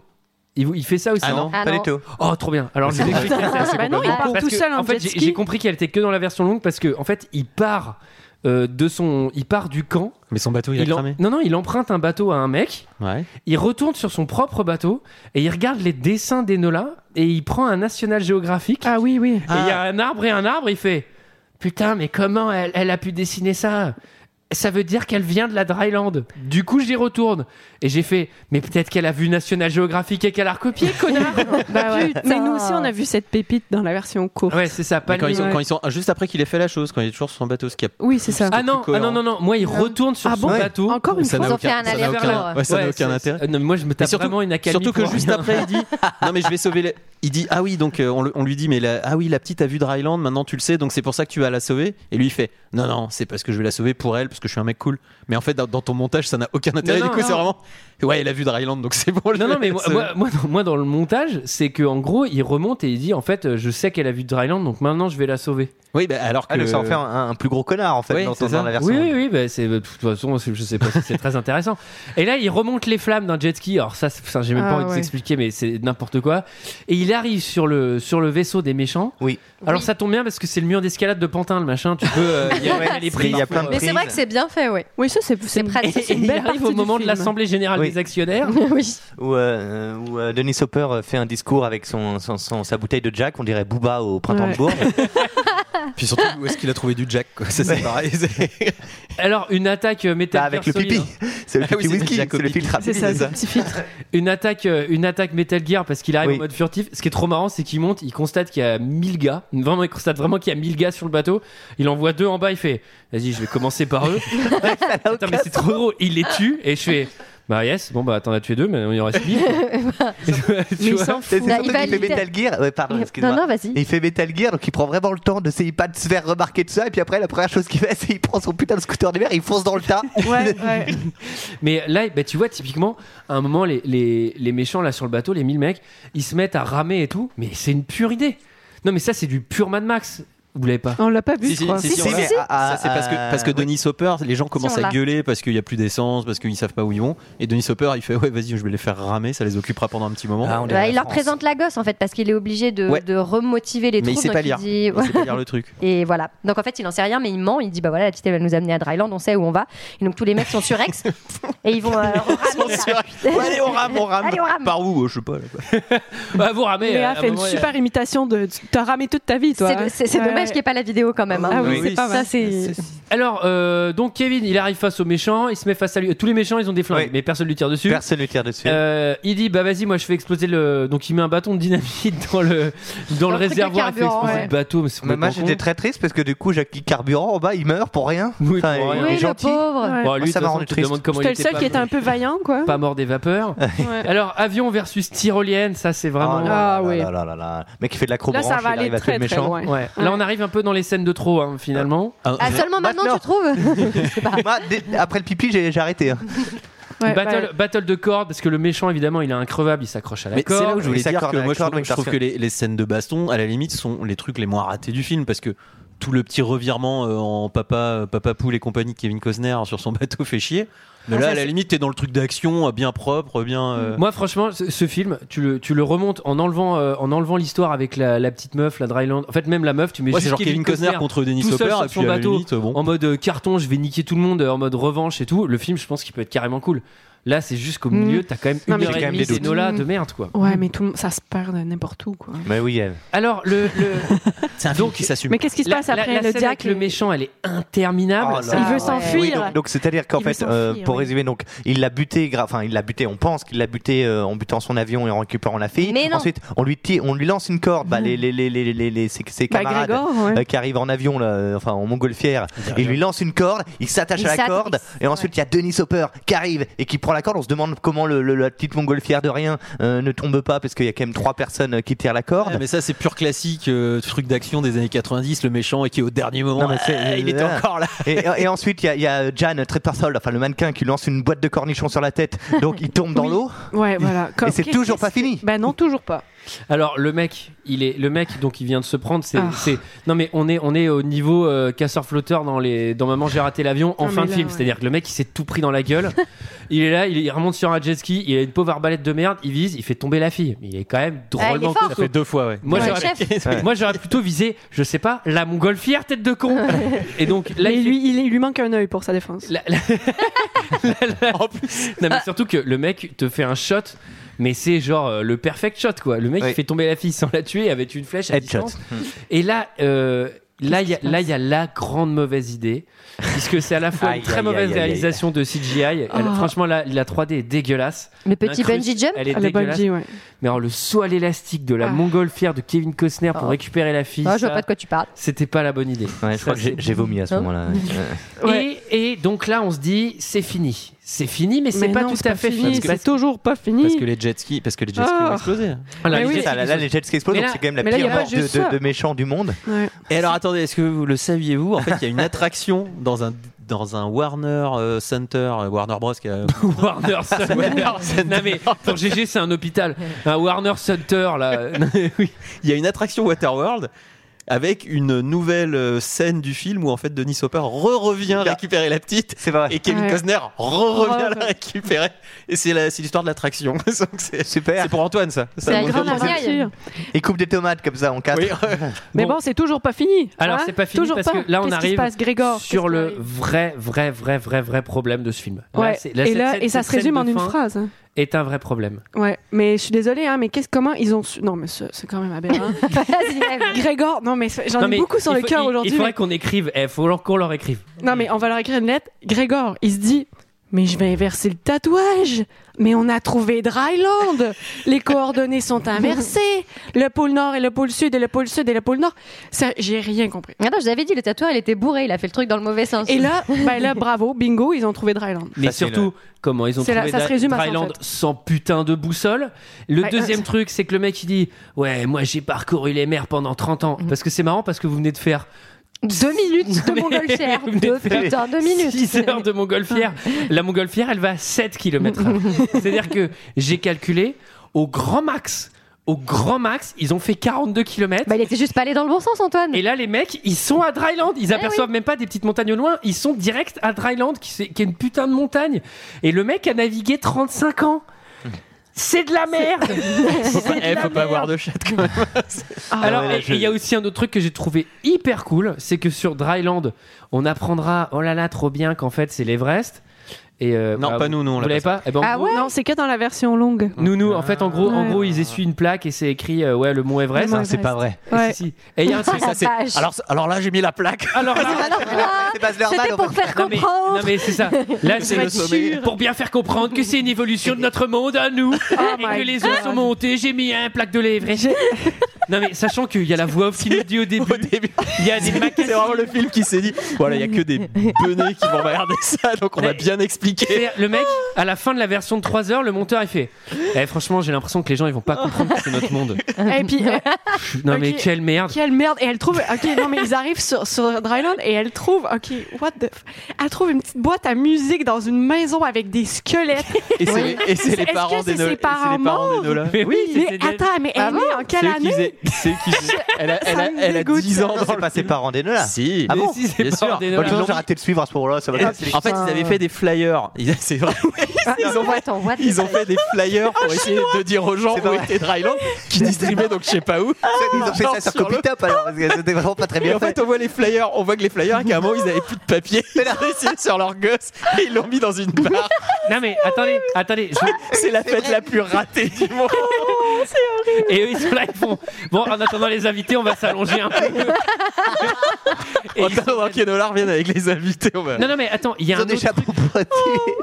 S1: Il, vous- il fait ça aussi
S6: Ah non, Ah pas non. du tout.
S1: Oh, trop bien. Alors, je vous explique la scène, c'est
S5: Bah non, il
S1: complètement con.
S5: part tout
S1: Parce que,
S5: seul en
S1: En fait,
S5: jet
S1: j'ai-
S5: ski.
S1: j'ai compris qu'elle était que dans la version longue parce que, en fait, il part euh, de son, il part du camp.
S6: Mais son bateau, il a
S1: en-
S6: cramé.
S1: Non, non, il emprunte un bateau à un mec.
S6: Ouais.
S1: Il retourne sur son propre bateau et il regarde les dessins d'Enola et il prend un National Geographic.
S5: Ah oui, oui.
S1: Et il y a un arbre et un arbre, il fait Putain, mais comment elle, elle a pu dessiner ça ça veut dire qu'elle vient de la Dryland. Du coup, j'y retourne. Et j'ai fait, mais peut-être qu'elle a vu National Geographic et qu'elle a recopié,
S5: (laughs)
S1: connard
S5: Bah ouais.
S1: Putain.
S5: Mais nous aussi, on a vu cette pépite dans la version courte.
S1: Ouais, c'est ça, pas
S6: Mais quand,
S1: le-
S6: ils sont, quand ils sont- ah, juste après qu'il ait fait la chose, quand il est toujours sur son bateau, ce qui a-
S5: Oui, c'est ça.
S1: Ah non,
S6: plus
S1: ah
S6: cohérent.
S1: non, non, non. Moi, il retourne sur
S5: Ah
S1: son
S5: bon
S1: bateau.
S5: Encore une
S6: Ça n'a
S5: fois.
S6: aucun- ça n'a aucun, ouais, ça n'a
S1: Ouais,
S6: aucun
S1: c'est-
S6: intérêt.
S1: euh, non, mais moi, je me tape
S6: Et surtout-
S1: vraiment une accalmie.
S6: Surtout que
S1: pour
S6: juste
S1: rien.
S6: après, il
S1: (laughs)
S6: dit Non, mais je vais sauver. les- Il dit Ah oui, donc euh, on, le- on lui dit Mais la- ah oui, la petite a vu Dryland, maintenant tu le sais, donc c'est pour ça que tu vas la sauver. Et lui, il fait Non, non, c'est parce que je vais la sauver pour elle, parce que je suis un mec cool. Mais en fait, dans, dans ton montage, ça n'a aucun intérêt.
S1: Non,
S6: du
S1: non,
S6: coup, c'est
S1: non.
S6: vraiment Ouais, elle a vu Dryland, donc
S7: (laughs)
S6: c'est bon. je
S1: Non,
S6: vais
S1: non, mais
S6: la
S1: moi,
S6: sauver.
S1: moi, moi, dans, moi, dans le montage, c'est que en gros, il remonte et il dit en fait, euh, je sais qu'elle a vu Dryland, donc maintenant je vais la sauver.
S6: Oui, bah, alors que.
S7: Ah, donc ça en fait un, un plus gros connard en fait
S6: Oui,
S7: dans,
S6: c'est
S7: dans
S6: ça.
S7: la version.
S1: Oui, oui, oui, bah, c'est, de toute façon, c'est- je sais pas si c'est très intéressant. Et là, il remonte les flammes d'un jet ski. Alors, ça, c'est- enfin, j'ai même pas
S5: Ah,
S1: envie de
S5: ouais.
S1: s'expliquer, mais c'est n'importe quoi. Et il arrive sur le, sur le vaisseau des méchants.
S7: Oui.
S1: Alors,
S8: Oui.
S1: ça tombe bien parce que c'est le mur d'escalade de Pantin, le machin. Tu peux. euh, il y a-
S5: (laughs)
S1: il y a les prises partout,
S8: Mais
S1: euh.
S8: c'est vrai que c'est bien fait, (laughs) ouais.
S5: Oui, ça, c'est
S8: pratique.
S1: Et il arrive au moment de l'Assemblée Générale
S7: Oui.
S1: des Actionnaires.
S7: Où, euh, où, euh, Denis Hopper euh, fait un discours avec son, son- son- sa bouteille de Jack, on dirait Booba au printemps
S1: Ouais.
S7: de Bourg.
S6: Puis surtout, où est-ce qu'il a trouvé du Jack quoi Ça, c'est (laughs) pareil.
S1: Alors, une attaque euh, métal.
S7: Bah, avec
S1: Gear
S7: le pipi.
S1: solide, hein.
S7: C'est le pipi whisky, c'est le
S1: Ah,
S7: filtre à
S5: C'est
S7: pipi,
S5: ça, c'est un petit filtre.
S1: (laughs) Une attaque, euh, une attaque Metal Gear parce qu'il arrive en mode furtif. Ce qui est trop marrant, c'est qu'il monte, il constate qu'il y a 1000 gars. Vraiment, il constate vraiment qu'il y a 1000 gars sur le bateau. Il envoie deux en bas, il fait Vas-y, je vais commencer par
S5: (laughs)
S1: eux. Attends, mais c'est trop drôle. Il les tue et je fais Bah, yes, bon, bah, t'en as tué deux, mais on y en
S5: (laughs)
S1: reste 1000.
S7: Mais
S1: vois.
S7: C'est
S8: Bah,
S7: surtout
S8: il va
S7: qu'il fait
S8: aller-
S7: Metal Gear. Ouais, pardon,
S8: Il-
S7: excuse-moi.
S8: Non, non, vas-y.
S7: Il fait Metal Gear, donc il prend vraiment le temps de, c'est- pas de se faire remarquer de ça. Et puis après, la première chose qu'il fait, c'est qu'il prend son putain de scooter d'hiver, il fonce dans le tas.
S5: Ouais, ouais.
S1: Mais là, bah, tu vois, typiquement, à un moment, les, les, les méchants là sur le bateau, les 1000 mecs, ils se mettent à ramer et tout. Mais c'est une pure idée. Non, mais ça, c'est du pur Mad Max. Vous l'avez
S5: (laughs)
S1: pas
S5: On l'a pas vu,
S6: Si,
S5: je
S6: si,
S5: crois.
S6: si, si, on l'a. Ça, c'est parce que, parce que Denis Hopper, les gens commencent
S5: on l'a.
S6: à gueuler parce qu'il n'y a plus d'essence, parce qu'ils savent pas où ils vont. Et Denis Hopper, il fait Ouais, vas-y, je vais les faire ramer, ça les occupera pendant un petit moment.
S8: Bah, il leur présente la gosse en fait parce qu'il est obligé de,
S6: Ouais.
S8: de remotiver les
S6: Mais il
S8: troupes,
S6: sait
S8: donc
S6: pas lire.
S8: dit-
S6: Il sait pas lire le truc.
S8: Et voilà. Donc en fait, il en sait rien, mais il ment. Il dit bah voilà, la petite elle va nous amener à Dryland, on sait où on va. Et donc tous les mecs sont sur Ex et ils vont. euh, ramer ça.
S6: Ouais, allez, on rame, on rame.
S8: Allez, on rame.
S6: Par où euh, Je sais pas. là, quoi.
S1: Bah, vous ramez.
S5: Léa
S1: à un
S5: fait une
S1: moment, il y a-
S5: super imitation de. tu- T'as ramé toute ta vie, toi.
S8: C'est- C'est c'est
S5: Ouais.
S8: dommage qu'il n'y ait pas la vidéo quand même. hein.
S5: Ah oui, c'est pas mal.
S8: Ça c'est.
S1: Alors, euh, donc Kevin, il arrive face aux méchants, il se met face à lui. Tous les méchants, ils ont des flingues, mais personne lui tire dessus.
S7: Personne lui tire dessus.
S1: Euh, il dit bah vas-y moi je fais exploser le donc il met un bâton de dynamite dans le dans le
S8: truc de
S1: réservoir il fait
S8: carburant,
S1: exploser
S8: ouais.
S1: le bateau mais c'est
S7: Mais moi
S1: complètement
S7: j'étais
S1: con.
S7: très triste parce que du coup Jackie Carburant en bas il meurt pour rien.
S1: Oui,
S7: Enfin,
S1: pour
S7: il
S1: rien.
S7: est
S1: Oui,
S8: le
S7: gentil.
S8: pauvre.
S1: Bon, lui,
S7: Moi, ça
S1: de toute
S7: m'a
S1: façon,
S7: rendu
S1: tu te
S7: triste.
S1: demandes comment il
S5: C'était le
S1: était
S5: seul
S1: pas-
S5: qui était un peu vaillant, quoi.
S1: pas mort des
S7: (laughs)
S1: vapeurs
S5: Ouais.
S1: alors avion versus tyrolienne ça c'est
S7: Oh
S1: vraiment
S7: là là
S5: Ah
S7: là
S5: oui.
S7: là là là là. Le Mec il fait de
S5: Là,
S7: l'acrobranche,
S5: ça
S7: il
S5: va aller
S7: arrive à tuer
S5: très
S7: le
S5: très
S7: méchant.
S5: loin.
S1: ouais là on arrive un peu dans les scènes de trop hein, finalement
S8: Ah seulement maintenant tu trouves
S7: (laughs) Moi, dès- après le pipi j'ai j'ai arrêté. hein.
S5: Ouais,
S1: battle
S5: bah,
S1: battle de cordes parce que le méchant évidemment il est increvable il s'accroche à la
S6: Mais c'est
S1: corde
S6: là où je voulais
S7: il
S6: dire
S7: s'accorde
S6: que
S7: à la
S6: moi je
S7: corde,
S6: trouve,
S7: oui,
S6: je
S7: parce
S6: trouve que
S7: que-
S6: les, les scènes de baston, à la limite, sont les trucs les moins ratés du film parce que tout le petit revirement euh, en papa, euh, papa poule et compagnie de Kevin Costner sur son (laughs) bateau fait chier. Mais
S1: Ah,
S6: là,
S1: ça,
S6: à la
S1: c'est-
S6: limite, t'es dans le truc d'action, euh, bien propre, bien. euh,
S1: Moi, franchement, ce, ce film, tu le, tu le remontes en enlevant, euh, en enlevant l'histoire avec la, la petite meuf, la Dryland. En fait, même la meuf, tu mets
S6: Ouais,
S1: juste
S6: c'est genre Kevin Costner contre Dennis
S1: tout seul
S6: Hopper,
S1: sur
S6: et
S1: son
S6: puis à la
S1: bateau,
S6: limite, bon.
S1: en mode euh, carton, je vais niquer tout le monde, euh, en mode revanche et tout. Le film, je pense qu'il peut être carrément cool. Là, c'est juste qu'au
S5: Mm.
S1: milieu, t'as quand même
S5: Non,
S1: une
S5: mais
S1: heure
S5: j'ai
S1: et
S5: quand même
S1: demie
S5: des doutes.
S1: d'Enola
S5: Mm.
S1: de merde, quoi.
S5: Ouais, mais tout le monde- ça se perd de n'importe où, quoi.
S7: Mais oui, elle.
S1: Alors, le.
S5: (laughs)
S1: le...
S6: C'est un
S1: Donc,
S6: qui s'assume.
S5: Mais qu'est-ce qui se
S1: la-
S5: passe
S1: la-
S5: après
S1: la
S5: le
S1: scène avec
S5: diacre
S1: le méchant, elle est
S5: Ah,
S1: interminable.
S7: Oh là là. Oui, donc- donc c'est-à-dire qu'en
S1: Il veut
S7: fait, euh,
S1: s'enfuir,
S7: pour
S1: oui.
S7: résumer, donc il l'a buté, gra- enfin il l'a buté, on pense qu'il l'a buté euh, en butant son avion et en récupérant la fille.
S8: Mais non.
S7: Ensuite, on lui tire, on lui lance une corde,
S5: (laughs)
S7: bah, les, les, les, les, les- les- ses, ses
S5: Bah,
S7: camarades
S5: Grégor, ouais.
S7: euh, qui arrivent en avion, là, euh, enfin en montgolfière, il lui lance une corde, il s'attache
S8: Il
S7: à la
S8: s'attache-
S7: corde, et ensuite il y a Denis Hopper qui arrive et qui prend la corde. On se demande comment le, le- la petite montgolfière de rien euh, ne tombe pas parce qu'il y a quand même trois personnes euh, qui tirent la corde. (laughs)
S6: Ouais, mais ça, c'est pur classique, euh, truc d'action des années 90, le méchant et qui au dernier moment,
S7: Non, mais c'est-
S6: ah, il était
S7: voilà.
S6: encore là.
S7: Et, et ensuite, il y a- il y, a Jan Treppersol, enfin le mannequin, qui lance une boîte de cornichons sur la tête, donc il tombe dans l'eau.
S5: Ouais, voilà.
S7: Et c'est toujours pas fini.
S5: Ben non, toujours pas.
S1: Alors le mec, il est le mec donc il vient de se prendre. C'est, c'est- non mais on est on est au niveau casseur flotteur dans les dans Maman j'ai raté l'avion en
S5: Non,
S1: fin
S5: mais
S1: de
S5: là,
S1: film.
S5: ouais.
S1: C'est-à-dire que le mec il s'est tout pris dans la gueule. il est là, il, il remonte sur un jet ski, il a une pauvre arbalète de merde, il vise, il fait tomber la fille. Mais Il est quand même
S8: Ah, il est
S1: drôlement
S8: fort.
S1: costaud.
S8: Ça fait
S6: deux fois ouais.
S1: Moi
S8: Ouais, chef.
S1: j'aurais, (laughs) moi j'aurais plutôt visé, je sais pas, la montgolfière tête de con. Et donc là
S5: Mais
S1: il
S5: lui, il, il lui manque un œil pour sa défense.
S1: Non, mais surtout que le mec te fait un shot, mais c'est genre euh, le perfect shot, quoi. Le mec, il fait tomber la fille sans la tuer avec une flèche à
S7: Headshot.
S1: distance. Et là, euh, là, il y a- là, il y a la grande mauvaise idée, puisque c'est à la fois
S7: Aïe,
S1: une très
S7: aïe,
S1: mauvaise
S7: aïe, aïe, aïe.
S1: réalisation de CGI. Elle-
S5: Ah.
S1: franchement, la, la 3D est dégueulasse.
S8: Le Oh. petit
S1: L'incruste,
S8: bungee jump
S1: Elle est
S5: Ah, le
S1: dégueulasse.
S5: bungee, ouais.
S1: Mais alors, le saut à l'élastique de la
S8: Ah.
S1: montgolfière de Kevin Costner pour
S8: Oh.
S1: récupérer la fille,
S8: Ah, je
S1: ça,
S8: vois pas de quoi tu (laughs) parles.
S1: c'était pas la bonne idée.
S7: Ouais, je crois que j'ai- j'ai vomi à ce
S8: Hein
S5: (laughs)
S7: moment-là.
S1: Et, et donc là, on se dit, c'est fini. C'est fini, mais c'est
S5: Mais
S1: pas
S5: non,
S1: tout
S5: c'est
S1: à
S5: pas
S1: fait
S5: fini,
S1: fini.
S5: c'est toujours pas fini.
S8: Hmm.
S6: Parce que les jet skis, parce que les jet skis
S5: Ah.
S6: ont explosé.
S1: Alors,
S5: Mais
S1: les
S5: oui.
S1: jet
S7: Ça, Ah, là, là, les jets qui explosent,
S1: Mais
S7: donc
S1: Ah, là-
S7: c'est quand même la
S5: mais là, y a
S7: pire
S5: pas
S7: mort de,
S5: juste ça.
S7: de- de méchants du monde.
S5: Ouais.
S6: Et alors attendez, est-ce que vous le saviez-vous En fait, il y a une attraction dans un dans un Warner euh, Center, euh, Warner Bros. Qui (laughs) a-
S1: (laughs) (laughs) Warner Center. non mais pour GG c'est un
S5: (laughs)
S1: hôpital. Un Warner Center là. oui.
S6: Il y a une attraction Waterworld avec une nouvelle euh, scène du film où en fait Denis Hopper re-revient récupérer la petite
S7: C'est vrai.
S6: et Kevin
S5: Ouais.
S6: Costner re-revient
S5: Re-
S6: la récupérer. Et c'est la- c'est l'histoire de l'attraction. (laughs) Donc, c'est
S7: Super.
S6: c'est pour Antoine ça. Ça,
S8: C'est la
S6: mon
S8: grande
S6: avis,
S8: arnaque.
S5: Sûr.
S7: Et coupe des tomates comme ça en quatre.
S6: Oui,
S5: Mais
S1: Bon.
S5: bon, c'est toujours pas fini.
S1: Alors
S5: Hein
S1: c'est pas fini
S5: Toujours
S1: parce
S5: pas.
S1: que là on
S5: Qu'est-ce qui
S1: arrive
S5: se passe, Grégor
S1: sur
S5: Qu'est-ce qui
S1: le
S5: arrive
S1: vrai vrai vrai vrai vrai problème de ce film. Là,
S5: Ouais.
S1: c'est-
S5: et
S1: cette
S5: là,
S1: scène-
S5: et ça
S1: cette
S5: se
S1: scène
S5: résume
S1: de
S5: en une
S1: fin
S5: phrase. hein.
S1: Est un vrai problème.
S5: Ouais, mais je suis désolée, hein, mais qu'est-ce, comment ils ont su. Non, mais ce- c'est, quand même
S1: (laughs)
S5: aberrant. Grégor, non, mais c'est- j'en
S1: Non,
S5: ai
S1: mais
S5: beaucoup sur
S1: il
S5: le
S1: faut-
S5: cœur
S1: il-
S5: aujourd'hui.
S1: Il faudrait
S5: mais-
S1: qu'on écrive. Il faut qu'on leur écrive.
S5: Non, mais on va leur écrire une lettre. Grégor, il se dit Mais je vais inverser le tatouage. Mais on a trouvé Dryland. Les coordonnées sont inversées. Le pôle Nord et le pôle Sud et le pôle Sud et le pôle Nord. Ça, j'ai rien compris.
S8: Attends, je l'avais dit, le tatoueur, il était bourré, il a fait le truc dans le mauvais sens.
S5: Et là, ben là bravo, bingo, ils ont trouvé Dryland.
S1: Mais
S7: Facile.
S1: surtout, comment ils ont
S5: C'est là-
S1: trouvé
S5: ça se résume à ça, en
S1: Dryland
S5: fait.
S1: sans putain de boussole Le
S5: Ouais,
S1: deuxième
S5: euh,
S1: truc, c'est que le mec il dit Ouais, moi j'ai parcouru les mers pendant 30
S5: Mhm.
S1: ans. Parce que c'est marrant parce que vous venez de faire
S8: Deux minutes de (laughs)
S1: Mais-
S8: montgolfière.
S1: Vous
S8: Deux
S1: venez de faire
S8: putains, deux minutes.
S5: (laughs)
S1: 6 heures de montgolfière.
S5: Ah.
S1: La montgolfière, elle va à 7 km.
S5: (laughs)
S1: C'est-à-dire que j'ai calculé au grand max. Au grand max, ils ont fait 42 km.
S8: Bah, il était juste pas allé dans le bon sens, Antoine.
S1: Et là, les mecs, ils sont à Dryland. Ils aperçoivent même pas des petites montagnes au loin. Ils sont direct à Dryland, qui, c'est- qui est une putain de montagne. Et le mec a navigué 35 ans. C'est de la merde! C'est de
S6: Eh,
S1: la
S6: faut pas
S1: merde.
S6: avoir de chat quand même.
S1: Alors,
S7: ouais,
S1: et-
S7: là,
S1: et
S7: je-
S1: il y a aussi un autre truc que j'ai trouvé hyper cool, c'est que sur Dryland, on apprendra, oh là là, trop bien qu'en fait c'est l'Everest. Et euh,
S6: Non,
S1: bah,
S6: pas
S1: vous-
S6: nous, nous, on
S1: Vous
S6: l'a
S1: l'avez pas, Eh ben, en
S8: Ah
S1: gros,
S8: ouais
S5: Non, c'est que dans la version longue.
S1: Nous, nous, en fait, en gros, en
S5: Ouais.
S1: gros, ils essuient une plaque et c'est écrit, euh, ouais, le Mont Everest.
S6: Ah,
S5: Le Mont
S7: C'est pas vrai.
S1: Et
S5: (laughs) Ouais.
S1: si, si. Et il y a un truc.
S8: Ah, (laughs)
S6: Ça, c'est-
S8: vache.
S6: alors, alors là, j'ai mis la plaque.
S1: Alors là,
S8: Ah, non, ah,
S7: (laughs) C'est Baz Luhrmann,
S8: C'était
S7: en
S8: pour
S7: fait.
S8: faire
S1: non mais, non,
S8: comprendre.
S1: mais c'est ça. Là,
S6: C'est
S1: c'est
S6: le sommet.
S1: pour bien faire comprendre que c'est une évolution de notre monde à nous et
S5: my
S1: que les autres
S5: God.
S1: sont montés. J'ai mis un plaque de l'Everest. Non mais sachant qu'il y a la voix off qui nous dit au début,
S6: Au début,
S1: il y a des macaques.
S6: c'est vraiment le film qui s'est dit voilà, il y a que des benets qui vont regarder ça, donc on va bien expliquer.
S1: C'est-à-dire, le mec, à la fin de la version de 3 heures, le monteur, il fait eh, Franchement, j'ai l'impression que les gens, ils vont pas comprendre que c'est notre monde.
S5: Et puis, euh,
S1: Pff, Non, mais
S5: Ok.
S1: quelle merde.
S5: Quelle merde Et elle trouve. Ok, non mais ils arrivent sur, sur Dryland et elle trouve. Ok, what the. F... Elle trouve une petite boîte à musique dans une maison avec des squelettes.
S6: Et c'est les, et c'est les
S5: Est-ce que
S6: parents
S5: c'est
S6: d'Enola. et
S5: ses
S6: c'est les
S5: parents
S6: d'Enola.
S1: Mais oui,
S5: mais
S1: c'était-
S5: attends, mais elle est née en
S6: C'est
S5: quelle
S6: eux qui
S5: année
S6: faisaient- C'est
S5: (laughs)
S6: qui Elle a, elle a, elle a 10 ans
S7: Non,
S6: dans
S7: c'est
S6: le
S7: pas ses
S6: film.
S7: parents d'Enola.
S6: Si.
S7: Ah bon
S6: Mais si, c'est
S7: Bien
S6: pas
S7: sûr.
S6: un Denola.
S7: Bon,
S6: Ils l'ont
S7: J'ai raté de suivre à ce moment-là. Ça va
S6: Et-
S7: pas, c'est-
S6: en fait, ils avaient fait des flyers. Ils- (laughs) C'est vrai. Ils ont, fait, ils ont fait des
S5: Oh,
S6: flyers pour essayer de dire aux gens où était Dry Land, qui distribuaient donc je sais pas où.
S7: Ils ont fait ça sur Copytap alors, parce que c'était vraiment pas très
S6: Et
S7: bien
S6: en fait, on voit les flyers, on voit que les flyers, qu'à un moment, ils avaient plus de papier. (laughs) Ils ont essayé sur leur gosse et ils l'ont mis dans une barre.
S1: Non mais attendez, attendez.
S6: C'est la fête la plus ratée du monde.
S1: Et eux, ils sont là, ils font Bon, en attendant les invités, on va s'allonger un peu.
S6: En attendant qu'Enola revienne avec les invités, on va.
S1: Non, non, mais attends, il y a
S6: Ils
S1: un
S6: ont
S1: autre.
S6: des
S1: truc...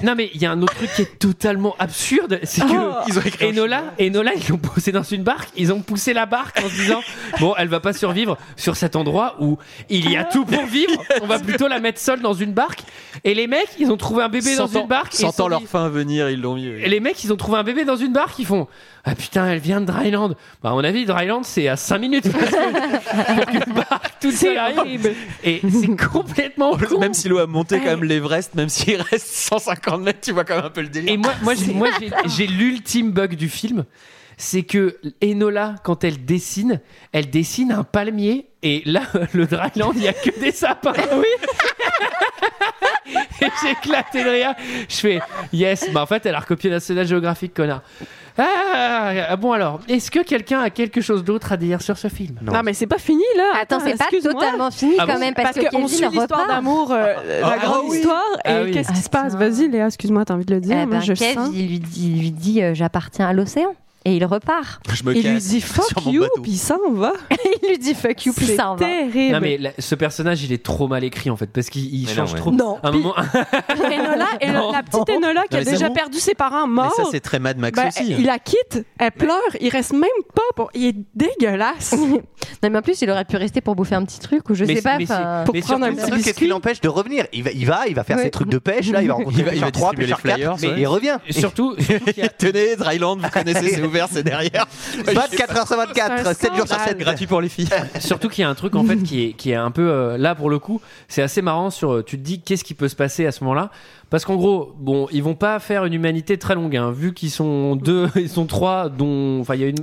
S1: Non, mais il y a un autre truc qui est totalement absurde. C'est que
S6: Oh. Ils ont écrit en
S1: Enola, Enola, ils l'ont posé dans une barque. Ils ont poussé la barque en se
S6: (laughs)
S1: disant Bon, elle va pas survivre sur cet endroit où il y a tout pour
S6: (laughs)
S1: vivre. On va plutôt la mettre seule dans une barque. Et les mecs, ils ont trouvé un bébé dans
S6: Sentant-
S1: une barque. et ils se
S6: Sentant
S1: sont
S6: leur
S1: dit-
S6: fin venir, ils l'ont mis. oui.
S1: Et les mecs, ils ont trouvé un bébé dans une barque, ils font Ah putain, elle vient de Dryland. Bah, à mon avis, Dryland, c'est à 5
S6: (laughs)
S1: minutes. Parce que- pour qu'une barque toute seule arrive. Et c'est complètement.
S6: Oh, Même si l'eau a monté quand même l'Everest, même s'il reste 150 mètres, tu vois quand même un peu le délire.
S1: Et moi, moi, j'ai, moi, j'ai- j'ai l'ultime bug du film. C'est que Enola, quand elle dessine, elle dessine un palmier. Et là, (laughs) le Dryland, il n'y a que des sapins. Oui. et j'ai éclaté de rire. Je fais yes. Bah, en fait, elle a recopié National Geographic, connard. Ah, ah, bon alors, est-ce que quelqu'un a quelque chose d'autre à dire sur ce film
S5: Non, mais c'est pas fini là.
S8: Attends, c'est pas
S5: excuse-moi.
S8: totalement fini
S1: Ah
S8: quand
S1: bon
S8: même parce, que,
S5: on
S8: Kevin
S5: suit l'histoire
S8: repart.
S5: d'amour, euh,
S1: Ah,
S5: la grande
S1: oui.
S5: histoire,
S1: Ah
S5: et
S1: oui.
S5: qu'est-ce qui se passe Vas-y, Léa, excuse-moi, t'as envie de le dire.
S8: Eh
S5: moi,
S8: ben,
S5: je
S8: Kev,
S5: sens.
S8: il lui dit, il lui dit euh, j'appartiens à l'océan. Et il
S6: (laughs)
S8: repart.
S6: Je me
S5: Il lui
S6: casse
S5: dit
S6: sur
S5: fuck
S6: mon
S5: you,
S6: bateau.
S5: puis il s'en va.
S8: (laughs) il lui dit fuck you, puis
S5: C'est
S8: ça en va.
S5: terrible.
S1: Non mais la- ce personnage il est trop mal écrit en fait parce qu'il il
S6: Mais
S1: change
S6: non, ouais.
S1: trop.
S5: Non.
S1: À un moment,
S5: Enola,
S6: (laughs)
S5: Enola-
S1: Non.
S5: la petite Enola qui
S6: Non,
S5: a
S6: mais c'est
S5: déjà
S6: bon.
S5: perdu ses parents morts.
S6: Mais ça, c'est très Mad Max
S1: Bah,
S5: ben,
S6: aussi. hein.
S5: Il la quitte, elle pleure, il reste même pas pour. Il est
S6: (laughs)
S5: dégueulasse.
S8: Non, mais en plus, il aurait pu rester pour bouffer un petit truc ou je
S1: Mais-
S8: sais pas.
S1: mais c'est-
S8: enfin-
S5: Pour
S1: mais
S5: prendre un
S1: surtout,
S5: petit
S7: Surtout, Qu'est-ce qui
S5: biscuit.
S7: l'empêche de revenir il va, il va, il va faire
S8: Ouais.
S7: ses trucs de pêche, là, il va rencontrer
S6: Il va- il va
S7: pêcheur 3,
S6: distribuer
S7: pêcheur
S6: les
S7: 4,
S6: flyers,
S7: mais il
S6: (laughs)
S7: revient.
S1: (laughs) surtout, surtout qu'il y a-
S6: Tenez, Dryland, vous connaissez, c'est ouvert, c'est derrière.
S7: 24 h sur
S5: C'est un
S7: 24, 7 jours sur
S5: scandale.
S7: 7.
S6: Gratuit pour les filles.
S1: (laughs) Surtout qu'il y a un truc en fait qui est, qui est un peu euh, là pour le coup, c'est assez marrant sur euh, tu te dis qu'est-ce qui peut se passer à ce moment-là parce qu'en gros, bon, ils vont pas faire une humanité très longue hein, vu qu'ils sont deux, (laughs) ils sont trois dont enfin il y a une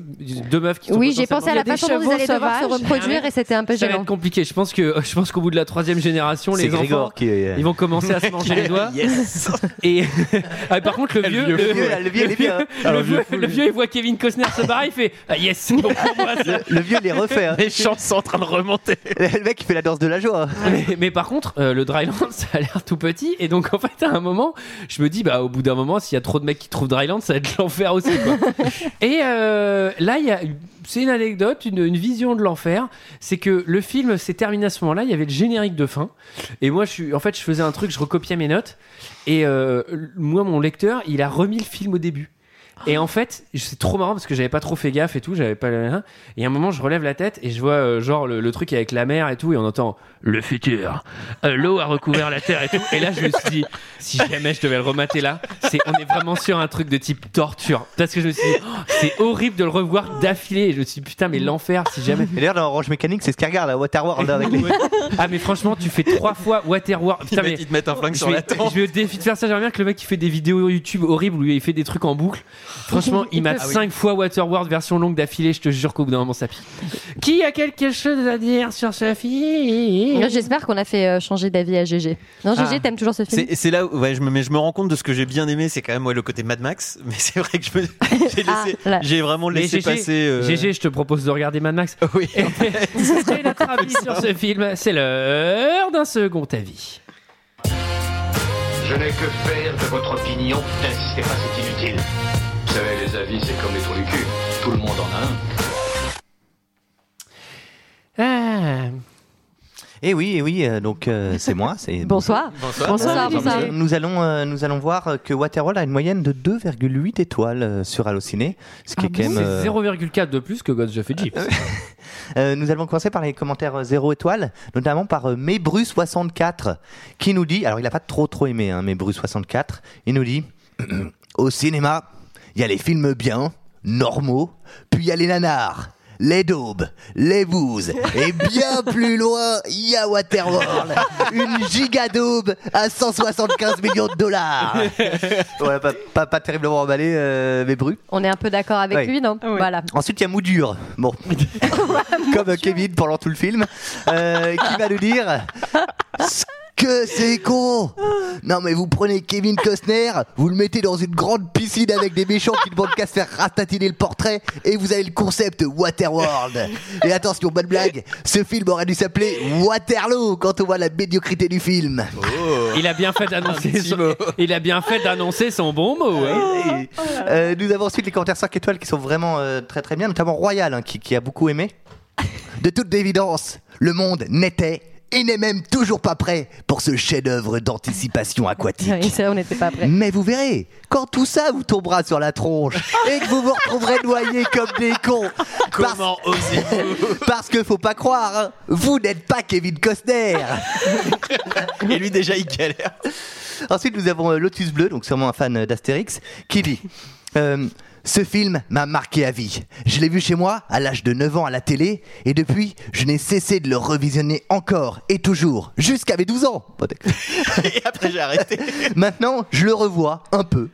S1: deux meufs qui sont
S8: Oui, j'ai
S1: potentiellement-
S8: pensé à la
S5: Il y a des
S8: façon dont ils
S5: chevaux
S8: allaient devoir se
S5: sauvages.
S8: reproduire et c'était un peu
S1: ça va
S8: gênant.
S1: être compliqué. Je pense que (laughs) je pense qu'au bout de la troisième génération,
S7: C'est
S1: les enfants
S7: Grégor qui est.
S1: ils vont commencer à se manger les doigts.
S6: euh, Yes.
S1: Et (laughs) Ah, par contre, le vieux,
S6: vieux
S7: Le vieux, là, le vieux, il est bien, hein.
S1: le vieux-
S6: le vieux fou,
S1: le
S6: lui.
S1: vieux, il voit Kevin Costner se barrer, il fait ah, yes, c'est bon pour moi, ça.
S7: (laughs) Le vieux, il est refait.
S6: (laughs)
S7: hein.
S6: Les chances sont en train de remonter.
S7: Le mec, il fait la danse de la joie.
S1: mais, mais par contre, euh, le Dryland, (laughs) ça a l'air tout petit. Et donc, en fait, à un moment, je me dis, bah, au bout d'un moment, s'il y a trop de mecs qui trouvent Dryland, ça va être (laughs) l'enfer aussi. Quoi. et euh, là, il y a. C'est une anecdote, une, une vision de l'enfer. C'est que le film s'est terminé à ce moment-là. Il y avait le générique de fin. Et moi, je suis, en fait, je faisais un truc, je recopiais mes notes. Et euh, moi, mon lecteur, il a remis le film au début. Et en fait, c'est trop marrant parce que j'avais pas trop fait gaffe et tout, j'avais pas le- hein. Et à un moment, je relève la tête et je vois euh, genre le, le truc avec la mer et tout, et on entend le futur. Euh, L'eau a recouvert la terre et tout. Et là, je me suis dit, si jamais je devais le remater là, c'est on est vraiment sur un truc de type torture. Parce que je me suis dit, oh, c'est horrible de le revoir d'affilée. Et je me suis dit, putain, mais l'enfer si jamais.
S7: Et d'ailleurs, dans Orange Mécanique, c'est ce qu'il regarde à Waterworld
S6: (laughs)
S7: avec les.
S1: Ah, mais franchement, tu fais trois fois Waterworld. Putain, mais
S6: Ils te mettent un flingue
S1: je
S6: sur
S1: vais,
S6: la tempe.
S1: je vais au défi de faire ça. J'aimerais bien que le mec qui fait des vidéos YouTube horribles où il fait des trucs en boucle. Franchement, il mate 5 fois Waterworld version longue d'affilée. Je te jure qu'au bout d'un moment, ça pique. Qui a quelque chose à dire sur ce film
S8: Non, J'espère qu'on a fait euh, changer d'avis à GG. Non,
S1: Ah.
S8: GG, t'aimes toujours ce film
S6: C'est c'est là où ouais, je, me, mais je me rends compte de ce que j'ai bien aimé, c'est quand même ouais, le côté Mad Max, (laughs) mais c'est vrai que
S1: (laughs)
S6: je me- j'ai
S8: Ah,
S6: laissé-
S8: là.
S6: j'ai vraiment
S1: Mais
S6: laissé
S1: GG,
S6: passer. euh,
S1: GG, je te propose de regarder Mad (laughs) Max.
S6: (laughs) Oui. (laughs)
S1: C'est notre avis sur ce film. C'est l'heure d'un second avis.
S2: Je n'ai que faire de votre opinion. N'insistez pas, c'est inutile.
S4: Vous savez, les avis, c'est comme les trous du cul. Tout le monde en a un.
S1: Ah.
S7: Et oui, et oui, euh, donc euh, c'est moi. c'est-
S8: Bonsoir. Bonsoir. Bonsoir.
S7: Bonsoir. Nous allons, euh, nous allons voir que Waterworld a une moyenne de 2,8 étoiles euh, sur Allociné, ce qui est quand même. euh,
S1: C'est 0,4 de plus que Gods of Egypt.
S7: Euh, nous allons commencer par les commentaires 0 étoiles, notamment par euh, Mebru64, qui nous dit, alors il n'a pas trop trop aimé hein, Mebru64, il nous dit, (clears throat) au cinéma, il y a les films bien, normaux, puis il y a les nanars. les daubes, les bouses, et bien plus loin, il y a Waterworld, une gigadobe à 175 millions de dollars. Ouais, pas, pas- pas terriblement emballé, euh, mais brut.
S8: On est un peu d'accord avec
S7: Oui.
S8: lui, non (laughs) Voilà.
S7: Ensuite, il y a Moudure, bon, (laughs)
S8: euh, (laughs)
S7: comme Kevin pendant tout le film, euh, qui va nous dire ce que c'est con. Non, mais vous prenez Kevin Costner, vous le mettez dans une grande piscine avec des méchants qui ne vont qu'à se faire ratatiner le portrait, et vous avez le concept Waterworld. Et attention, bonne blague, ce film aurait dû s'appeler Waterloo quand on voit la médiocrité du film.
S1: Il a bien fait d'annoncer son... Il a bien fait d'annoncer son bon mot.
S8: Ah,
S1: hein.
S8: oh
S7: Euh, nous avons ensuite les commentaires 5 étoiles qui sont vraiment euh, très très bien, notamment Royal hein, qui, qui a beaucoup
S8: (laughs)
S7: aimé. De toute évidence, le monde n'était et n'est même toujours pas prêt pour ce chef-d'œuvre d'anticipation aquatique.
S8: Oui, c'est vrai, on n'était pas prêts.
S7: Mais vous verrez, quand tout ça vous tombera sur la
S8: (laughs)
S7: tronche et que vous vous retrouverez noyé comme des cons. Comment osez-vous Parce que faut pas croire, hein, vous n'êtes pas Kevin Costner. (laughs) et lui déjà il galère. Ensuite nous avons euh, Lotus Bleu, donc sûrement un fan euh, d'Astérix, qui dit. euh, ce film m'a marqué à vie. Je l'ai vu chez moi à l'âge de 9 ans à la télé et depuis, je n'ai cessé de le revisionner encore et toujours jusqu'à mes 12 ans. Bon, d'accord.
S6: (laughs) Après,
S1: (laughs)
S6: j'ai arrêté.
S7: Maintenant, je le revois un peu.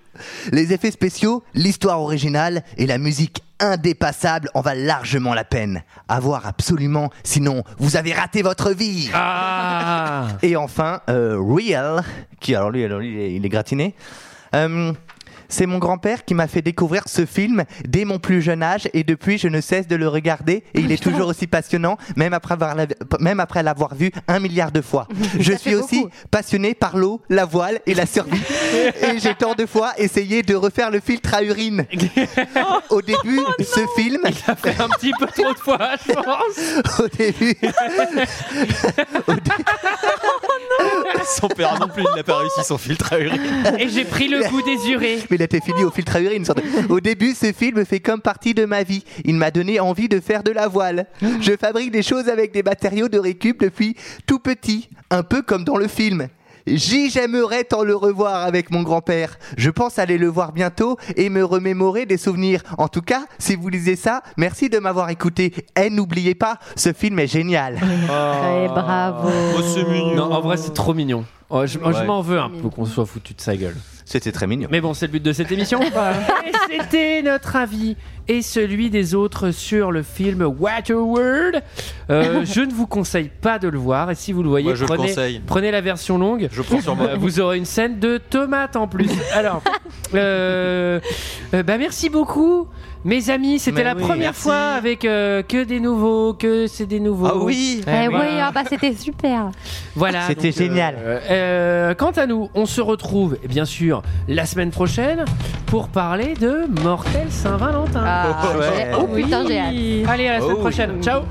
S7: Les effets spéciaux, l'histoire originale et la musique indépassable en valent largement la peine. À voir absolument, sinon vous avez raté votre vie.
S1: Ah. (laughs)
S7: Et enfin, euh, Real, qui alors lui, alors lui, il est- il est gratiné. Euh, c'est mon grand-père qui m'a fait découvrir ce film dès mon plus jeune âge et depuis je ne cesse de le regarder et il est toujours aussi passionnant même après avoir la- même après l'avoir vu un milliard de fois. Je suis aussi passionné par l'eau, la voile et la survie et j'ai tant de fois essayé de refaire le filtre à urine. Au début, ce film
S1: un petit peu trop de fois, je pense.
S7: Au début,
S6: Son père non plus, il n'a pas réussi son filtre à urine.
S1: Et j'ai pris le goût désuré.
S7: Mais il a été fini au filtre à urine. sans doute. Au début, ce film fait comme partie de ma vie. Il m'a donné envie de faire de la voile. Je fabrique des choses avec des matériaux de récup depuis tout petit, un peu comme dans le film. J'y j'aimerais tant le revoir avec mon grand-père. Je pense aller le voir bientôt et me remémorer des souvenirs. En tout cas, si vous lisez ça, merci de m'avoir écouté. Et n'oubliez pas, ce film est génial.
S1: Oh.
S8: bravo.
S1: Non, en vrai, Oh, c'est trop mignon. Oh, je oh, je
S7: Ouais.
S1: m'en veux un peu qu'on soit foutu de sa gueule.
S7: C'était très mignon.
S1: Mais bon, c'est le but de cette (laughs) émission. Et C'était notre avis et celui des autres sur le film Waterworld. (laughs) Euh, je ne vous conseille pas de le voir. Et si vous le voyez,
S6: Moi, je le
S1: prenez,
S6: conseille.
S1: prenez la version longue. Je
S6: prends sur moi.
S1: (laughs) vous aurez une scène de tomate en
S6: (laughs)
S1: plus. Alors, euh, euh, bah merci beaucoup. Mes amis, c'était
S8: Mais
S1: la
S8: oui,
S1: première
S8: merci.
S1: fois avec euh, que des nouveaux, que c'est des nouveaux.
S8: Ah oui. Eh oui,
S1: voilà.
S8: ah bah c'était (laughs) super.
S1: Voilà.
S7: C'était
S1: donc, euh,
S7: génial.
S1: euh, quant à nous, on se retrouve eh bien sûr la semaine prochaine pour parler de Mortel Saint-Valentin.
S8: Ah, Oh, ouais. j'ai- oh, putain, j'ai hâte.
S1: Allez, à la semaine
S8: Oh.
S1: prochaine. Ciao.